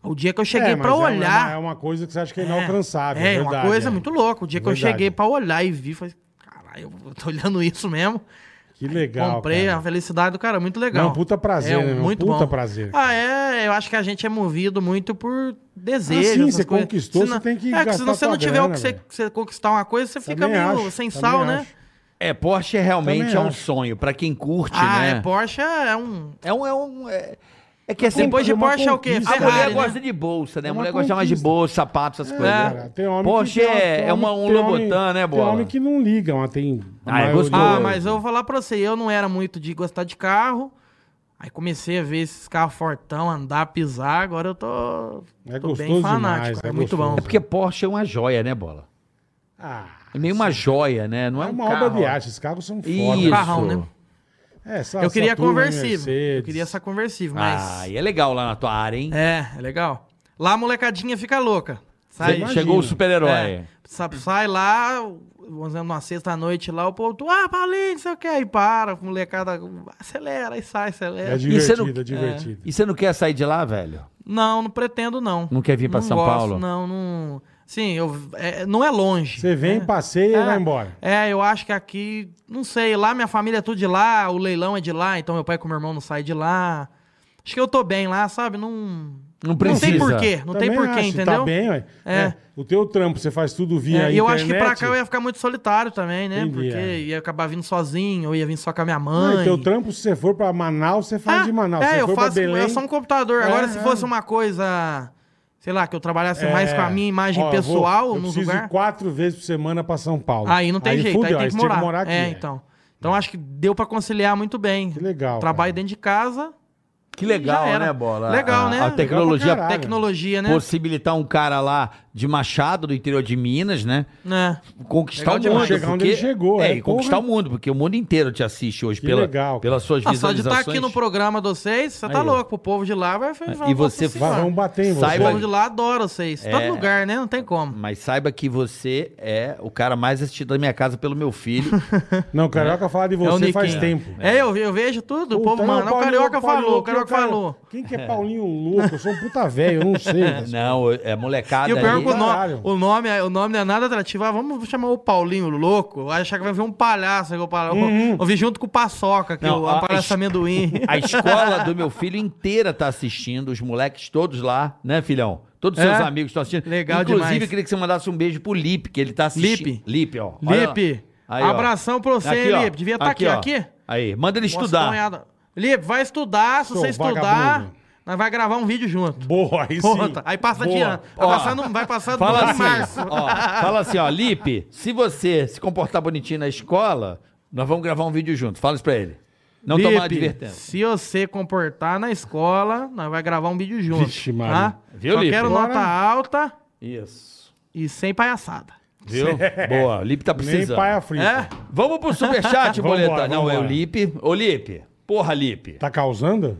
S6: O dia que eu cheguei
S2: É, mas
S6: pra
S2: é uma-
S6: olhar.
S2: É uma, coisa que você acha que é inalcançável.
S6: É,
S2: verdade, É
S6: uma coisa muito louca. O dia que eu
S2: Verdade.
S6: cheguei pra olhar e vi, falei, caralho, eu tô olhando isso mesmo.
S2: Que legal.
S6: Comprei
S2: cara.
S6: a felicidade do cara, muito legal. É,
S2: Não, puta prazer, né, meu?
S6: muito
S2: Puta
S6: bom.
S2: prazer.
S6: Ah, é, eu acho que a gente é movido muito por desejo.
S2: Ah, sim,
S6: essas
S2: você
S6: coisas.
S2: conquistou,
S6: Se não-
S2: você tem que
S6: É, que
S2: gastar
S6: se não- você
S2: tua
S6: não tiver
S2: grana,
S6: o que você,
S2: velho.
S6: você conquistar uma coisa, você fica
S2: Também
S6: meio
S2: acho,
S6: sem
S2: também
S6: sal, né?
S2: acho.
S3: É, Porsche é realmente
S2: Também
S3: é um
S2: acho.
S3: sonho, pra quem curte,
S6: Ah,
S3: né?
S6: é, Porsche é um...
S3: É um. É, um, é, é que é sempre.
S6: Depois de
S2: uma
S6: Porsche é o quê?
S2: conquista,
S3: A
S2: Ferrari,
S3: mulher
S6: né?
S3: gosta de bolsa, né? A
S2: É uma
S3: mulher gosta mais de
S2: conquista. É.
S3: bolsa, sapato, essas coisas. né?
S2: Cara, tem homem que-
S3: Porsche
S2: tem-
S3: é-
S2: tem
S3: é uma-
S2: homem-
S3: um
S2: tem homem-
S3: Lobotan, né,
S2: Tem
S3: Bola?
S2: homem que não liga, mas tem. a
S3: Ah, é
S2: maioria-
S3: gostoso.
S6: Ah, mas eu vou falar pra você, eu não era muito de gostar de carro. Aí comecei a ver esses carros fortão, andar, pisar. Agora eu tô,
S2: É
S6: tô
S2: gostoso
S6: bem fanático.
S2: demais,
S6: é,
S2: é
S6: muito
S2: gostoso.
S6: bom.
S3: É porque Porsche é uma joia, né, bola?
S2: Ah,
S3: É meio uma joia, né? Não
S2: é
S3: é, um
S2: uma
S3: carro.
S2: obra de arte. Esses carros são
S3: Isso.
S2: foda.
S6: Carrão, né?
S2: É, essa-
S6: Eu queria
S2: Saturno,
S6: conversível. Eu
S2: Mercedes.
S6: queria essa conversível, mas.
S3: Ah, e é legal lá na tua área, hein?
S6: É, é legal. Lá a molecadinha fica louca.
S3: Aí
S6: Sai,
S2: Imagina.
S3: chegou o super-herói.
S6: é, sabe, sai lá, vamos dizer, numa sexta-noite lá, o povo, tu, ah, Paulinho, não sei o que, aí para, a molecada acelera e sai, acelera.
S2: É
S3: você não-
S2: divertido, é divertido.
S3: E você não quer sair de lá, velho?
S6: Não, não pretendo, não.
S3: Não quer vir pra
S6: Não
S3: São
S6: gosto,
S3: Paulo?
S6: Não, não. Sim, eu, é, não é longe.
S2: Você vem, passeia e vai embora.
S6: É, eu acho que aqui, não sei, lá minha família é tudo de lá, o leilão é de lá, então meu pai com meu irmão não sai de lá. Acho que eu tô bem lá, sabe? Não.
S3: Não precisa.
S6: Não tem porquê, É, não
S2: Também
S6: tem porquê,
S2: acho,
S6: entendeu?
S2: Tá bem, ué.
S6: É.
S2: É, O teu trampo, você faz tudo
S6: É, E
S2: via internet.
S6: eu acho que pra cá eu ia ficar muito solitário também, né?
S2: Entendi,
S6: Porque
S2: é. Ah, então
S6: ia acabar vindo sozinho, ou ia vir só com a minha mãe.
S2: Não, e teu trampo, se você for pra Manaus, você faz
S6: Ah,
S2: de Manaus.
S6: É,
S2: se
S6: eu
S2: for
S6: faço,
S2: pra Belém...
S6: é só um computador.
S2: É,
S6: Agora, se
S2: é.
S6: fosse uma coisa, sei lá, que eu trabalhasse
S2: É.
S6: mais com a minha imagem
S2: Ó, eu vou-
S6: pessoal
S2: eu
S6: nos
S2: preciso ir
S6: lugares.
S2: quatro vezes por semana pra São Paulo.
S6: Aí não tem jeito,
S2: fudeu,
S6: aí tem que
S2: você tinha
S6: morar.
S2: aqui. né?
S6: é, então. Então acho que deu pra conciliar muito bem.
S2: Que legal,
S6: Trabalho
S2: cara.
S6: dentro de casa,
S3: Que legal,
S6: Já era.
S3: né, bola?
S6: Legal,
S3: A-
S6: né?
S3: A
S6: Legal pra
S3: tecnologia
S2: caralho. Cara.
S6: tecnologia, né?
S3: possibilitar um cara lá de Machado, do interior de Minas, né?
S6: né?
S3: Conquistar
S6: Legal
S3: o mundo.
S6: demais.
S2: Chegar onde ele chegou,
S3: é.
S2: é,
S3: e conquistar o
S2: porra.
S3: mundo, porque o mundo inteiro te assiste hoje
S2: Que
S3: pela,
S2: legal, cara.
S3: pelas suas
S6: Ah, só de estar
S3: visualizações.
S6: aqui no programa de vocês, você tá
S3: Aí, ó.
S6: louco. O povo de lá vai... vai
S3: E
S6: vai-
S3: você
S6: nossa
S2: Vai,
S6: senhora.
S2: vamos bater em você.
S6: O povo
S3: Saiba-
S6: de lá adora vocês. Todo
S3: É.
S6: lugar, né? Não tem como.
S3: Mas saiba que você é o cara mais assistido da minha casa pelo meu filho.
S2: Não, o Carioca fala de você
S6: É. o
S2: faz
S6: Niquinho.
S2: tempo.
S6: É, eu, ve- eu vejo tudo. o
S2: Puta,
S6: povo,
S2: não,
S6: mano, o
S2: Paulinho,
S6: Carioca
S2: Paulinho,
S6: falou, o
S2: que é
S6: Carioca
S2: cara-
S6: falou.
S2: Quem que é Paulinho louco? Eu sou um puta velho, eu não sei. velho.
S3: Não, é molecada
S6: E o pior é
S3: ali.
S6: que o,
S2: Caralho.
S6: no, o, nome, é- o nome não é nada atrativo. Ah, vamos chamar o Paulinho louco. Vai achar que vai ver um palhaço. que Eu, pal-
S2: Uhum.
S6: eu vi junto com o Paçoca, que
S3: Não,
S6: o
S3: a-
S6: a, palhaço
S3: a-
S6: amendoim.
S3: A escola do meu filho inteira tá assistindo, os moleques todos lá, né, filhão? Todos
S6: É?
S3: seus amigos estão assistindo.
S6: Legal
S3: Inclusive,
S6: demais.
S3: eu queria que você mandasse um beijo pro Lipe, que ele tá assistindo.
S6: Lipe?
S3: Lipe, ó. Olha lá.
S6: Lipe,
S3: Aí, ó.
S6: abração pra você,
S3: Aqui, ó.
S6: Lipe. Devia estar aqui,
S3: ó.
S6: aqui.
S3: Aí, manda ele
S6: Nossa,
S3: estudar.
S6: cunhada. Lipe, vai estudar. Se
S2: Sou
S6: você estudar,
S2: vagabundo.
S6: nós vai gravar um vídeo junto.
S2: Boa, aí sim.
S6: Puta, tá- aí passa
S2: Boa.
S6: de ano. Vai
S3: Ó.
S6: passar, no, vai passar no
S3: Fala
S6: ano de
S3: assim,
S6: março.
S3: ó, fala assim, ó, Lipe, se você se comportar bonitinho na escola, nós vamos gravar um vídeo junto. Fala isso pra ele. Não
S6: Lipe,
S3: tomar advertência.
S6: Se você comportar na escola, nós vai gravar um vídeo junto.
S2: Vixe, Maria.
S6: tá?
S3: Viu,
S6: Só
S3: Lipe?
S6: quero
S2: Bora.
S6: nota alta
S3: Isso.
S6: e sem palhaçada.
S3: Viu? Boa, o Lipe tá
S2: Nem
S3: precisando.
S2: paia frita.
S6: É?
S3: Vamos pro superchat,
S2: Vambora,
S3: Boleta. não, é o
S2: vambora.
S3: Lipe. Ô, Lipe. Porra, Lipe.
S2: Tá causando?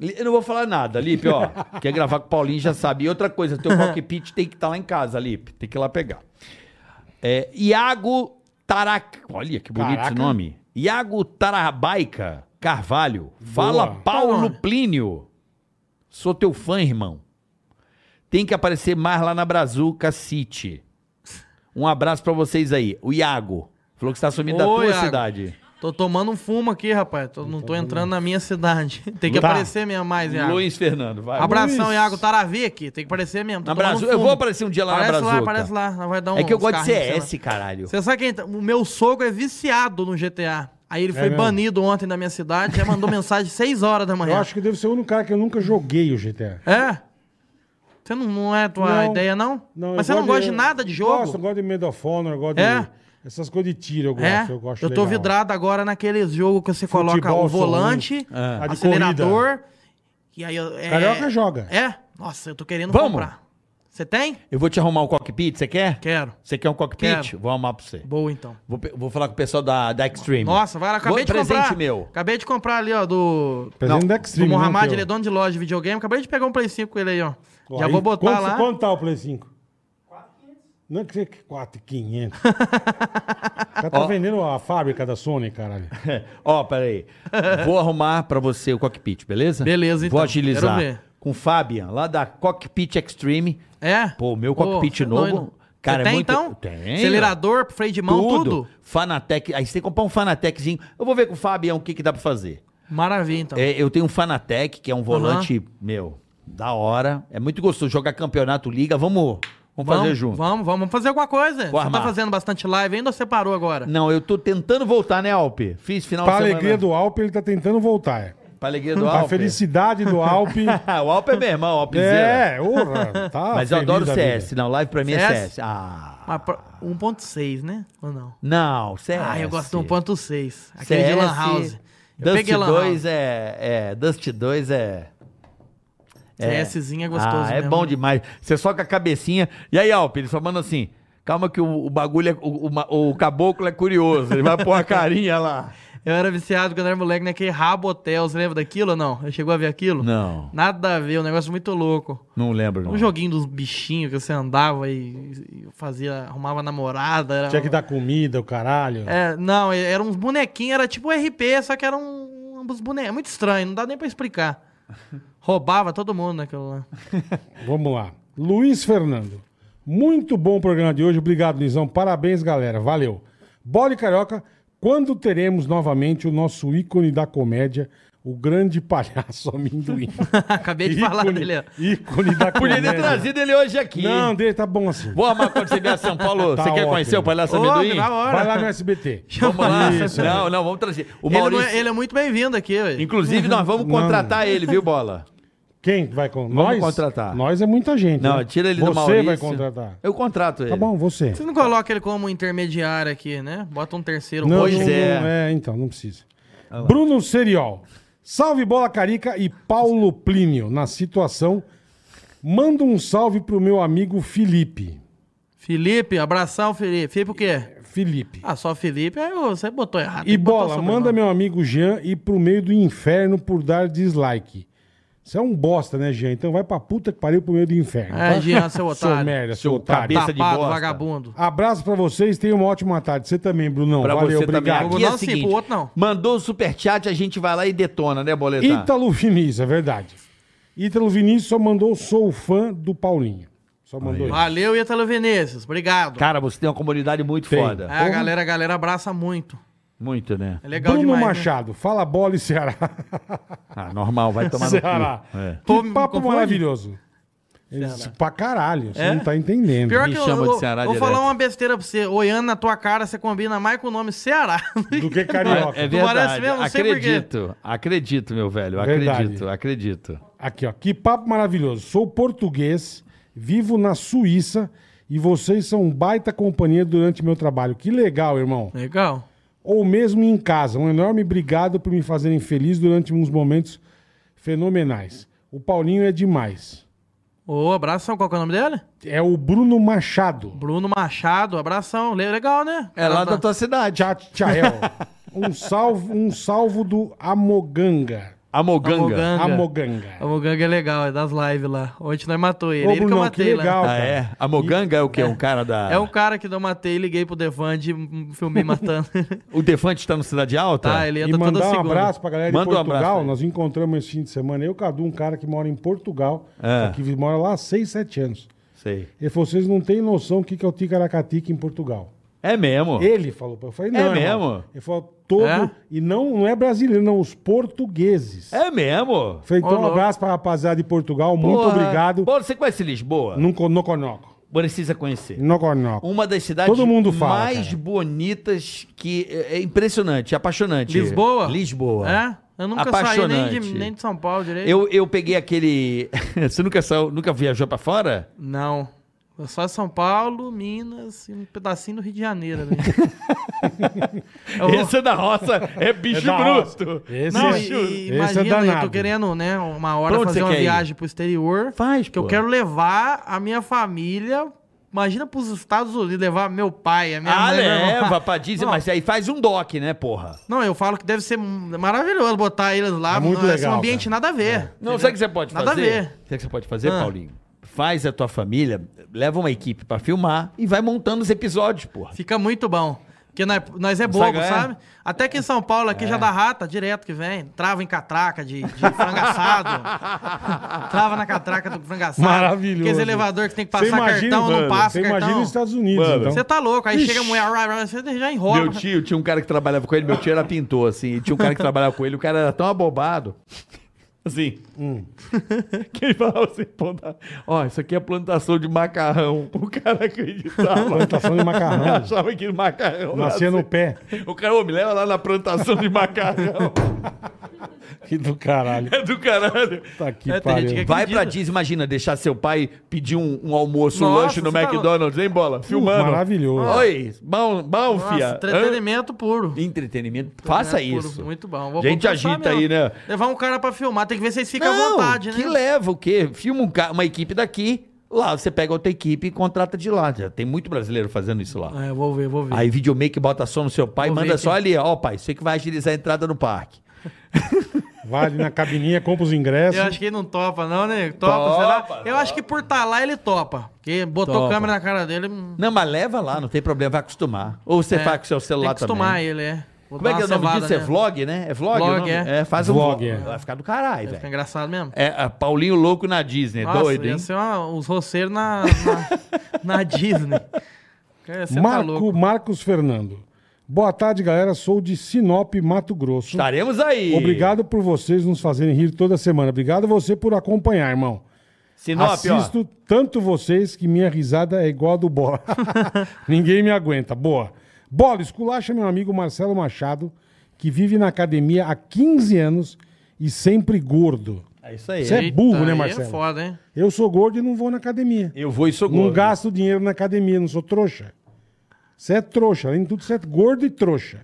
S3: Li- Eu não vou falar nada, Lipe, ó. Quer gravar com o Paulinho, já sabe. E outra coisa, teu cockpit tem que estar lá em casa, Lipe. Tem que ir lá pegar. É, Iago Tarac... Olha, que bonito
S2: Caraca.
S3: esse nome. Iago Tarabaica Carvalho. Fala,
S2: Boa.
S3: Paulo
S6: Tá bom.
S3: Plínio. Sou teu fã, irmão. Tem que aparecer mais lá na Brazuca City. Um abraço pra vocês aí. O Iago. Falou que você tá sumindo da
S6: Ô,
S3: tua
S6: Iago.
S3: cidade.
S6: Tô tomando um fumo aqui, rapaz. Tô- não tô entrando na minha cidade. Tem que
S2: Tá.
S6: aparecer mesmo mais, Iago.
S3: um Luiz Fernando, vai.
S6: Abração,
S2: Luiz.
S6: Iago Taravi aqui. Tem que aparecer mesmo. Tô
S3: Na
S6: tomando
S3: Brazu...
S6: um
S3: Eu
S6: fumo.
S3: vou aparecer um dia lá
S6: aparece
S3: na Brazuca.
S6: lá, aparece lá. Nós vai dar um
S3: É que eu gosto de
S6: carrinhos, sei lá.
S3: CS, caralho.
S6: Você sabe quem... tá- O meu sogro é viciado no GTA. Aí ele
S2: É
S6: foi
S2: mesmo?
S6: banido ontem da minha cidade, já mandou mensagem 6 horas da
S2: Eu
S6: manhã.
S2: acho que deve ser o único cara que eu nunca joguei o GTA.
S6: É? Você não, não é a tua
S2: Não.
S6: ideia, não?
S2: Não, eu
S6: Mas você não
S2: gosto
S6: gosta de nada de jogo?
S2: Gosto, eu gosto de medofone, eu gosto
S6: É?
S2: de... Essas coisas de tiro eu gosto,
S6: É,
S2: eu
S6: eu,
S2: gosto
S6: tô
S2: legal.
S6: vidrado agora naquele jogo que você
S2: Futebol,
S6: coloca o
S2: sou
S6: volante,
S2: ruim. É. A de
S6: acelerador. E aí eu, é,
S2: Carioca joga.
S6: É? Nossa, eu tô querendo
S3: Vamos?
S6: comprar. Você tem?
S3: Eu vou te arrumar um cockpit, você quer?
S6: Quero.
S3: Você quer um cockpit?
S6: Quero.
S3: Vou arrumar pra você.
S6: Boa então.
S3: Vou, pe- vou falar com o pessoal da, da Extreme.
S6: Nossa, vai lá, acabei
S3: Vou-
S6: de
S3: presente
S6: comprar.
S3: meu.
S6: Acabei de comprar ali, ó, do.
S2: Presente da
S6: do
S2: Extreme, né,
S6: Mohamed,
S2: teu?
S6: ele é dono de loja de videogame. Acabei de pegar um Play 5 com ele aí, ó.
S2: Ó,
S6: Já
S2: aí,
S6: vou botar
S2: quanto,
S6: lá.
S2: Quanto tá o Play 5? 4,500. Não que você que 4,500. O cara tá vendendo a fábrica da Sony, caralho.
S3: Ó, peraí. Vou arrumar pra você o cockpit, beleza?
S6: Beleza, então.
S3: Vou agilizar.
S6: Quero ver.
S3: Com o Fabian, lá da Cockpit Extreme.
S6: É?
S3: Pô, meu cockpit
S6: cê é
S3: novo,
S6: doido.
S3: cara,
S6: Cê
S3: é
S6: tem,
S3: muito-
S6: então?
S3: Tenho.
S6: Acelerador, freio de mão, tudo.
S3: Fanatec. Aí você tem que comprar um Fanateczinho. Eu vou ver com o Fabian o que, que dá pra fazer.
S6: Maravilha, então.
S3: É, eu tenho um Fanatec, que é um volante, meu, da hora. É muito gostoso jogar campeonato, liga. Vamos, vamos, fazer junto.
S6: Vamos, vamos fazer alguma coisa. você
S3: armar.
S6: tá fazendo bastante live ainda ou você parou agora?
S3: Não, eu tô tentando voltar, né, Alpe? Fiz final
S2: Pra
S3: de semana.
S2: alegria do Alpe, ele tá tentando voltar. é.
S3: Pra alegria do
S2: A
S3: Alpe.
S2: felicidade do Alpe.
S3: o Alpe é meu irmão, o Alpe
S2: é, urra, tá
S3: Mas eu
S2: feliz
S3: adoro
S2: da
S3: CS.
S2: vida.
S3: Não, live pra mim é
S6: CS?
S3: CS. Ah.
S6: Mas pra- 1.6, né? Ou não?
S3: Não, CS.
S6: Ah, eu gosto do 1.6. Aquele
S3: CS,
S6: de Lan House. Eu
S3: Dust
S6: peguei Lan House.
S3: 2 é, é. Dust 2 é.
S6: CSzinho é gostoso
S3: Ah, é
S6: mesmo,
S3: bom
S6: né?
S3: demais. Você só com a cabecinha. E aí, Alpe, ele só manda assim. Calma que o, o bagulho é. O, o ma- o caboclo é curioso. Ele vai pôr a carinha lá.
S6: Eu era viciado quando era moleque naquele Rabo Hotel. Você lembra daquilo ou não? Chegou a ver aquilo?
S3: Não.
S6: Nada a ver, um negócio muito louco.
S3: Não lembro, não.
S6: Um joguinho dos bichinhos que você andava e e fazia, arrumava namorada. Era...
S2: Tinha que dar comida, o caralho.
S6: É, não, era uns bonequinhos, era tipo RP, só que era um, uns bonequinhos. Muito estranho, não dá nem pra explicar. Roubava todo mundo naquilo lá.
S2: Vamos lá. Luiz Fernando. Muito bom o programa de hoje. Obrigado, Luizão. Parabéns, galera. Valeu. Bola e Carioca, quando teremos novamente o nosso ícone da comédia, o grande palhaço amendoim?
S6: Acabei de falar dele. ó.
S2: ícone da
S3: Podia
S2: comédia.
S3: ter trazido ele hoje aqui.
S2: Não, dele tá bom assim.
S3: Vou amar quando você vier a São Paulo.
S2: Tá
S3: você quer
S2: ótimo.
S3: conhecer o Palhaço
S6: Ô,
S3: Amendoim?
S6: na hora.
S2: Vai lá no SBT.
S3: Vamos lá.
S2: Isso,
S3: não, não, vamos trazer. O
S6: Ele, não é-
S3: Maurício.
S6: ele é muito bem-vindo aqui, ué.
S3: Inclusive, nós vamos
S2: Não.
S3: contratar ele, viu, Bola?
S2: Quem vai contratar? Nós?
S3: contratar.
S2: Nós é muita gente.
S3: Não,
S2: né?
S3: tira ele
S2: você
S3: do Maurício.
S2: Você vai contratar.
S3: Eu contrato ele.
S2: Tá bom, você.
S6: Vocês não colocam ele como intermediário aqui, né? Bota um terceiro.
S2: Não,
S3: Pois
S2: não,
S3: é.
S2: não- é, então, não precisa. Bruno Seriol. Salve Bola Carica e Paulo Plínio. Na situação, manda um salve pro meu amigo Felipe.
S6: Felipe, abração, Felipe. Felipe o quê?
S2: Felipe.
S6: Ah, só Felipe, aí você botou errado.
S2: e
S6: tem que botar o
S2: Bola,
S6: sobrenome.
S2: manda meu amigo Jean ir pro meio do inferno por dar dislike. Você é um bosta, né, Jean? Então vai pra puta que pariu pro meio do inferno.
S6: É, Jean, seu
S2: Seu
S6: otário.
S2: merda, seu
S3: Seu
S2: otário.
S3: cabeça- de
S6: Tapado,
S3: bosta.
S6: vagabundo.
S2: Abraço pra vocês, tenham uma ótima tarde. Você também, Brunão.
S3: Pra
S2: Valeu,
S3: você
S2: obrigado.
S3: também. Aqui
S6: Não,
S3: é o
S6: sim,
S3: seguinte,
S6: pro outro não.
S3: Mandou o superchat, a gente vai lá e detona, né, Boletar?
S2: Ítalo Vinícius, é verdade. Ítalo Vinícius só mandou sou fã do Paulinho. Só mandou isso.
S6: Valeu, Ítalo Vinícius. Obrigado.
S3: Cara, você tem uma comunidade muito
S2: Tem.
S3: foda.
S6: É, a galera, a galera abraça muito.
S3: Muito, né?
S6: É legal
S2: Bruno
S6: demais. né?
S2: Machado, fala bola e Ceará.
S3: Ah, normal, vai tomar no
S2: Ceará.
S3: cu. É.
S6: Pô,
S2: Que
S6: me
S2: papo
S6: confunde.
S2: maravilhoso. Eles, pra caralho, você não tá entendendo.
S6: É? Pior
S3: Uhum. Me
S6: que eu,
S3: chama de
S6: eu-
S3: Ceará
S6: vou
S3: direto.
S6: falar uma besteira pra você. Olhando na tua cara, você combina mais com o nome Ceará.
S2: Do que carioca.
S3: É
S6: Tu parece
S3: verdade.
S6: mesmo, não sei por quê.
S3: acredito, acredito, meu velho.
S2: Verdade.
S3: Acredito, acredito.
S2: Aqui, ó. Que papo maravilhoso. Sou português, vivo na Suíça e vocês são um baita companhia durante meu trabalho. Que legal, irmão.
S6: Legal.
S2: Ou mesmo em casa. Um enorme obrigado por me fazerem feliz durante uns momentos fenomenais. O Paulinho é demais.
S6: Ô, abração, qual que é o nome dele?
S2: É o Bruno Machado.
S6: Bruno Machado, abração. Le- Legal, né?
S3: É lá
S6: Cara,
S3: da tua cidade.
S2: Tcha- Tchael. Um salvo, um salvo do Amoganga.
S3: Amoganga.
S6: Amoganga.
S2: Amoganga.
S6: Amoganga é legal, é das lives lá. Ontem nós matou ele.
S2: Ô,
S6: ele que eu
S2: Brunão,
S6: matei
S2: que
S6: lá.
S2: legal.
S3: Ah, é? Amoganga é o quê? Um cara da...
S6: É um cara que eu matei, liguei pro Defante e hum, filmei matando.
S3: O Defante tá no Cidade Alta?
S6: tá, ele
S2: E
S6: entra toda
S2: mandar um
S6: segunda.
S2: abraço pra galera de
S3: Manda um abraço
S2: Portugal.
S3: aí.
S2: Nós encontramos esse fim de semana. Eu, Cadu, um cara que mora em Portugal,
S3: É.
S2: só que mora lá há 6, 7 anos.
S3: Sei.
S2: Ele falou: vocês não têm noção do que que é o Ticaracatica em Portugal.
S3: É mesmo.
S2: Ele falou pra eu. Eu falei, não.
S3: É
S2: irmão."
S3: mesmo?
S2: Ele falou, todo.
S6: É?
S2: E não, não é brasileiro, não, os portugueses.
S3: É mesmo.
S2: Falei, então,
S6: Ô,
S2: um
S6: louco.
S2: abraço pra rapaziada de Portugal, muito
S3: Porra.
S2: obrigado.
S3: Bola, você conhece Lisboa?
S2: Nunca- No conoco.
S3: Precisa conhecer.
S2: Noconoco.
S6: Um
S3: Uma das cidades
S2: Todo mundo fala,
S3: mais
S2: cara.
S3: bonitas que é é impressionante, apaixonante.
S6: Lisboa?
S3: Lisboa.
S6: É? Eu nunca saí nem de, nem de São Paulo direito.
S3: Eu, eu peguei aquele. Você nunca saiu, nunca viajou pra fora?
S6: Não. Eu só São Paulo, Minas e um pedacinho do Rio de Janeiro. Né? Eu vou-
S3: Esse é da roça, é bicho
S2: da roça.
S3: bruto.
S2: Esse,
S6: Não,
S2: esse
S6: e, e
S2: é
S6: imagina, eu
S2: danado.
S6: tô querendo, né, uma
S3: Pra
S6: hora
S3: onde
S6: fazer
S3: você
S6: uma
S3: quer ir?
S6: viagem pro exterior.
S3: Faz,
S6: que eu
S3: pô.
S6: quero levar a minha família, imagina pros Estados Unidos, levar meu pai, a minha
S3: Ah,
S6: mãe. meu irmão.
S3: leva pra Disney, mas aí faz um doc, né, porra?
S6: Não, eu falo que deve ser maravilhoso botar eles lá.
S2: É muito
S6: não, Esse
S2: legal, É.
S6: ambiente nada a ver.
S3: Não,
S6: Entendeu?
S3: sabe o que você pode
S6: Nada
S3: fazer?
S6: a ver.
S3: Sabe o que você pode fazer,
S6: Ah.
S3: Paulinho? Faz a tua família, leva uma equipe pra filmar e vai montando os episódios, porra.
S6: Fica muito bom. Porque nós, nós é bobo,
S3: Sabe qual é?
S6: sabe? Até que em São Paulo, aqui
S2: É.
S6: já dá rata direto que vem. Trava em catraca de, de frango assado. Trava na catraca do frango assado.
S2: Maravilhoso.
S6: Aqueles elevador que tem que
S2: Você
S6: passar
S2: imagina,
S6: cartão,
S2: mano,
S6: não passa
S2: Você imagina
S6: cartão.
S2: os Estados Unidos,
S3: Mano.
S2: então.
S6: Você tá louco. Aí chega a mulher, rá, rá,
S3: ah,
S6: você já enrola.
S3: Meu tio, tinha um cara que trabalhava com ele, meu tio era pintor, assim, e tinha um cara que trabalhava com ele, o cara era tão abobado, assim, que ele falava assim, pô, tá, ó, isso aqui é plantação de macarrão. O cara acreditava,
S2: Plantação tá de macarrão.
S3: achava que macarrão assim.
S2: Nascia no pé.
S3: O cara, ô, me leva lá na plantação de macarrão.
S2: Que do caralho.
S3: É do caralho.
S2: Tá aqui,
S6: É, tem gente
S2: pariu.
S6: que-
S3: Vai pra Disney, imagina, deixar seu pai pedir um, um almoço, um
S6: Nossa,
S3: lanche no
S6: você tá
S3: McDonald's, hein, bola? Filmando.
S2: Uh, maravilhoso.
S3: Oi, bom, bom,
S6: Nossa,
S3: fia.
S6: entretenimento puro.
S3: Hã? Entretenimento. Faça
S6: Entretenimento
S3: isso.
S6: puro. é Muito bom. Vou
S3: Gente,
S6: compensar
S3: agita aí, né?
S6: Levar um cara pra filmar. Tem que ver se eles ficam à
S3: Não,
S6: vontade, né?
S3: que leva o quê? Filma um ca- uma equipe daqui, lá você pega outra equipe e contrata de lá. Já tem muito brasileiro fazendo isso lá.
S6: É, eu vou ver, vou ver.
S3: Aí videomake bota som no seu pai,
S6: Vou
S3: manda
S6: ver
S3: só
S6: aqui.
S3: ali, ó, pai, você que vai agilizar a entrada no parque.
S2: Vai ali na cabininha, compra os ingressos.
S6: Eu acho que ele não topa, não, né? Topa, sei lá.
S3: é assim. Topa,
S6: Eu acho que por estar lá ele topa. Porque botou
S3: Topa.
S6: câmera na cara dele. hum,
S3: Não, mas leva lá, não tem problema, vai acostumar. Ou você
S6: é,
S3: faz com o seu celular
S6: Tem que acostumar
S3: também.
S6: ele, é. Vou
S3: Como é
S6: dar
S3: que é o
S6: uma
S3: nome
S6: cevada
S3: disso? É
S6: nele.
S3: vlog, né? É vlog? o
S6: Vlog,
S3: nome?
S6: é.
S3: faz um
S2: Vlog,
S3: vlog.
S2: é.
S3: Vai ficar do caralho,
S6: Fica
S3: velho.
S6: engraçado mesmo.
S3: É, a Paulinho Louco na Disney,
S6: Nossa,
S3: doido,
S6: ia
S3: hein?
S6: ser uma- os roceiros na, na, na Disney. É, Você tá
S2: Marco,
S6: louco.
S2: Marcos Fernando. Boa tarde, galera. Sou de Sinop, Mato Grosso.
S3: Estaremos aí.
S2: Obrigado por vocês nos fazerem rir toda semana. Obrigado você por acompanhar, irmão.
S3: Sinop,
S2: Assisto tanto vocês que minha risada é igual a do Bola. Ninguém me aguenta. Boa. Bola, esculacha meu amigo Marcelo Machado, que vive na academia há 15 anos e sempre gordo.
S3: ó. É isso aí.
S2: Você é burro,
S6: Eita,
S2: né,
S6: aí
S2: Marcelo?
S6: É foda, hein?
S2: Eu sou gordo e não vou na academia.
S3: Eu vou e sou
S2: Não
S3: gordo.
S2: gasto dinheiro na academia, não sou trouxa. Você é trouxa. Além de tudo, você é gordo e trouxa.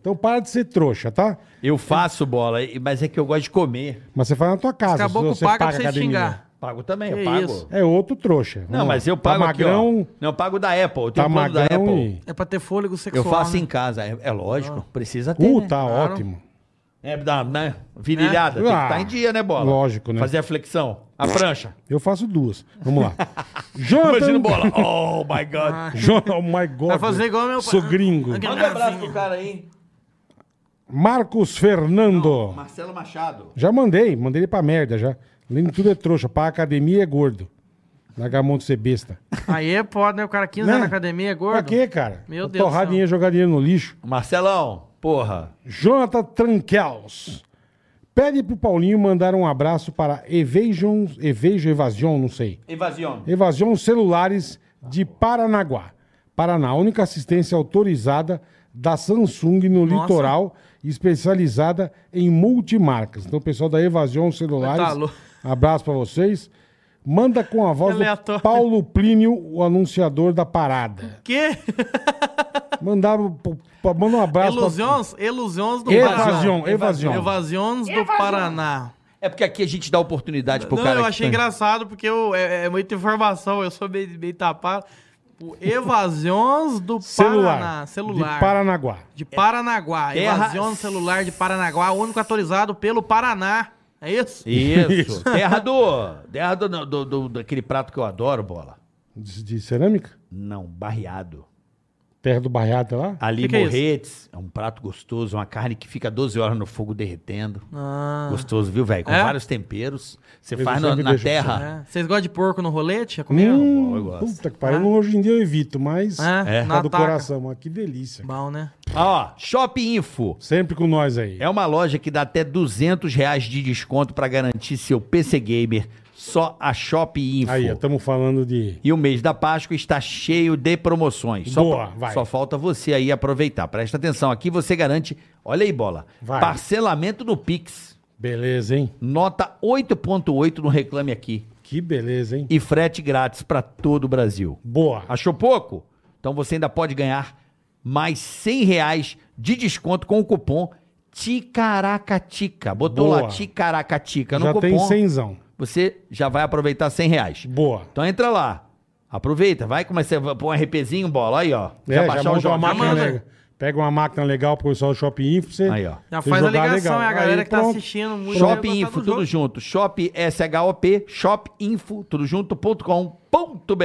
S2: Então para de ser trouxa, tá?
S3: Eu faço bola, e- mas é que eu gosto de comer.
S2: Mas você faz na tua casa.
S6: Acabou com o paga pra você xingar.
S3: Pago também, eu
S6: Que
S3: pago.
S6: isso.
S2: É outro trouxa. Vamos
S3: Não,
S2: lá.
S3: mas eu pago
S2: tá magrão,
S3: aqui, ó. Não, eu pago da Apple. Eu tenho
S2: Tá
S3: um plano da
S2: magrão
S3: Apple.
S2: e...
S6: É pra ter fôlego sexual.
S3: Eu faço
S6: né?
S3: em casa. É, é lógico, precisa ter,
S2: Uh,
S3: né?
S2: tá
S6: Claro.
S2: ótimo.
S3: É, dá, né? Virilhada, tem
S2: Né?
S3: que
S2: Ah,
S3: estar em dia, né, bola?
S2: lógico, né? Ah, tá
S3: Fazer a flexão, a prancha.
S2: Eu faço duas. Vamos lá. Jonathan...
S3: Imagina bola. Oh, my God.
S2: Jon- Oh my God.
S6: Vai fazer igual meu pai.
S2: Sou gringo.
S6: Aquele-
S3: Manda um abraço pro cara aí.
S2: Marcos Fernando.
S3: Marcelo Machado.
S2: Já mandei. Mandei ele pra merda, já. Além de tudo é trouxa. Pra academia é gordo. Largar a mão de ser besta.
S6: Aí é foda, né? O cara 15
S2: Né?
S6: anos na academia, é gordo.
S2: Pra quê, cara?
S6: Meu
S2: Pra
S6: Deus
S2: Torrar
S6: do céu.
S2: dinheiro, jogar dinheiro no lixo.
S3: Marcelão, porra.
S2: Jonathan Trankels. Pede pro Paulinho mandar um abraço para Evasion, Evasion, Evasion, não sei.
S3: Evasione.
S2: Evasion Celulares de Paranaguá. Paraná, a única assistência autorizada da Samsung no
S6: Nossa.
S2: litoral, especializada em multimarcas. Então, pessoal da Evasion
S6: Tá
S2: Celulares,
S6: louco.
S2: abraço pra vocês. Manda com a voz do
S6: Aleatório.
S2: Paulo Plínio, o anunciador da parada.
S6: Quê?
S2: Mandar, pro- pro- manda um abraço. pra-
S6: Ilusões? Ilusões do
S2: Evasion,
S6: Paraná.
S2: evasion.
S6: Evasiões do Paraná.
S3: É porque aqui a gente dá oportunidade pro
S6: Não,
S3: cara.
S6: eu
S3: que
S6: achei
S3: tá-
S6: engraçado porque eu, é, é muita informação, eu sou meio, meio tapado. O Evasiões do Paraná,
S2: Celular.
S6: celular.
S2: De É Paranaguá.
S6: De Paranaguá.
S3: Terra-
S6: Evasiões celular de Paranaguá, o único autorizado pelo Paraná. É isso?
S3: Isso. Terra do. Terra do, do- do- daquele prato que eu adoro, bola.
S2: De, de cerâmica?
S3: Não, barreado.
S2: Terra do Barreata lá?
S3: Ali
S6: Que que é isso?
S3: morretes. É um prato gostoso, uma carne que fica 12 horas no fogo derretendo.
S6: Ah.
S3: Gostoso, viu, velho? Com
S6: É?
S3: vários temperos. Você
S2: Eu
S3: faz na,
S2: sempre
S3: na
S2: deixo né? pra
S3: terra.
S6: É. Vocês gostam de porco no rolete? É Já comeram?
S2: Hum,
S3: é eu gosto.
S2: puta que pariu. Hoje em dia eu evito, mas.
S6: É,
S2: Tá
S6: não
S2: do
S6: ataca.
S2: coração, mas que delícia.
S6: Bom, né?
S3: Ah, Ó, Shop Info.
S2: Sempre com nós aí.
S3: É uma loja que dá até 200 reais de desconto para garantir seu PC Gamer, Só a Shop Info.
S2: Aí, estamos falando de.
S3: E o mês da Páscoa está cheio de promoções. Só,
S2: Boa, vai.
S3: só falta você aí aproveitar. Presta atenção, aqui você garante, olha aí, bola,
S2: Vai.
S3: parcelamento do Pix,
S2: Beleza, hein?
S3: nota 8.8 no Reclame Aqui
S2: Que beleza, hein?
S3: e frete grátis para todo o Brasil.
S2: Boa.
S3: Achou pouco? Então você ainda pode ganhar mais 100 reais de desconto com o cupom TICARACATICA. Botou
S2: Boa.
S3: lá TICARACATICA no
S2: Já
S3: cupom,
S2: tem cenzão.
S3: você já vai aproveitar 100 reais.
S2: Boa.
S3: Então entra lá. Aproveita, vai começar a pôr um RPzinho, bola aí, ó.
S2: É, já monta uma
S3: joguinho.
S2: máquina
S6: manda.
S2: legal. Pega uma máquina legal pro pessoal do Shopping Info. Você,
S3: Aí, ó.
S6: Já
S2: você
S6: faz a
S2: jogar
S6: ligação,
S2: legal.
S6: é a galera
S2: Aí,
S6: que tá
S2: pronto.
S6: assistindo muito. vai
S3: Shop
S6: gostar
S3: Info,
S6: do
S3: tudo
S6: jogo.
S3: junto. Shop S-H-O-P, Shop Info, tudo junto.com.br.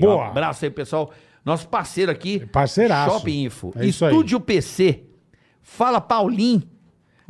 S2: Boa.
S3: Um abraço aí, pessoal. Nosso parceiro aqui.
S2: Parceiraço.
S3: Shop Info.
S2: É isso aí.
S3: Estúdio PC. Fala Paulinho,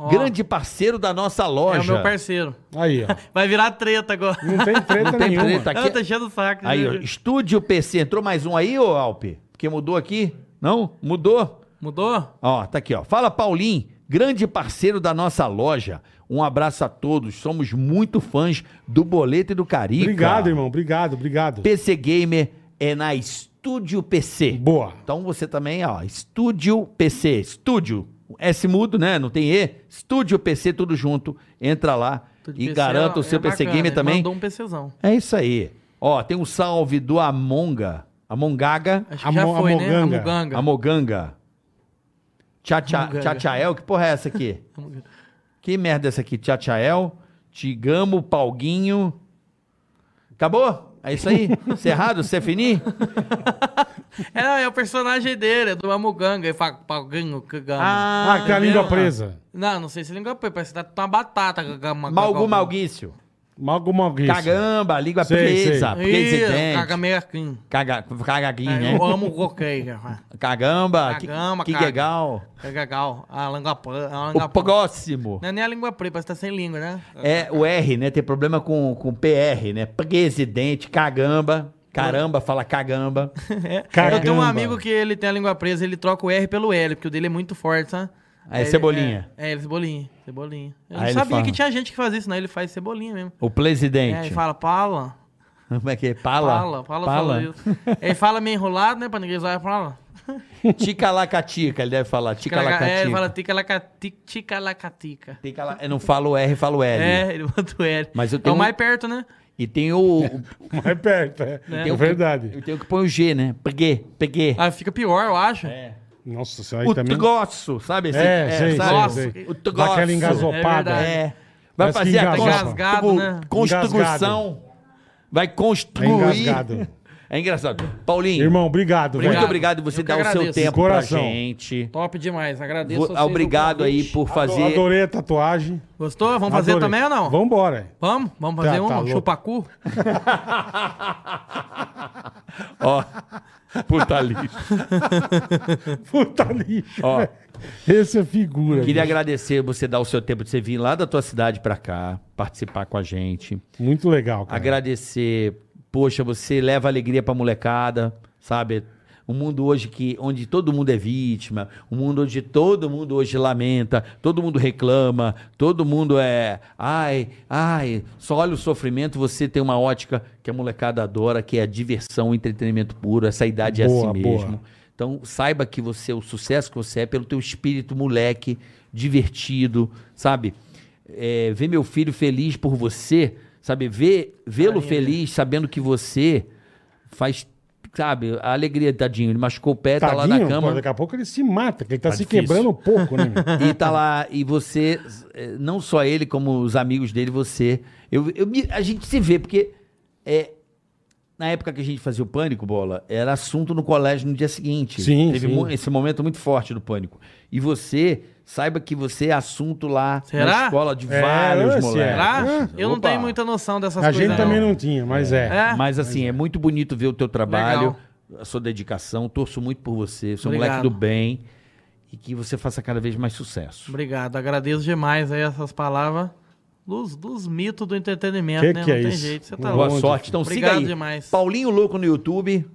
S3: grande parceiro da nossa
S6: É
S3: loja.
S6: o meu parceiro.
S2: Aí, ó.
S6: Vai virar treta agora.
S2: Não tem treta
S3: Não tem
S2: nenhuma.
S3: treta
S6: Eu tô
S3: aqui.
S6: enchendo o saco.
S3: Aí, ó.
S6: né?
S3: Estúdio PC. Entrou mais um aí, ô Alpe? Porque mudou aqui? Não? Mudou?
S6: Mudou?
S3: Ó, tá aqui, ó. Fala Paulinho, grande parceiro da nossa loja. Um abraço a todos. Somos muito fãs do Boleto e do Carica.
S2: Obrigado, irmão. Obrigado, obrigado.
S3: PC Gamer é na Estúdio PC.
S2: Boa.
S3: Então você também, ó, Estúdio PC, Estúdio, S mudo, né? Não tem E, Estúdio PC, tudo junto. Entra lá
S6: Tudo
S3: e
S6: PC,
S3: garanta
S6: ó,
S3: o seu
S6: é
S3: PC
S6: bacana,
S3: Gamer
S6: ele
S3: também.
S6: Mandou um PCzão.
S3: É isso aí. Ó, tem um salve do Amonga, Amongaga,
S6: Acho que já
S2: Amo-
S6: foi, né?
S2: Amoganga.
S6: Amoganga.
S3: Amoganga. Tchatcha-
S6: Amoganga.
S3: Tchatchael, que porra é essa aqui? que merda é essa aqui? Tchatchael, Tigamo, Palguinho. Acabou? É isso aí? Cerrado? Cê fini?
S6: É, não, é o personagem dele, é do Amoganga. Ele fala Paganho, Kagama.
S2: Ah, que a língua presa.
S6: Não, não sei se língua preta, parece que tá uma batata. Kagama,
S3: Malgu
S6: Kagama.
S3: Malguício.
S2: Malgo Malguício.
S3: Cagamba, língua
S2: Sei,
S3: presa,
S6: Ih,
S3: presidente.
S6: Kagamerquim.
S3: Caga, cagaguinho,
S6: É, eu
S3: né?
S6: amo o coqueiro. cara.
S3: Cagamba, que,
S6: Cagamba,
S3: que
S6: caga.
S3: legal.
S6: É legal. A língua preta. a
S3: O
S6: língua preta.
S3: próximo
S6: Não é nem a língua preta, parece que tá sem língua, né?
S3: é o R, né? Tem problema com, com PR, né? Presidente, cagamba. Caramba, fala cagamba.
S6: Eu tenho um
S2: Cagamba.
S6: amigo que ele tem a língua presa, ele troca o R pelo L, porque o dele é muito forte, sabe?
S3: Aí, cebolinha.
S6: É, é, ele é cebolinha, cebolinha. Eu
S3: Aí
S6: não
S3: ele
S6: sabia
S3: fala.
S6: que tinha gente que fazia isso, não. Ele faz cebolinha mesmo.
S3: O
S6: É,
S3: presidente.
S6: ele fala pala,
S3: Como é que é? Pala.
S6: pala, pala, fala isso. Ele fala meio enrolado, né, pra ninguém usar, fala.
S3: Ticalacatica, ele deve falar.
S6: É, ele fala
S3: Ticalacatica.
S6: ticalacatica, ticalacatica.
S3: Ticala- Eu não falo R, falo L.
S6: É, ele manda o L.
S3: Mas eu
S6: É o
S3: tenho um-
S6: mais perto, né?
S3: E tem o. o-
S2: Mais perto, é. É verdade.
S3: Eu tenho que pôr o G, né? Peguei, peguei.
S6: Ah, fica pior, eu acho. É,
S2: Nossa, isso aí
S3: o
S2: também...
S3: troço, sabe? Esse,
S2: É, sei, sei,
S3: sabe?
S6: sei.
S3: O
S2: Dá
S3: troço.
S2: aquela engasopada.
S6: É
S3: É. Vai
S2: Parece que
S3: fazer a tipo,
S2: engasgou.
S6: Engasgado, né?
S3: construção. Vai
S2: É
S3: construir.
S2: engasgado.
S3: É engraçado. Paulinho,
S2: Irmão, obrigado,
S3: muito
S2: velho.
S3: obrigado por você
S6: Eu que
S3: dar o seu
S6: agradeço.
S3: tempo
S2: De coração.
S3: pra gente.
S6: Top demais, agradeço.
S3: Vou-
S6: vocês o
S3: Obrigado aí
S6: convite.
S3: por fazer.
S2: Adorei a tatuagem.
S6: Gostou? Vamos fazer
S2: Adorei.
S6: também ou não?
S2: Vambora.
S6: Vamos? Vamos fazer
S2: Tá,
S6: um
S2: tá louco.
S6: chupacu?
S3: Ó, puta lixo.
S2: Puta lixo.
S3: Ó.
S2: velho. Esse é figura.
S3: Queria
S2: bicho.
S3: agradecer você dar o seu tempo de você vir lá da tua cidade pra cá, participar com a gente.
S2: Muito legal, cara.
S3: Agradecer. Poxa, você leva alegria pra molecada, sabe? Um mundo hoje que onde todo mundo é vítima, um mundo onde todo mundo hoje lamenta, todo mundo reclama, todo mundo é, ai, ai, só olha o sofrimento, você tem uma ótica que a molecada adora, que é a diversão, o entretenimento puro, essa idade é
S2: Boa,
S3: assim
S2: boa.
S3: mesmo. Então, saiba que você, o sucesso que você é, pelo teu espírito moleque, divertido, sabe? É, ver meu filho feliz por você, sabe? Ver- Vê-lo feliz sabendo que você faz, sabe? A alegria, tadinho, ele machucou o pé, tá lá na
S2: Tadinho, pô,
S3: cama
S2: daqui a pouco ele se mata, que ele tá,
S3: Tá
S2: se
S3: difícil.
S2: quebrando um pouco, né? meu?
S3: e tá lá, e você, eh, não só ele, como os amigos dele, você. Eu, eu me- a gente se vê, porque é, na época que a gente fazia o pânico, bola, era assunto no colégio no dia seguinte.
S2: Sim,
S3: Teve
S2: sim.
S3: mu- esse momento muito forte do pânico. E você, saiba que você é assunto lá na
S6: Será?
S3: escola de
S2: É,
S3: vários
S2: esse é.
S3: moleques.
S6: Será?
S2: É.
S6: Eu não
S3: Opa.
S6: tenho muita noção dessas
S2: A
S6: coisas.
S2: gente também
S6: não.
S2: não tinha, mas é.
S6: É?
S3: Mas assim, é muito bonito ver o teu trabalho,
S6: Legal.
S3: a sua dedicação. Torço muito por você. Sou um moleque
S6: Obrigado.
S3: do bem. E que você faça cada vez mais sucesso.
S6: Obrigado, agradeço demais aí essas palavras dos, dos mitos do entretenimento,
S2: Que
S6: né?
S2: que
S6: não
S2: é
S6: tem
S2: isso?
S6: jeito, você tá
S2: Boa
S3: Boa
S6: louco.
S3: sorte. Então
S6: Obrigado
S3: siga aí.
S6: demais.
S3: Paulinho Louco no YouTube,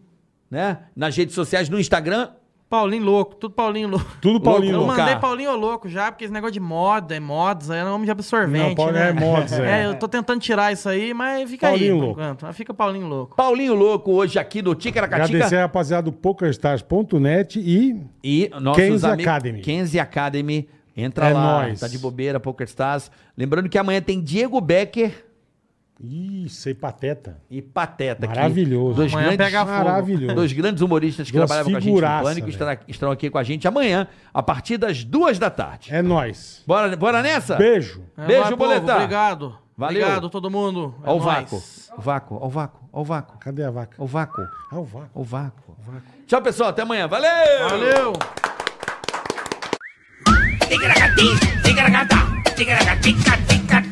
S3: né? Nas redes sociais, no Instagram.
S6: Paulinho louco, tudo Paulinho louco.
S2: Tudo Paulinho
S6: Eu
S2: louco. Tá.
S6: mandei
S3: cara.
S6: Paulinho ô louco já, porque esse negócio de moda, é mods, aí é nome de absorvente.
S2: Não, Paulinho
S6: né?
S2: é mods, é.
S6: É, eu tô tentando tirar isso aí, mas fica
S2: Paulinho
S6: aí. por
S2: louco.
S6: enquanto. Mas Fica Paulinho louco.
S3: Paulinho Louco hoje aqui no
S2: Agradecer
S3: Ticaracatica
S2: a rapaziada do PokerStars.net e
S3: e nossos
S2: Kenzie
S3: amigos-
S2: Academy.
S3: Kenzie Academy. Entra
S2: É
S3: lá,
S2: nóis.
S3: tá de bobeira, PokerStars. Lembrando que amanhã tem Diego Becker
S2: Ih, sei pateta.
S3: e Pateta. aqui.
S2: Maravilhoso.
S3: Dois
S6: Amanhã
S3: grandes,
S6: pega fogo.
S2: Maravilhoso.
S3: dois grandes humoristas que
S2: Duas
S3: trabalhavam com a gente no
S2: figuraça,
S3: Pânico
S2: velho.
S3: estará- estarão aqui com a gente amanhã, a partir das duas da tarde.
S2: É nóis.
S3: Bora, bora nessa?
S2: Beijo.
S6: É,
S3: Beijo,
S6: vai, povo,
S3: Boletar.
S6: Obrigado.
S3: Valeu.
S6: Obrigado, todo mundo. É
S3: Ó o
S6: nóis.
S3: vácuo. O vácuo, ó o vácuo, ó o vácuo,
S2: Cadê a vaca?
S3: ó o vácuo,
S2: Ah, o vácuo.
S3: ó o vácuo. Tchau, pessoal. Até amanhã. Valeu!
S6: Valeu.
S9: Ticaracatica, ticaracatica, ticaracatica, ticaracatica.